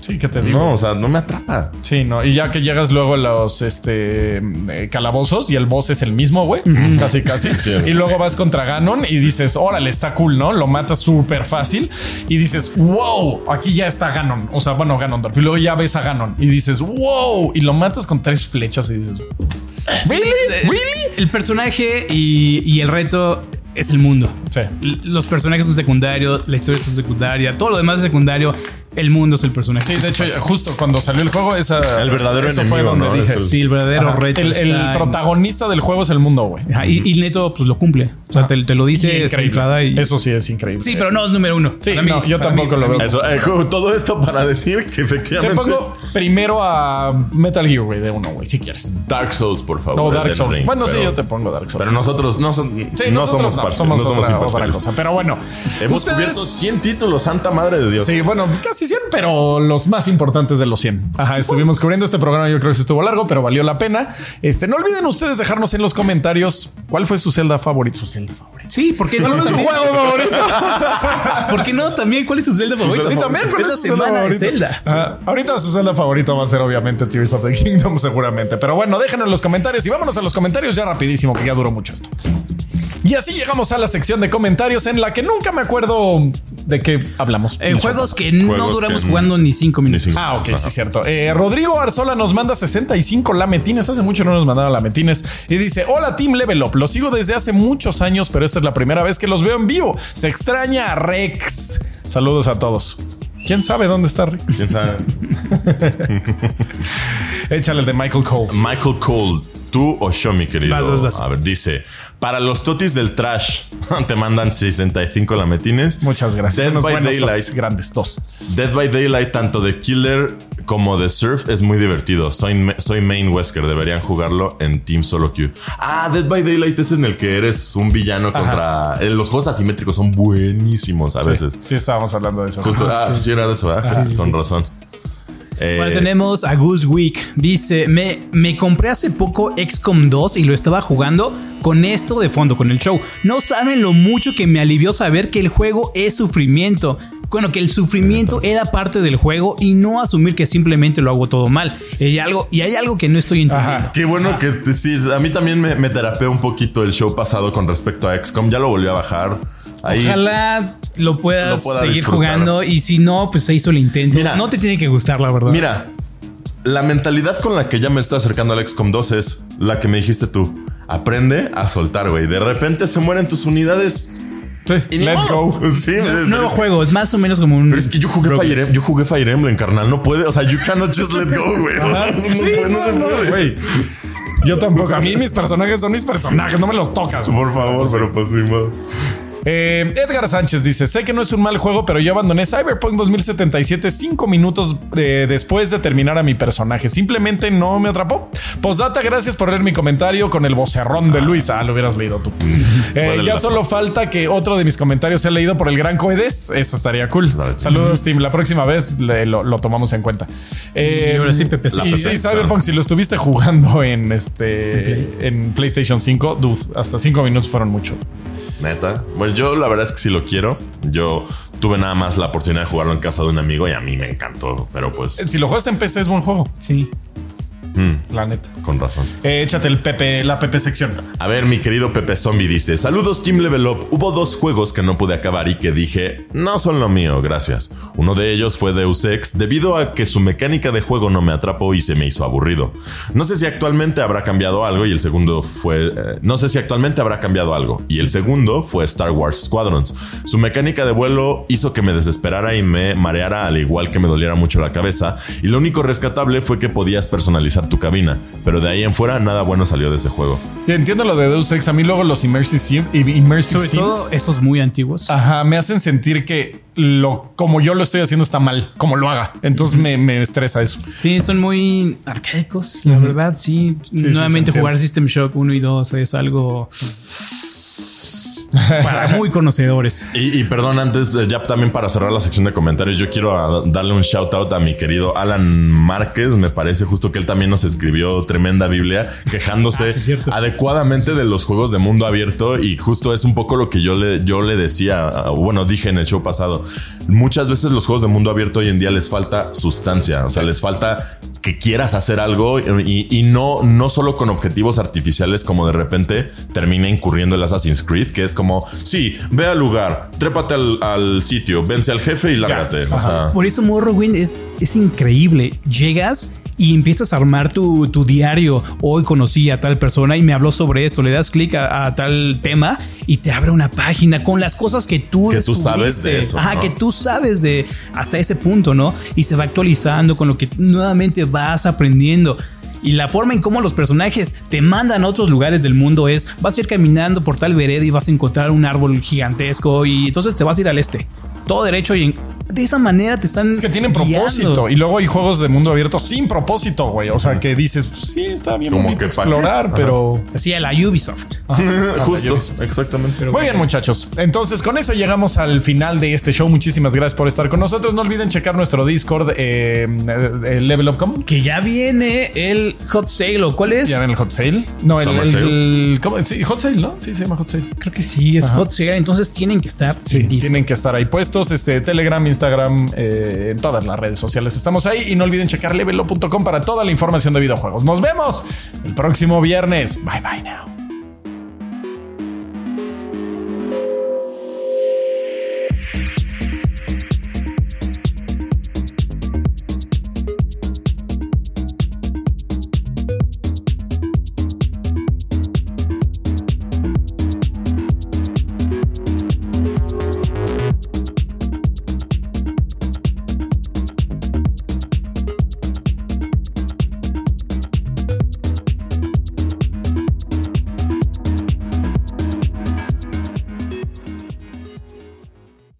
Speaker 1: Sí, que te digo.
Speaker 2: no, o sea, no me atrapa.
Speaker 1: Sí, no. Y ya que llegas luego a los este eh, calabozos y el boss es el mismo, güey. Casi, casi.
Speaker 2: Sí.
Speaker 1: y luego vas contra Ganon y dices, órale, está cool, ¿no? Lo matas súper fácil. Y dices, wow, aquí ya está Ganon. O sea, bueno, Ganondorf. Y luego ya ves a Ganon y dices, wow. Y lo matas con tres flechas y dices, ¿really? ¿really?
Speaker 3: El personaje y, y el reto es el mundo.
Speaker 1: Sí.
Speaker 3: L- Los personajes son secundarios, la historia es secundaria, todo lo demás es secundario. El mundo es el personaje.
Speaker 1: Sí, de hecho, justo cuando salió el juego, esa.
Speaker 2: El verdadero
Speaker 1: eso fue
Speaker 2: enemigo,
Speaker 1: donde
Speaker 2: ¿no?
Speaker 1: dije.
Speaker 2: Es el-
Speaker 3: Pues Sí, el verdadero
Speaker 1: Ajá.
Speaker 3: reto.
Speaker 1: El, el
Speaker 3: está en-
Speaker 1: protagonista del juego es el mundo, güey.
Speaker 3: Ajá, y, y Neto, pues lo cumple. O sea, te, te lo dice de entrada y-
Speaker 1: Eso sí es increíble.
Speaker 3: Sí, pero no es número uno.
Speaker 1: Sí,
Speaker 3: Para mí,
Speaker 1: no, yo
Speaker 3: para
Speaker 1: tampoco
Speaker 3: mí,
Speaker 1: lo
Speaker 3: para
Speaker 1: veo.
Speaker 3: mí.
Speaker 2: Eso, eh, ju- todo esto para decir que
Speaker 1: Te
Speaker 2: efectivamente
Speaker 1: pongo primero a Metal Gear, güey, de uno, güey, si quieres.
Speaker 2: Dark Souls, por favor.
Speaker 1: O Dark
Speaker 2: Elden
Speaker 1: Souls.
Speaker 2: Ring,
Speaker 1: bueno, sí,
Speaker 2: pero-
Speaker 1: yo te pongo Dark Souls.
Speaker 2: Pero nosotros no, son-
Speaker 1: Sí,
Speaker 2: no
Speaker 1: nosotros
Speaker 2: somos
Speaker 1: no,
Speaker 2: parciales,
Speaker 1: somos
Speaker 2: no somos
Speaker 1: otra, otra
Speaker 2: imparciales.
Speaker 1: cosa. Pero bueno,
Speaker 2: Hemos
Speaker 1: ustedes-
Speaker 2: cubierto ciento títulos, santa madre de Dios.
Speaker 1: Sí, bueno, casi Sí, 100, pero los más importantes de los 100. Ajá, estuvimos
Speaker 2: pues.
Speaker 1: cubriendo este programa. Yo creo que se estuvo largo, pero valió la pena. Este, no olviden ustedes dejarnos en los comentarios cuál fue su celda favorita. Su celda favorita.
Speaker 3: Sí, ¿por
Speaker 1: (laughs)
Speaker 3: qué no?
Speaker 1: ¿Cuál es su
Speaker 3: También-
Speaker 1: juego favorito?
Speaker 3: ¿Por qué no? También, ¿cuál es su Zelda favorita?
Speaker 1: Y también
Speaker 3: ¿Cuál es la
Speaker 1: su celda
Speaker 3: semana de
Speaker 1: favorita.
Speaker 3: Zelda?
Speaker 1: Ajá. Ah, ahorita su celda favorita va a ser obviamente Tears of the Kingdom, (laughs) seguramente. Pero bueno, déjenlo en los comentarios y vámonos a los comentarios ya rapidísimo, que ya duró mucho esto. Y así llegamos a la sección de comentarios en la que nunca me acuerdo de qué hablamos.
Speaker 3: En
Speaker 1: Mucho.
Speaker 3: Eh, juegos que no
Speaker 2: Juegos
Speaker 3: duramos
Speaker 2: que-
Speaker 3: jugando ni cinco minutos.
Speaker 2: Ni cinco.
Speaker 1: Ah, ok,
Speaker 2: Ajá.
Speaker 1: sí, cierto. Eh, Rodrigo Arzola nos manda 65 lametines. Hace mucho no nos mandaban lametines. Y dice: Hola, Team Level Up. Los sigo desde hace muchos años, pero esta es la primera vez que los veo en vivo. Se extraña a Rex. Saludos a todos. ¿Quién sabe dónde está Rex?
Speaker 2: ¿Quién sabe?
Speaker 1: Échale el de Michael Cole.
Speaker 2: Michael Cole, tú o yo, mi querido.
Speaker 3: Vas, vas, vas.
Speaker 2: A ver, dice: Para los totis del trash, (laughs) te mandan 65 lametines.
Speaker 1: Muchas gracias.
Speaker 2: Dead
Speaker 1: Unos
Speaker 2: by
Speaker 1: buenos
Speaker 2: Daylight.
Speaker 1: tops grandes, dos.
Speaker 2: Dead by Daylight, tanto de Killer como de Surf, es muy divertido. Soy, soy main Wesker, deberían jugarlo en Team Solo Q. Ah, Dead by Daylight es en el que eres un villano contra. eh, los juegos asimétricos son buenísimos a veces.
Speaker 1: Sí, estábamos hablando de eso.
Speaker 2: Justo, ah, sí, era de eso, ¿verdad? Con razón. Eh,
Speaker 3: Ahora tenemos a Goose Week. Dice, me, me compré hace poco XCOM 2 y lo estaba jugando con esto de fondo, con el show. No saben lo mucho que me alivió saber que el juego es sufrimiento. Bueno, que el sufrimiento era parte del juego y no asumir que simplemente lo hago todo mal. Y hay algo, y hay algo que no estoy entendiendo.
Speaker 1: Ajá.
Speaker 2: Qué bueno que te- sí, a mí también me, me terapeó un poquito el show pasado con respecto a XCOM. Ya lo volví a bajar. Ahí.
Speaker 3: Ojalá lo puedas
Speaker 2: Lo pueda
Speaker 3: seguir
Speaker 2: disfrutar.
Speaker 3: jugando y si no, pues se hizo el intento.
Speaker 2: Mira.
Speaker 3: no te tiene que gustar, la verdad.
Speaker 2: Mira, la mentalidad con la que ya me estoy acercando al XCOM 2 es la que me dijiste tú. Aprende a soltar, güey. De repente se mueren tus unidades.
Speaker 1: Sí,
Speaker 2: y ni
Speaker 1: let
Speaker 2: modo.
Speaker 1: go.
Speaker 2: Sí, es-
Speaker 3: Nuevo
Speaker 2: pero-
Speaker 3: juego, es más o menos como un.
Speaker 2: Pero es que yo jugué, Fire Emblem, yo jugué Fire Emblem, carnal. No puede, o sea, you cannot just let go, güey.
Speaker 1: Ajá.
Speaker 2: (laughs) No,
Speaker 1: Sí,
Speaker 2: puede, no se
Speaker 1: no,
Speaker 2: puede.
Speaker 1: güey. Yo tampoco. A mí mis personajes son mis personajes. No me los tocas. güey.
Speaker 2: Por favor, pero pues sí, modo.
Speaker 1: Eh, Edgar Sánchez dice: Sé que no es un mal juego, pero yo abandoné Cyberpunk 2077 cinco minutos eh, después de terminar a mi personaje. Simplemente no me atrapó. Postdata, gracias por leer mi comentario con el vocerrón de Luis. Ah, lo hubieras leído tú. Eh,
Speaker 2: Bueno,
Speaker 1: ya
Speaker 2: la-
Speaker 1: solo falta que otro de mis comentarios sea leído por el gran Coedes. Eso estaría cool. Saludos, Tim. La próxima vez le- lo, lo tomamos en cuenta. Eh,
Speaker 3: Y ahora sí, Pepe, sí.
Speaker 1: y
Speaker 2: La
Speaker 1: sí,
Speaker 2: Pepe,
Speaker 1: Cyberpunk,
Speaker 2: claro.
Speaker 1: si lo estuviste jugando en este en PlayStation 5, dude, hasta cinco minutos fueron mucho.
Speaker 2: Neta. Bueno, yo la verdad es que sí lo quiero. Yo tuve nada más la oportunidad de jugarlo en casa de un amigo y a mí me encantó, pero pues
Speaker 1: Si lo jugaste en PC, es buen juego.
Speaker 3: Sí.
Speaker 1: La neta.
Speaker 2: con razón.
Speaker 1: Eh, échate el Pepe, la Pepe sección.
Speaker 2: A ver, mi querido Pepe Zombie dice: Saludos, Team Level Up. Hubo dos juegos que no pude acabar y que dije, no son lo mío, gracias. Uno de ellos fue Deus Ex, debido a que su mecánica de juego no me atrapó y se me hizo aburrido. No sé si actualmente habrá cambiado algo y el segundo fue. eh, no sé si actualmente habrá cambiado algo. Y el segundo fue Star Wars Squadrons. Su mecánica de vuelo hizo que me desesperara y me mareara, al igual que me doliera mucho la cabeza. Y lo único rescatable fue que podías personalizar tu cabina, pero de ahí en fuera nada bueno salió de ese juego.
Speaker 1: Y entiendo lo de Deus Ex. A mí luego los immersive, sim- i- immersive
Speaker 3: Sobre
Speaker 1: scenes,
Speaker 3: todo esos muy antiguos.
Speaker 1: ajá, me hacen sentir que lo como yo lo estoy haciendo está mal, como lo haga. Entonces me, me estresa eso.
Speaker 3: Sí, son muy arcaicos, la verdad, sí.
Speaker 1: sí,
Speaker 3: Nuevamente
Speaker 1: se
Speaker 3: jugar
Speaker 1: entiende.
Speaker 3: System Shock 1 y 2 es algo para muy conocedores.
Speaker 2: Y, y perdón, antes, eh, ya también para cerrar la sección de comentarios, yo quiero a- darle un shout out a mi querido Alan Márquez. Me parece justo que él también nos escribió tremenda Biblia quejándose
Speaker 3: (laughs) Ah, sí, cierto.
Speaker 2: adecuadamente de los juegos de mundo abierto. Y justo es un poco lo que yo le, yo le decía, ah, bueno, dije en el show pasado. Muchas veces los juegos de mundo abierto hoy en día les falta sustancia, o sea, les falta que quieras hacer algo y, y no, no solo con objetivos artificiales como de repente termina incurriendo el Assassin's Creed, que es como, sí, ve al lugar, trépate al, al sitio, vence al jefe y lárgate. O sea,
Speaker 3: Por eso Morrowind es, es increíble. Llegas y empiezas a armar tu, tu diario. Hoy conocí a tal persona y me habló sobre esto. Le das clic a, a tal tema y te abre una página con las cosas que tú
Speaker 2: Que tú sabes
Speaker 3: descubriste.
Speaker 2: de eso,
Speaker 3: Ajá,
Speaker 2: ¿no?
Speaker 3: que tú sabes de hasta ese punto, ¿no? Y se va actualizando con lo que nuevamente vas aprendiendo. Y la forma en cómo los personajes te mandan a otros lugares del mundo es, vas a ir caminando por tal vereda y vas a encontrar un árbol gigantesco y entonces te vas a ir al este. todo derecho y en- de esa manera te están.
Speaker 1: Es que tienen
Speaker 3: guiando.
Speaker 1: propósito. Y luego hay juegos de mundo abierto sin propósito, güey. O sea, que dices, pues, sí, está bien
Speaker 2: Como
Speaker 1: bonito
Speaker 2: que pa' qué.
Speaker 1: explorar,
Speaker 2: Ajá.
Speaker 1: pero...
Speaker 3: Así a la Ubisoft.
Speaker 1: Ah.
Speaker 2: (laughs) Justo, exactamente.
Speaker 1: Muy bien, muchachos. Entonces, con eso llegamos al final de este show. Muchísimas gracias por estar con nosotros. No olviden checar nuestro Discord, eh, eh, Level Up Com.
Speaker 3: Que ya viene el hot sale o cuál es.
Speaker 1: ¿Ya ven el Hot Sale? No, el,
Speaker 2: Summer
Speaker 1: el-
Speaker 2: Sale.
Speaker 1: el- ¿cómo? Sí, Hot Sale, ¿no? Sí, se llama Hot Sale.
Speaker 3: Creo que sí, es hot sale. Entonces tienen que estar
Speaker 1: Sí,
Speaker 3: en Discord.
Speaker 1: tienen que estar ahí puestos. Este Telegram, Instagram, eh, en todas las redes sociales estamos ahí. Y no olviden checar levelo.com para toda la información de videojuegos. Nos vemos el próximo viernes. Bye bye now.